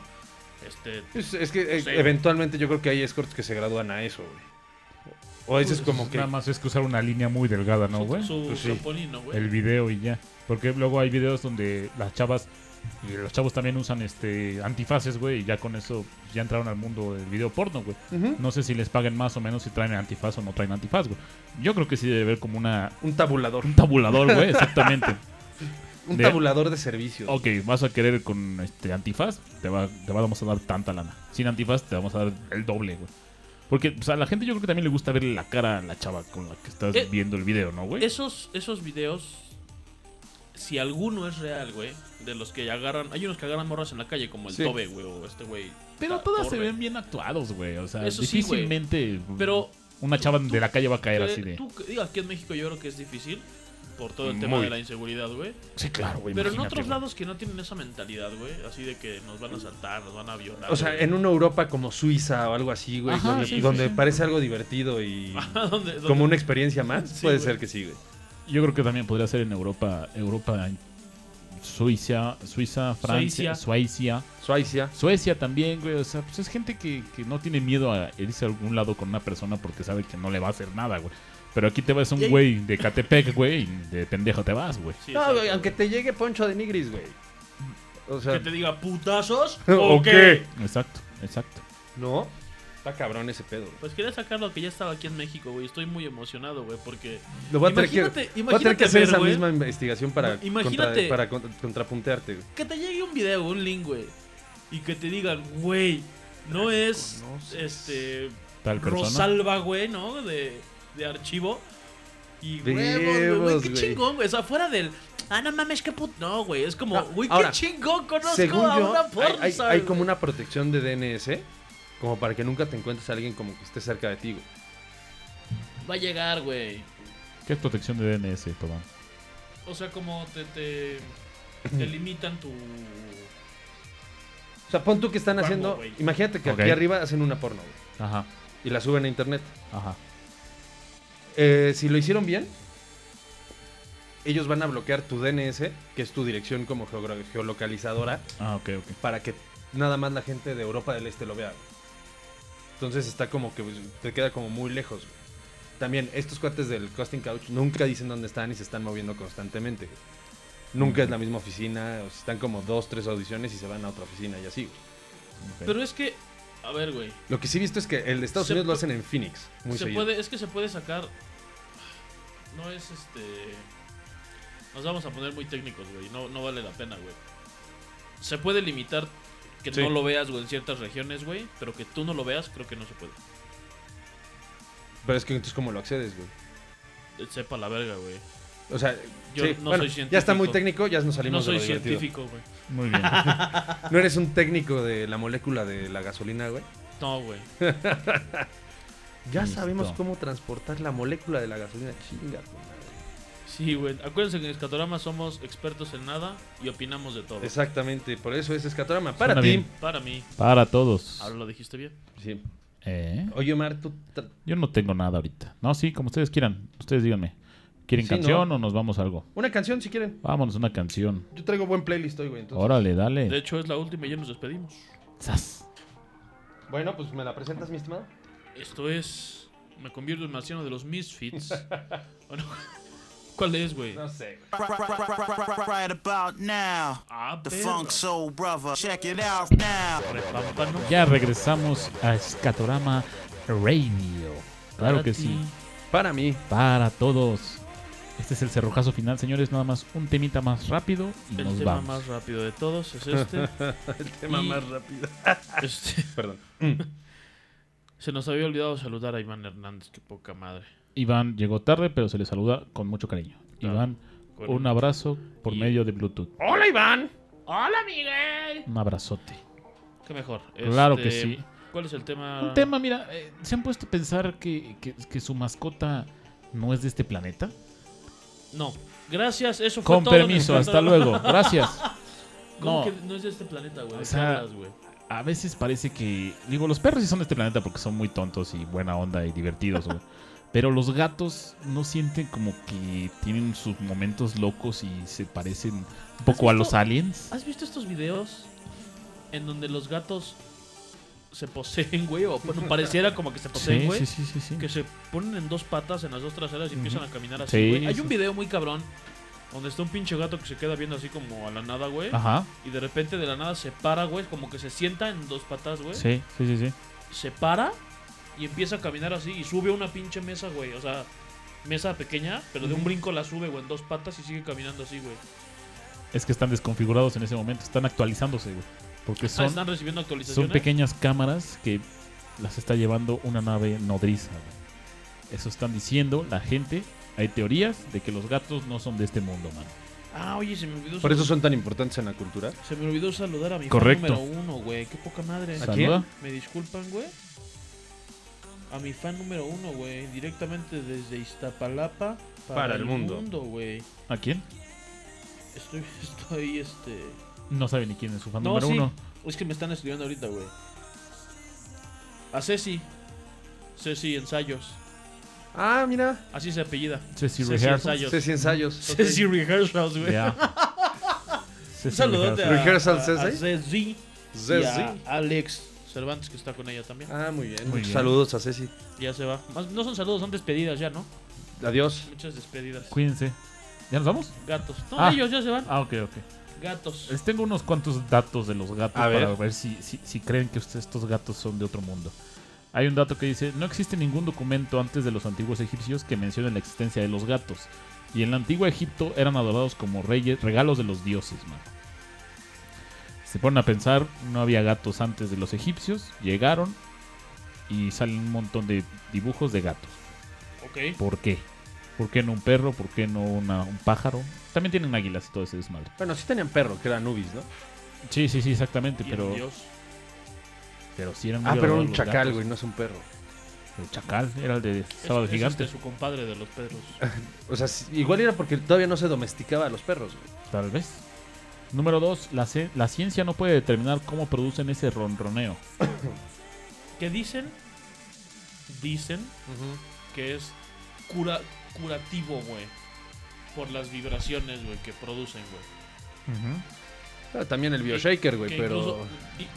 Speaker 5: Este,
Speaker 3: Es, es que eh,
Speaker 5: Sí.
Speaker 3: eventualmente yo creo que hay escorts que se gradúan a eso, güey. O ese es como que.
Speaker 4: Nada más es cruzar una línea muy delgada, ¿no,
Speaker 5: su-
Speaker 4: güey?
Speaker 5: su
Speaker 3: Pues sí.
Speaker 5: trampolino, güey.
Speaker 4: El video y ya. Porque luego hay videos donde las chavas y los chavos también usan este antifaces, güey, y ya con eso ya entraron al mundo del video porno, güey.
Speaker 3: Ujú.
Speaker 4: No sé si les paguen más o menos si traen antifaz o no traen antifaz, güey. Yo creo que sí debe haber como una
Speaker 3: Un tabulador.
Speaker 4: un tabulador, güey, (laughs) exactamente.
Speaker 3: Un
Speaker 4: De-
Speaker 3: tabulador de servicios.
Speaker 4: ok, vas a querer con este antifaz, te, va, te vamos a dar tanta lana. Sin antifaz te vamos a dar el doble, güey. Porque o sea, a la gente yo creo que también le gusta verle la cara a la chava con la que estás
Speaker 5: Eh,
Speaker 4: viendo el video, ¿no, güey?
Speaker 5: Esos, esos videos, si alguno es real, güey, de los que agarran, hay unos que agarran morras en la calle, como el
Speaker 3: Sí.
Speaker 5: Tobe, güey, o este güey.
Speaker 4: Pero
Speaker 5: Ta-
Speaker 4: todas se
Speaker 5: Torbe.
Speaker 4: ven bien actuados, güey. O sea,
Speaker 5: Eso sí, güey.
Speaker 4: difícilmente
Speaker 5: Pero
Speaker 4: una chava
Speaker 5: tú-
Speaker 4: de la calle va a caer
Speaker 5: cre-
Speaker 4: así de...
Speaker 5: tú cre- digo, aquí en México yo creo que es difícil por todo el tema
Speaker 4: Muy.
Speaker 5: de la inseguridad, güey.
Speaker 4: Sí, claro, güey.
Speaker 5: Pero en
Speaker 4: imagínate,
Speaker 5: otros
Speaker 4: güey.
Speaker 5: lados que no tienen esa mentalidad, güey, así de que nos van a asaltar, nos van a violar.
Speaker 3: O sea,
Speaker 5: güey.
Speaker 3: en una Europa como Suiza o algo así, güey,
Speaker 4: Ajá,
Speaker 3: donde,
Speaker 4: sí, sí,
Speaker 3: donde
Speaker 4: sí.
Speaker 3: parece algo divertido (laughs) y
Speaker 5: ¿Dónde- dónde-
Speaker 3: como una experiencia más,
Speaker 5: Sí,
Speaker 3: puede
Speaker 5: güey.
Speaker 3: ser que sí, güey.
Speaker 4: Yo creo que también podría ser en Europa, Europa, Suiza, Suiza, Francia,
Speaker 5: Suecia.
Speaker 4: Suecia.
Speaker 3: Suiza.
Speaker 4: Suecia también, güey. O sea, pues es gente que, que no tiene miedo a irse a algún lado con una persona porque sabe que no le va a hacer nada, güey. Pero aquí te vas a
Speaker 5: Y
Speaker 4: un
Speaker 5: ahí-
Speaker 4: güey de Catepec, güey, y de pendejo te vas, güey.
Speaker 5: Sí,
Speaker 3: No,
Speaker 5: exacto,
Speaker 3: güey, aunque te
Speaker 5: güey.
Speaker 3: llegue Poncho de Nigris, güey. O sea,
Speaker 5: Que te diga putazos
Speaker 3: (laughs) ¿O
Speaker 5: o
Speaker 3: qué?
Speaker 5: qué.
Speaker 4: Exacto, exacto.
Speaker 3: no, está cabrón ese pedo. güey.
Speaker 5: Pues quería sacar lo que ya estaba aquí en México, güey. Estoy muy emocionado, güey, porque
Speaker 3: Lo voy a tener que,
Speaker 5: Imagínate-
Speaker 3: voy a tener que
Speaker 5: imagínate
Speaker 3: hacer
Speaker 5: ver,
Speaker 3: esa
Speaker 5: güey.
Speaker 3: misma investigación para,
Speaker 5: No, imagínate.
Speaker 3: contra- para contra- contrapuntearte, güey.
Speaker 5: Que te llegue un video, un link, güey. Y que te digan, güey, no es este
Speaker 4: Tal persona.
Speaker 5: Rosalba, güey, ¿no? De, de archivo. Y
Speaker 3: Huevos,
Speaker 5: huevos, güey, güey, qué
Speaker 3: güey.
Speaker 5: chingón, güey. O sea, fuera del. Ah, no mames, qué puto. No, güey. Es como,
Speaker 3: No,
Speaker 5: güey,
Speaker 3: ahora,
Speaker 5: qué chingón, conozco
Speaker 3: Según
Speaker 5: a
Speaker 3: yo,
Speaker 5: una porno.
Speaker 3: hay, hay- hay
Speaker 5: ¿sabes,
Speaker 3: como
Speaker 5: güey?
Speaker 3: una protección de DNS, como para que nunca te encuentres a alguien como que esté cerca de ti, güey.
Speaker 5: Va a llegar, güey.
Speaker 4: ¿Qué es protección de DNS, Tobán?
Speaker 5: O sea, como te, te, te limitan tu.
Speaker 3: O sea, pon tú que están
Speaker 5: Guango,
Speaker 3: haciendo...
Speaker 5: güey.
Speaker 3: Imagínate que
Speaker 4: Ok.
Speaker 3: aquí arriba hacen una porno, güey,
Speaker 4: Ajá,
Speaker 3: y la suben a internet.
Speaker 4: ajá.
Speaker 3: Eh, si lo hicieron bien, ellos van a bloquear tu DNS, que es tu dirección como geogra- geolocalizadora,
Speaker 4: Ah, ok, ok.
Speaker 3: para que nada más la gente de Europa del Este lo vea. güey. Entonces está como que pues, te queda como muy lejos. güey. También estos cuates del Costing Couch nunca dicen dónde están y se están moviendo constantemente. güey. Nunca es la misma oficina, o sea, están como dos, tres audiciones y se van a otra oficina y así. güey.
Speaker 4: ok.
Speaker 5: Pero es que. A ver, güey.
Speaker 3: Lo que sí he visto es que el de Estados
Speaker 5: Se
Speaker 3: Unidos lo
Speaker 5: pu-
Speaker 3: hacen en Phoenix, muy
Speaker 5: se
Speaker 3: seguido.
Speaker 5: puede, es que se puede sacar. No es este. Nos vamos a poner muy técnicos, güey. No, no vale la pena, güey. Se puede limitar que
Speaker 3: Sí.
Speaker 5: no lo veas, güey, en ciertas regiones, güey. Pero que tú no lo veas, creo que no se puede.
Speaker 3: Pero es que entonces cómo lo accedes, güey.
Speaker 5: Eh, Sepa la verga, güey.
Speaker 3: O sea,
Speaker 5: Yo
Speaker 3: sí,
Speaker 5: no
Speaker 3: bueno,
Speaker 5: soy
Speaker 3: ya está muy
Speaker 5: científico.
Speaker 3: técnico, ya nos
Speaker 5: No
Speaker 3: salimos de
Speaker 5: soy
Speaker 3: lo divertido.
Speaker 5: científico, güey.
Speaker 4: Muy bien.
Speaker 3: No eres un técnico de la molécula de la gasolina, güey.
Speaker 5: No, güey.
Speaker 3: Ya
Speaker 4: Listo.
Speaker 3: sabemos cómo transportar la molécula de la gasolina, chinga. tu madre.
Speaker 5: Sí, güey. Acuérdense que en Escatorama somos expertos en nada y opinamos de todo.
Speaker 3: Exactamente, por eso es escatorama. Para
Speaker 4: Suena
Speaker 3: ti.
Speaker 4: bien.
Speaker 5: Para mí,
Speaker 4: (laughs) Para todos.
Speaker 5: ahora lo dijiste bien.
Speaker 3: Sí.
Speaker 4: Eh,
Speaker 3: Oye, Omar, tú. tra-
Speaker 4: yo no tengo nada ahorita. No, sí, como ustedes quieran. Ustedes díganme. ¿Quieren
Speaker 3: Sí,
Speaker 4: canción o nos vamos a algo?
Speaker 3: Una canción si quieren.
Speaker 4: Vámonos, una canción.
Speaker 3: Yo traigo buen playlist hoy, güey. entonces-
Speaker 4: Órale, dale.
Speaker 5: De hecho, es la última y ya nos despedimos.
Speaker 4: Sas.
Speaker 3: Bueno, pues me la presentas, mi estimado.
Speaker 5: Esto es. Me convierto en marciano de
Speaker 4: (laughs)
Speaker 5: los Misfits. ¿O no? ¿Cuál es, güey?
Speaker 3: No sé. güey.
Speaker 9: Right, right, right, right, right, right, right about now.
Speaker 5: Ah,
Speaker 9: The
Speaker 5: perro.
Speaker 9: Funk Soul Brother. Check it out now.
Speaker 5: Repámpano.
Speaker 4: Ya regresamos a Escatorama Radio. Claro
Speaker 5: Para
Speaker 4: que
Speaker 5: ti.
Speaker 4: sí.
Speaker 3: Para mí.
Speaker 4: Para todos. Este es el cerrojazo final, señores. Nada más un temita más rápido y
Speaker 5: El
Speaker 4: nos
Speaker 5: tema
Speaker 4: vamos.
Speaker 5: más rápido de todos es
Speaker 4: (laughs)
Speaker 5: este.
Speaker 3: El tema
Speaker 5: Y-
Speaker 3: más rápido.
Speaker 5: Este, (laughs)
Speaker 3: Perdón.
Speaker 5: Se nos había olvidado saludar a Iván Hernández, qué poca madre.
Speaker 4: Iván llegó tarde, pero se le saluda con mucho cariño.
Speaker 5: Claro.
Speaker 4: Iván,
Speaker 5: Con-
Speaker 4: un abrazo por
Speaker 5: Y-
Speaker 4: medio de Bluetooth.
Speaker 3: ¡Hola, Iván!
Speaker 4: Un abrazote.
Speaker 5: Qué mejor.
Speaker 4: Claro
Speaker 5: Este,
Speaker 4: que sí.
Speaker 5: ¿Cuál es el tema?
Speaker 4: Un tema, mira, eh, ¿se han puesto a pensar que, que- que su mascota no es de este planeta?
Speaker 5: No. Gracias, eso fue
Speaker 4: Con
Speaker 5: todo.
Speaker 4: permiso, hasta
Speaker 5: Descartado. (laughs)
Speaker 4: luego. Gracias.
Speaker 5: ¿Cómo
Speaker 4: No.
Speaker 5: que no es de este planeta, güey? ¿De qué
Speaker 4: sea,
Speaker 5: hablas, güey?
Speaker 4: A veces parece que. Digo, los perros sí son de este planeta porque son muy tontos y buena onda y divertidos, güey. Pero los gatos no sienten como que tienen sus momentos locos y se parecen un poco a
Speaker 5: visto?
Speaker 4: los aliens.
Speaker 5: ¿Has visto estos videos en donde los gatos se poseen, güey? O bueno, pareciera como que se poseen,
Speaker 4: Sí,
Speaker 5: güey.
Speaker 4: sí, sí, sí, sí.
Speaker 5: ¿eh? Que se ponen en dos patas, en las dos traseras y empiezan a caminar así,
Speaker 4: Sí,
Speaker 5: güey. Hay
Speaker 4: sí.
Speaker 5: un video muy cabrón donde está un pinche gato que se queda viendo así como a la nada, güey.
Speaker 4: Ajá.
Speaker 5: Y de repente de la nada se para, güey. Como que se sienta en dos patas, güey.
Speaker 4: Sí, sí, sí, sí.
Speaker 5: Se para y empieza a caminar así y sube a una pinche mesa, güey. O sea, mesa pequeña, pero de un brinco la sube, güey, en dos patas y sigue caminando así, güey.
Speaker 4: Es que están desconfigurados en ese momento, están actualizándose, güey. Porque
Speaker 5: Ah,
Speaker 4: son,
Speaker 5: están recibiendo
Speaker 4: son
Speaker 5: actualizaciones.
Speaker 4: pequeñas cámaras que las está llevando una nave nodriza, güey. Eso están diciendo la gente. Hay teorías de que los gatos no son de este mundo, man.
Speaker 5: Ah, oye, se me olvidó
Speaker 3: Por
Speaker 5: saludar-
Speaker 3: eso son tan importantes en la cultura.
Speaker 5: Se me olvidó saludar a mi fan
Speaker 4: Correcto.
Speaker 5: número uno, güey. Qué poca madre.
Speaker 3: ¿A quién?
Speaker 4: Saluda.
Speaker 5: ¿Me disculpan, güey? A mi fan número uno, güey. Directamente desde Iztapalapa para,
Speaker 3: Para el mundo.
Speaker 5: güey.
Speaker 4: ¿A quién?
Speaker 5: Estoy, (laughs) estoy, este...
Speaker 4: No sabe ni quién es su fan
Speaker 5: No,
Speaker 4: número
Speaker 5: sí.
Speaker 4: uno.
Speaker 5: Es que me están estudiando ahorita, güey. A Ceci. Ceci Ensayos.
Speaker 3: Ah, mira.
Speaker 5: Así se apellida.
Speaker 4: Ceci
Speaker 5: Ceci
Speaker 4: Rehearsals.
Speaker 5: Ensayos.
Speaker 3: Ceci Ensayos.
Speaker 5: Ceci Rehearsals, güey.
Speaker 4: Ya.
Speaker 5: (laughs) Un
Speaker 4: Ceci
Speaker 5: saludote a,
Speaker 4: Rehearsals.
Speaker 3: Rehearsals,
Speaker 5: a- a
Speaker 3: Ceci.
Speaker 5: Ceci y
Speaker 3: Ceci.
Speaker 5: a Alex Cervantes, que está con ella también.
Speaker 3: Ah, muy bien.
Speaker 4: Muy
Speaker 3: Muchos
Speaker 4: bien.
Speaker 3: saludos a Ceci.
Speaker 5: Ya se va. Más- No son saludos, son despedidas ya, ¿no?
Speaker 3: Adiós.
Speaker 5: Muchas despedidas.
Speaker 4: Cuídense. ¿Ya nos vamos?
Speaker 5: Gatos. No,
Speaker 4: Ah.
Speaker 5: ellos ya se van.
Speaker 4: Ah, ok, ok.
Speaker 5: Gatos.
Speaker 4: Les Eh, tengo unos cuantos datos de los gatos
Speaker 3: A
Speaker 4: para
Speaker 3: ver.
Speaker 4: ver, si, si- si creen que usted- estos gatos son de otro mundo. Hay un dato que dice, no existe ningún documento antes de los antiguos egipcios que mencione la existencia de los gatos. Y en la antigua Egipto eran adorados como reyes, regalos de los dioses, man. Se ponen a pensar, no había gatos antes de los egipcios, llegaron y salen un montón de dibujos de gatos.
Speaker 5: Ok.
Speaker 4: ¿Por qué? ¿Por qué no un perro? ¿Por qué no una- un pájaro? También tienen águilas y todo ese desmadre.
Speaker 3: Bueno, sí tenían perro, que era Anubis, ¿no?
Speaker 4: Sí, sí, sí, exactamente,
Speaker 5: Y
Speaker 4: pero...
Speaker 5: adiós.
Speaker 4: Pero sí eran muy
Speaker 3: Ah, pero era
Speaker 4: adorados
Speaker 3: un
Speaker 4: los
Speaker 3: chacal,
Speaker 4: gatos.
Speaker 3: güey, no es un perro.
Speaker 4: El chacal, era el de
Speaker 5: Es-
Speaker 4: Sábado
Speaker 5: es
Speaker 4: Gigante.
Speaker 5: este, su compadre de los
Speaker 4: (laughs)
Speaker 5: perros.
Speaker 3: O sea, sí- igual era porque todavía no se domesticaba a los perros, güey.
Speaker 4: Tal vez. Número dos, la, ce- la ciencia no puede determinar cómo producen ese ronroneo.
Speaker 5: ¿Qué dicen? Dicen que es cura, curativo, güey. Por las vibraciones, güey, que producen, güey.
Speaker 3: Pero también el bioshaker, güey,
Speaker 5: Que
Speaker 3: pero...
Speaker 5: incluso-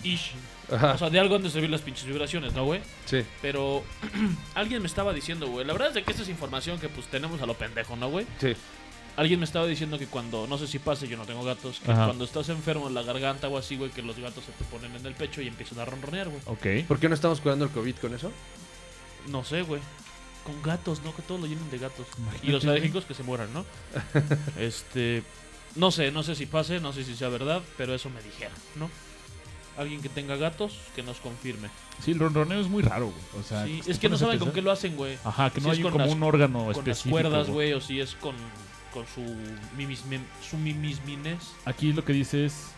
Speaker 5: i- ish.
Speaker 4: Ah.
Speaker 3: Ajá,
Speaker 5: O sea, de algo han de servir las pinches vibraciones, ¿no, güey?
Speaker 3: sí.
Speaker 5: Pero (clears throat) alguien me estaba diciendo, güey. La verdad es de que esta es información que pues tenemos a lo pendejo, ¿no, güey?
Speaker 3: Sí.
Speaker 5: Alguien me estaba diciendo que cuando, no sé si pase, yo no tengo gatos, que
Speaker 4: Ajá.
Speaker 5: cuando estás enfermo en la garganta o así, güey, que los gatos se te ponen en el pecho y empiezan a ronronear, güey.
Speaker 4: Ok.
Speaker 3: ¿Por qué no estamos curando el COVID con eso?
Speaker 5: No sé, güey. Con gatos, ¿no? Que todos lo llenen de gatos.
Speaker 4: Imagínate,
Speaker 5: y los
Speaker 4: güey.
Speaker 5: alérgicos que se mueran,
Speaker 4: (laughs)
Speaker 5: ¿no? este. No sé, no sé si pase, no sé si sea verdad, pero eso me dijeron, ¿no? Alguien que tenga gatos, que nos confirme.
Speaker 4: Sí, el ronroneo es muy raro, güey. O sea, Ah,
Speaker 5: Sí,
Speaker 4: pues, te
Speaker 5: es que no
Speaker 4: pones a
Speaker 5: saben con
Speaker 4: pensar-
Speaker 5: qué lo hacen, güey.
Speaker 4: Ajá, que
Speaker 5: si
Speaker 4: no
Speaker 5: es
Speaker 4: hay
Speaker 5: con
Speaker 4: como
Speaker 5: las-
Speaker 4: un órgano
Speaker 5: Con las
Speaker 4: específico.
Speaker 5: cuerdas,
Speaker 4: güey.
Speaker 5: güey, o si es con, con su, mimismin- su mimismines.
Speaker 4: Aquí lo que dice es...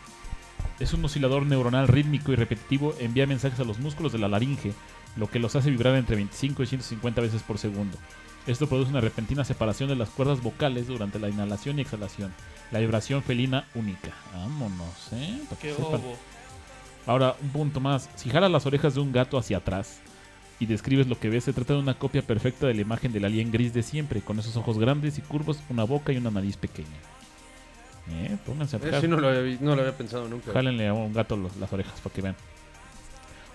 Speaker 4: Es un oscilador neuronal rítmico y repetitivo, envía mensajes a los músculos de la laringe, lo que los hace vibrar entre 25 y 150 veces por segundo. Esto produce una repentina separación de las cuerdas vocales durante la inhalación y exhalación. La vibración felina única. Vámonos, ¿eh? Para que
Speaker 5: Qué
Speaker 4: sepan.
Speaker 5: bobo.
Speaker 4: Ahora, un punto más. Si jalas las orejas de un gato hacia atrás, y describes lo que ves, se trata de una copia perfecta de la imagen del alien gris de siempre, con esos ojos grandes y curvos, una boca y una nariz pequeña. Eh, pónganse a
Speaker 3: Eso sí no lo había, vi- no lo había pensado nunca.
Speaker 4: Jálenle a un gato los- las orejas para que vean.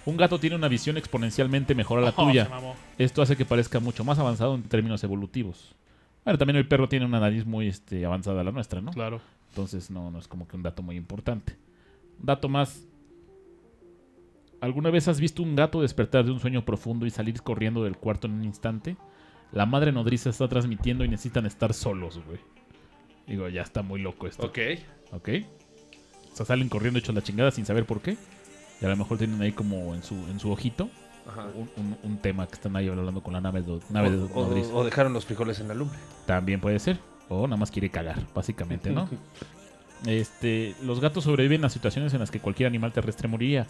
Speaker 4: Un gato tiene una visión exponencialmente mejor a la
Speaker 5: (laughs) Oh,
Speaker 4: tuya.
Speaker 5: se mamó.
Speaker 4: Esto hace que parezca mucho más avanzado en términos evolutivos. Bueno, también el perro tiene una nariz muy este, avanzada a la nuestra, ¿no?
Speaker 5: Claro.
Speaker 4: Entonces no, no es como que un dato muy importante. Un dato más. ¿Alguna vez has visto un gato despertar de un sueño profundo y salir corriendo del cuarto en un instante? La madre nodriza está transmitiendo y necesitan estar solos, güey. Digo, ya está muy loco esto.
Speaker 3: Ok.
Speaker 4: ¿Ok? O sea, salen corriendo hechos la chingada sin saber por qué. Y a lo mejor tienen ahí como en su, en su ojito
Speaker 3: Ajá.
Speaker 4: un, un- un tema que están ahí hablando con la nave, do- nave de
Speaker 3: Ah. O,
Speaker 4: nodriza.
Speaker 3: o- o dejaron los frijoles en la lumbre.
Speaker 4: También puede ser. O nada más quiere cagar, básicamente, ¿no? este, los gatos sobreviven a situaciones en las que cualquier animal terrestre moriría.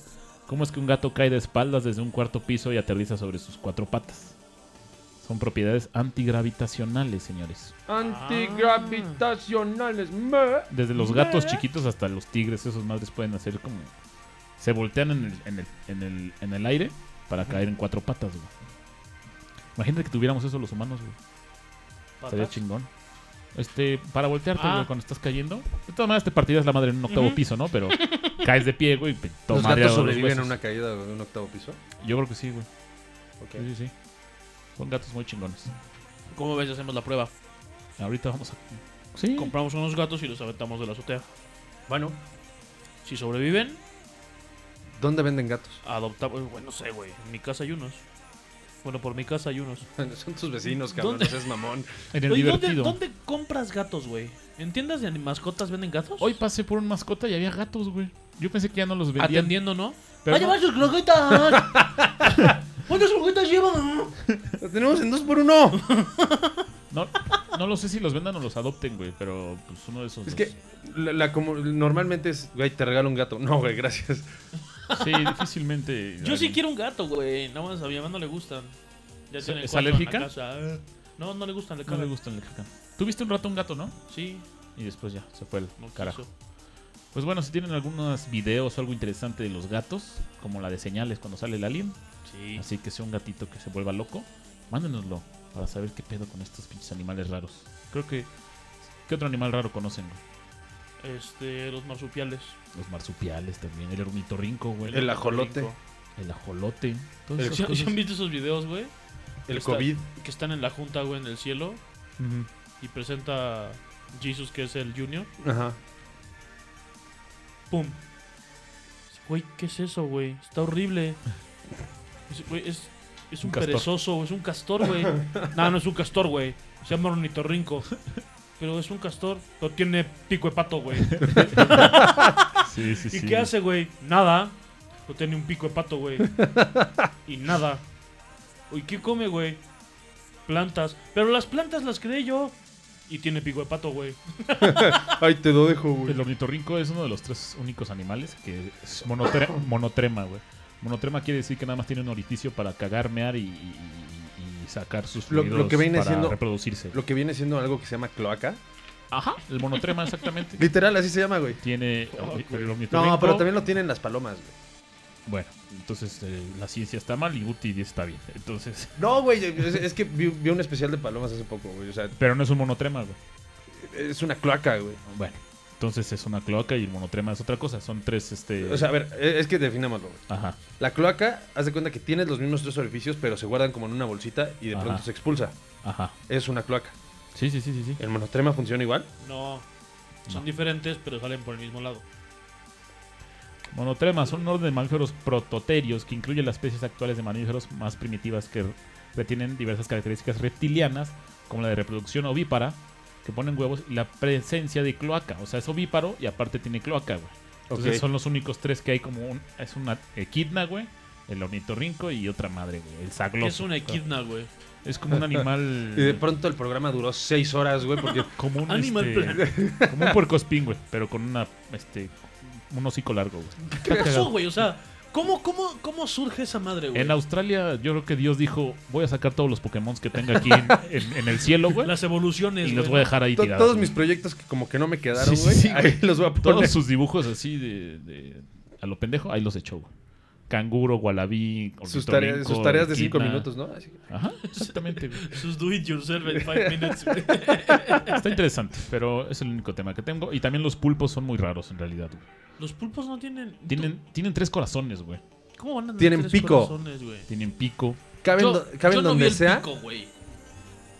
Speaker 4: ¿Cómo es que un gato cae de espaldas desde un cuarto piso y aterriza sobre sus cuatro patas? Son propiedades antigravitacionales, señores.
Speaker 3: Antigravitacionales.
Speaker 4: Desde los gatos chiquitos hasta los tigres, esos madres pueden hacer como... Se voltean en el, en el, en el, en el aire para caer en cuatro patas, güey. Imagínate que tuviéramos eso los humanos, güey. Estaría
Speaker 5: Patas.
Speaker 4: chingón. Este, para voltearte,
Speaker 5: Ah.
Speaker 4: güey, cuando estás cayendo. De todas maneras, te partidas la madre en un octavo
Speaker 5: Ujú.
Speaker 4: piso, ¿no?
Speaker 5: (laughs)
Speaker 4: Pero caes de pie, güey. y te- todo
Speaker 3: Los
Speaker 4: madreado
Speaker 3: gatos
Speaker 4: de los
Speaker 3: sobreviven a
Speaker 4: huesos.
Speaker 3: una caída de un octavo piso.
Speaker 4: Yo creo que sí, güey. Sí, sí, sí. Son gatos muy chingones.
Speaker 5: ¿Cómo ves? Hacemos la prueba.
Speaker 4: Ahorita vamos a. Sí.
Speaker 5: Compramos unos gatos y los aventamos de la azotea.
Speaker 3: Bueno,
Speaker 5: Si sobreviven,
Speaker 3: ¿dónde venden gatos? (laughs)
Speaker 5: adoptamos. Bueno, no sé, güey. En mi casa hay unos. Bueno, por mi casa hay unos.
Speaker 3: Son tus vecinos, cabrón.
Speaker 5: ¿Dónde?
Speaker 3: No seas mamón.
Speaker 4: En el
Speaker 5: Oye, ¿dónde,
Speaker 4: divertido.
Speaker 5: dónde compras gatos, güey? ¿En tiendas de mascotas venden gatos?
Speaker 4: Hoy pasé por un mascota y había gatos, güey. Yo pensé que ya no los vendían.
Speaker 5: Atendiendo, ¿no?
Speaker 4: pero no.
Speaker 5: sus croquetas! ¿Cuántas croquetas llevan?
Speaker 3: Los tenemos en dos por uno.
Speaker 4: No, no lo sé si los vendan o los adopten, güey. Pero pues uno de esos.
Speaker 3: Es
Speaker 4: dos.
Speaker 3: que la, la comu- normalmente es, güey, te regalo un gato. No, güey, gracias.
Speaker 4: Sí, difícilmente.
Speaker 5: (laughs) Yo sí
Speaker 4: alguien-
Speaker 5: quiero un gato, güey. Nada más a mi mamá no le gustan. Ya
Speaker 4: ¿Es-
Speaker 5: tiene
Speaker 4: es
Speaker 5: cuatro en la
Speaker 4: alérgica?
Speaker 5: casa. No, no le gustan, le
Speaker 4: No le
Speaker 5: cagan.
Speaker 4: gustan el caca. Tuviste un rato un gato, ¿no?
Speaker 5: Sí,
Speaker 4: Y después ya, se fue el
Speaker 5: no
Speaker 4: carajo.
Speaker 5: quiso.
Speaker 4: Pues bueno, si tienen algunos videos o algo interesante de los gatos, como la de señales cuando sale el alien,
Speaker 5: Sí.
Speaker 4: así que sea un gatito que se vuelva loco, mándenoslo para saber qué pedo con estos pinches animales raros. Creo que. ¿Qué otro animal raro conocen? güey?
Speaker 5: Este, los marsupiales.
Speaker 4: Los marsupiales también, el ornitorrinco, güey. El,
Speaker 3: El ajolote.
Speaker 4: ajolote. todas
Speaker 3: El-
Speaker 4: esas
Speaker 5: ¿Sí,
Speaker 4: cosas.
Speaker 5: sí han visto esos videos, güey?
Speaker 3: El
Speaker 5: Está-
Speaker 3: COVID.
Speaker 5: Que están en la junta, güey, en el cielo.
Speaker 4: Ujú.
Speaker 5: Y presenta Jesus, que es el Junior.
Speaker 3: Ajá.
Speaker 5: ¡Pum! Güey, ¿qué es eso, güey? Está horrible. Es, güey, es, es un,
Speaker 4: Un castor.
Speaker 5: perezoso, es un
Speaker 4: (laughs)
Speaker 5: castor, güey. no, no es un castor, güey. Se llama ornitorrinco. Pero es un castor. Pero tiene pico de pato, güey.
Speaker 4: Sí, sí,
Speaker 5: ¿Y
Speaker 4: sí.
Speaker 5: qué hace, güey? Nada. Pero tiene un pico de pato, güey. y nada. ¿Y qué come, güey? Plantas. Pero las plantas las creé yo. Y tiene pico de pato, güey.
Speaker 3: Ay, te lo dejo, güey.
Speaker 4: El ornitorrinco es uno de los tres únicos animales que es
Speaker 3: (laughs)
Speaker 4: monotre- monotrema, güey. Monotrema quiere decir que nada más tiene un orificio para cagar, mear y, y- y sacar sus
Speaker 3: Lo- lo
Speaker 4: fluidos
Speaker 3: que viene
Speaker 4: para
Speaker 3: siendo-
Speaker 4: reproducirse.
Speaker 3: Lo que viene siendo algo que se llama cloaca.
Speaker 4: Ajá, el
Speaker 3: (laughs)
Speaker 4: monotrema exactamente.
Speaker 3: Literal, así se llama, güey.
Speaker 4: tiene el ornitorrinco.
Speaker 3: Oh, No, pero también lo tienen las palomas, güey.
Speaker 4: Bueno, entonces eh, la ciencia está mal y Guti está bien. Entonces, (laughs)
Speaker 3: No, güey, es, es que vi, vi un especial de palomas hace poco, güey. O sea,
Speaker 4: pero no es un monotrema, güey.
Speaker 3: es una cloaca, güey.
Speaker 4: Bueno, entonces es una cloaca y el monotrema es otra cosa. Son tres, este.
Speaker 3: O sea, a ver, e- es que definámoslo, güey.
Speaker 4: ajá.
Speaker 3: La cloaca, haz de cuenta que tienes los mismos tres orificios, pero se guardan como en una bolsita y de
Speaker 4: Ajá.
Speaker 3: pronto se expulsa.
Speaker 4: Ajá.
Speaker 3: Es una cloaca.
Speaker 4: Sí, sí, sí, sí, sí.
Speaker 3: ¿El monotrema funciona igual?
Speaker 5: No. Son
Speaker 4: No.
Speaker 5: diferentes, pero salen por el mismo lado.
Speaker 4: Monotremas son un orden de mamíferos prototerios que incluye las especies actuales de mamíferos más primitivas que retienen diversas características reptilianas, como la de reproducción ovípara, que ponen huevos, y la presencia de cloaca. O sea, es ovíparo y aparte tiene cloaca, güey. Entonces
Speaker 3: Ok.
Speaker 4: son los únicos tres que hay como un... Es una equidna, güey, el ornitorrinco y otra madre, güey, el sagloso.
Speaker 5: Es una equidna, güey.
Speaker 4: Es como un animal...
Speaker 3: (laughs) Y de pronto el programa duró seis horas, güey, (laughs) porque
Speaker 4: como un...
Speaker 5: Animal
Speaker 4: este, como un puercoespín, güey, pero con una... este un hocico largo, güey.
Speaker 5: ¿Qué pasó, güey? O sea, ¿cómo, cómo, cómo surge esa madre, güey?
Speaker 4: En Australia, yo creo que Dios dijo: Voy a sacar todos los Pokémon que tenga aquí
Speaker 5: (laughs)
Speaker 4: en, en- en el cielo, güey.
Speaker 5: Las
Speaker 4: Y
Speaker 5: evoluciones,
Speaker 4: los
Speaker 5: güey,
Speaker 4: voy a dejar ahí
Speaker 3: to-
Speaker 4: tirados.
Speaker 3: todos
Speaker 4: güey.
Speaker 3: mis proyectos que como que no me quedaron,
Speaker 4: Sí, sí,
Speaker 3: güey,
Speaker 4: sí,
Speaker 3: ahí los voy a poner.
Speaker 4: Todos sus dibujos así de, de- a lo pendejo, ahí los echó, güey. canguro, gualabí,
Speaker 3: Sus tareas, sus tareas de 5
Speaker 4: cinco
Speaker 3: minutos, ¿no? Así.
Speaker 4: Ajá, exactamente. güey.
Speaker 5: Sus do it yourself in five minutes. güey.
Speaker 4: Está interesante, pero es el único tema que tengo. Y también los pulpos son muy raros en realidad. güey.
Speaker 5: Los pulpos no tienen.
Speaker 4: Tienen, tienen tres corazones, güey.
Speaker 5: ¿Cómo van a tener
Speaker 3: Tienen
Speaker 5: tres
Speaker 3: pico.
Speaker 5: corazones, güey?
Speaker 4: Tienen pico.
Speaker 3: Caben,
Speaker 5: Yo-
Speaker 3: do- caben
Speaker 5: yo no vi
Speaker 3: donde
Speaker 5: el
Speaker 3: sea,
Speaker 5: pico, güey.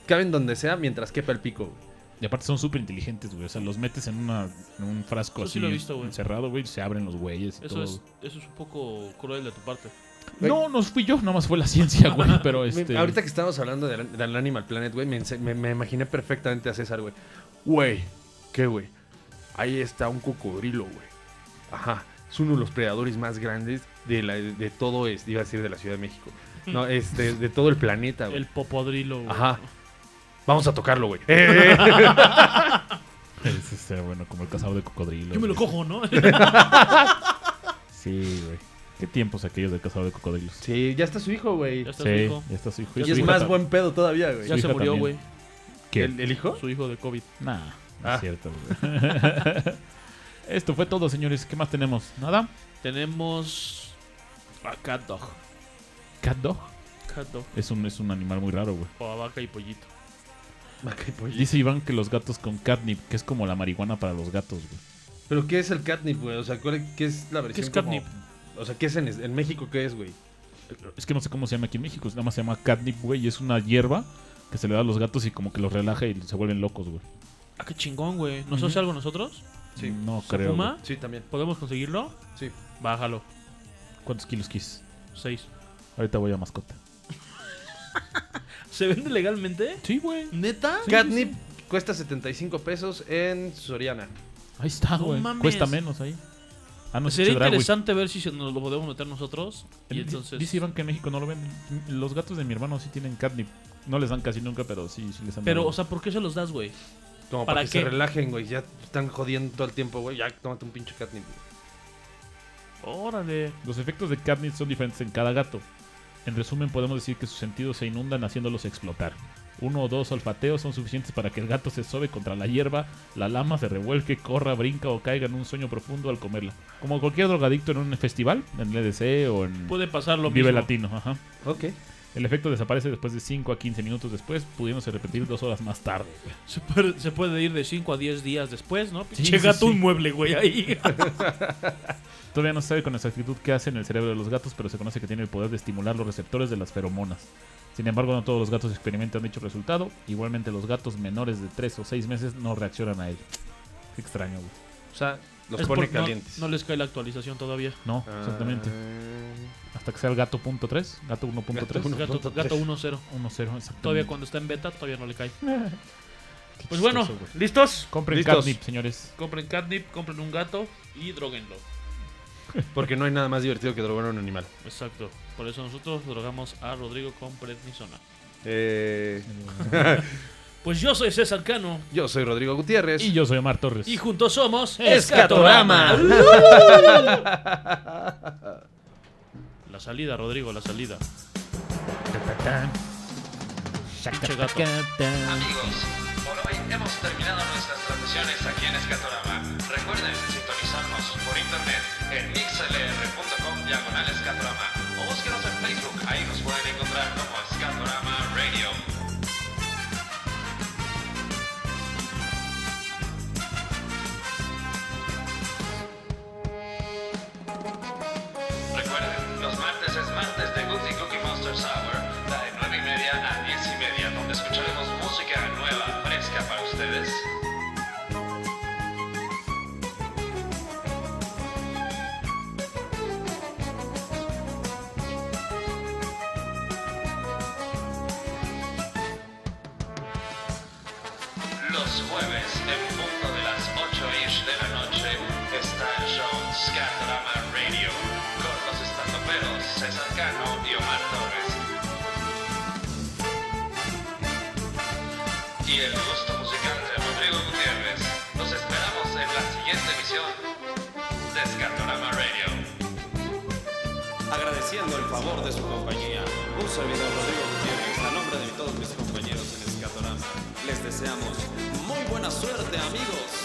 Speaker 3: caben donde sea mientras quepa el pico. güey.
Speaker 4: Y aparte son súper inteligentes, güey. O sea, los metes en, una, en un frasco
Speaker 5: Eso sí
Speaker 4: así
Speaker 5: lo he visto, güey.
Speaker 4: encerrado, güey. y Se abren los güeyes y
Speaker 5: Eso
Speaker 4: todo.
Speaker 5: es, eso es un poco cruel de tu parte.
Speaker 4: No, no fui yo, nomás fue la ciencia, güey. Pero este.
Speaker 3: Ahorita que estamos hablando del, del Animal Planet, güey, me, ense- me- me imaginé perfectamente a César, güey. Güey, ¿qué, güey? Ahí está un cocodrilo, güey. Ajá, es uno de los predadores más grandes de, la, de todo, es, iba a decir de la Ciudad de México.
Speaker 5: (laughs)
Speaker 3: No, este, de todo el planeta, güey.
Speaker 5: El popodrilo, güey.
Speaker 3: Ajá. Vamos a tocarlo, güey. Eh, eh.
Speaker 4: es, este, bueno, como el cazador de cocodrilos.
Speaker 5: Yo me lo
Speaker 4: güey. (laughs)
Speaker 5: cojo, ¿no?
Speaker 4: Sí, güey. ¿Qué tiempos aquellos del cazador de cocodrilos?
Speaker 3: Sí, ya está su hijo, güey.
Speaker 5: Ya está su
Speaker 4: Sí,
Speaker 5: hijo.
Speaker 4: ya está su hijo.
Speaker 3: Y
Speaker 4: su
Speaker 3: es
Speaker 4: hija
Speaker 3: más
Speaker 4: tam-
Speaker 3: buen pedo todavía, güey.
Speaker 5: Ya se
Speaker 4: hija
Speaker 5: murió, güey.
Speaker 4: también. ¿Qué?
Speaker 3: ¿El, el hijo?
Speaker 5: Su hijo de COVID.
Speaker 4: Nah, no
Speaker 3: Ah.
Speaker 4: es cierto, güey. (laughs) Esto fue todo, señores. ¿Qué más tenemos? ¿Nada?
Speaker 5: Tenemos a Cat Dog.
Speaker 4: ¿Cat dog?
Speaker 5: Cat Dog.
Speaker 4: Es un, es un animal muy raro, güey.
Speaker 5: O a vaca y pollito.
Speaker 3: Vaca y pollito.
Speaker 4: Dice Iván que los gatos con catnip, que es como la marihuana para los gatos, güey.
Speaker 3: ¿Pero qué es el catnip, güey? O sea, ¿cuál- ¿qué es la versión?
Speaker 5: ¿Qué es catnip?
Speaker 3: como- O sea, ¿qué es en, en México? ¿Qué es, güey?
Speaker 4: Es que no sé cómo se llama aquí en México. Nada más se llama catnip, güey. Y es una hierba que se le da a los gatos y como que los relaja y se vuelven locos, güey.
Speaker 5: Ah, qué chingón, güey. ¿Nos
Speaker 4: Ujú.
Speaker 5: hace algo nosotros?
Speaker 3: Sí.
Speaker 4: No
Speaker 5: ¿Se
Speaker 4: creo.
Speaker 5: fuma?
Speaker 4: güey.
Speaker 3: Sí, también.
Speaker 5: ¿Podemos conseguirlo?
Speaker 3: Sí.
Speaker 5: Bájalo.
Speaker 4: ¿Cuántos kilos quis?
Speaker 5: Seis.
Speaker 4: Ahorita voy a mascota.
Speaker 5: ¿Se vende legalmente?
Speaker 4: Sí, güey.
Speaker 3: Ah,
Speaker 5: ¿Neta?
Speaker 3: catnip cuesta 75 pesos en Soriana.
Speaker 4: Ahí está,
Speaker 5: No
Speaker 4: güey.
Speaker 5: mames.
Speaker 4: Cuesta menos ahí. Ah, no,
Speaker 5: Sería
Speaker 4: se dará, güey.
Speaker 5: interesante ver si se- nos lo podemos meter nosotros. Y
Speaker 4: Di-
Speaker 5: entonces.
Speaker 4: Dice Iván que en México no lo venden. Los gatos de mi hermano sí tienen catnip. No les dan casi nunca, pero sí, sí les han
Speaker 5: Pero,
Speaker 4: dado.
Speaker 5: o sea, ¿por qué se los das, güey?
Speaker 3: Como para,
Speaker 5: ¿Para
Speaker 3: que
Speaker 5: qué?
Speaker 3: se relajen, güey. Ya están jodiendo todo el tiempo, güey. Ya, tómate un pinche catnip. güey.
Speaker 5: Órale.
Speaker 4: Los efectos de catnip son diferentes en cada gato. En resumen, podemos decir que sus sentidos se inundan haciéndolos explotar. Uno o dos olfateos son suficientes para que el gato se sobe contra la hierba, la lama se revuelque, corra, brinca o caiga en un sueño profundo al comerla. Como cualquier drogadicto en un festival, en el EDC o en
Speaker 5: Puede pasar lo
Speaker 4: Vive
Speaker 5: mismo.
Speaker 4: Latino. Ajá.
Speaker 3: Ok.
Speaker 4: El efecto desaparece después de 5 a 15 minutos después, pudiéndose repetir dos horas más tarde.
Speaker 5: Se puede, se puede ir de 5 a 10 días después, ¿no?
Speaker 4: (laughs) Sí,
Speaker 5: Pinche
Speaker 4: sí,
Speaker 5: gato
Speaker 4: sí.
Speaker 5: un mueble, güey, ahí.
Speaker 4: Todavía no se sabe con exactitud qué hace en el cerebro de los gatos, pero se conoce que tiene el poder de estimular los receptores de las feromonas. Sin embargo, no todos los gatos experimentan dicho resultado. Igualmente, los gatos menores de 3 o 6 meses no reaccionan a él. Qué extraño, güey.
Speaker 3: O sea, los
Speaker 5: Es
Speaker 3: pone
Speaker 5: por- no-
Speaker 3: calientes. Ah.
Speaker 5: No, les cae la actualización todavía.
Speaker 4: No, exactamente. Hasta que sea el gato punto tres, gato 1.3.
Speaker 3: Gato uno.
Speaker 5: Gato,
Speaker 3: 1.3.
Speaker 5: gato 1-0.
Speaker 4: 1.0, exactamente.
Speaker 5: Todavía cuando está en beta, todavía no le (laughs) cae.
Speaker 4: Qué
Speaker 5: Pues bueno,
Speaker 4: chistoso, güey.
Speaker 5: ¿listos?
Speaker 4: Compren
Speaker 3: listos.
Speaker 4: catnip, señores.
Speaker 5: Compren catnip, compren un gato y droguenlo.
Speaker 3: Porque no hay nada más divertido que drogar a un animal.
Speaker 5: Exacto. Por eso nosotros drogamos a Rodrigo con prednisona.
Speaker 3: Eh,
Speaker 5: Pues yo soy César Cano
Speaker 3: yo soy Rodrigo Gutiérrez.
Speaker 4: Y yo soy Omar Torres.
Speaker 5: y juntos somos
Speaker 3: Escatorama.
Speaker 5: La salida, Rodrigo, la salida. Che gato.
Speaker 10: Amigos, por hoy hemos terminado nuestras transmisiones aquí en Escatorama. Recuerden sintonizarnos por internet en mixlr.com diagonal escatorama o búsquenos en Facebook, ahí nos pueden encontrar como Escatorama Radio. Recuerden, los martes es martes de Goofy Cookie Monsters Hour, la de 9 y media a 10 y media, donde escucharemos música nueva, fresca para ustedes. Los jueves, en punto de las 8 de la noche, está el show Scatorama Radio con los estandoperos César Cano y Omar Torres. Y el gusto musical de Rodrigo Gutiérrez. Los esperamos en la siguiente emisión de Scatorama Radio.
Speaker 9: Agradeciendo el favor de su compañía, un servidor Rodrigo Gutiérrez, a nombre de todos mis compañeros en Escatorama, les deseamos muy buena suerte, amigos.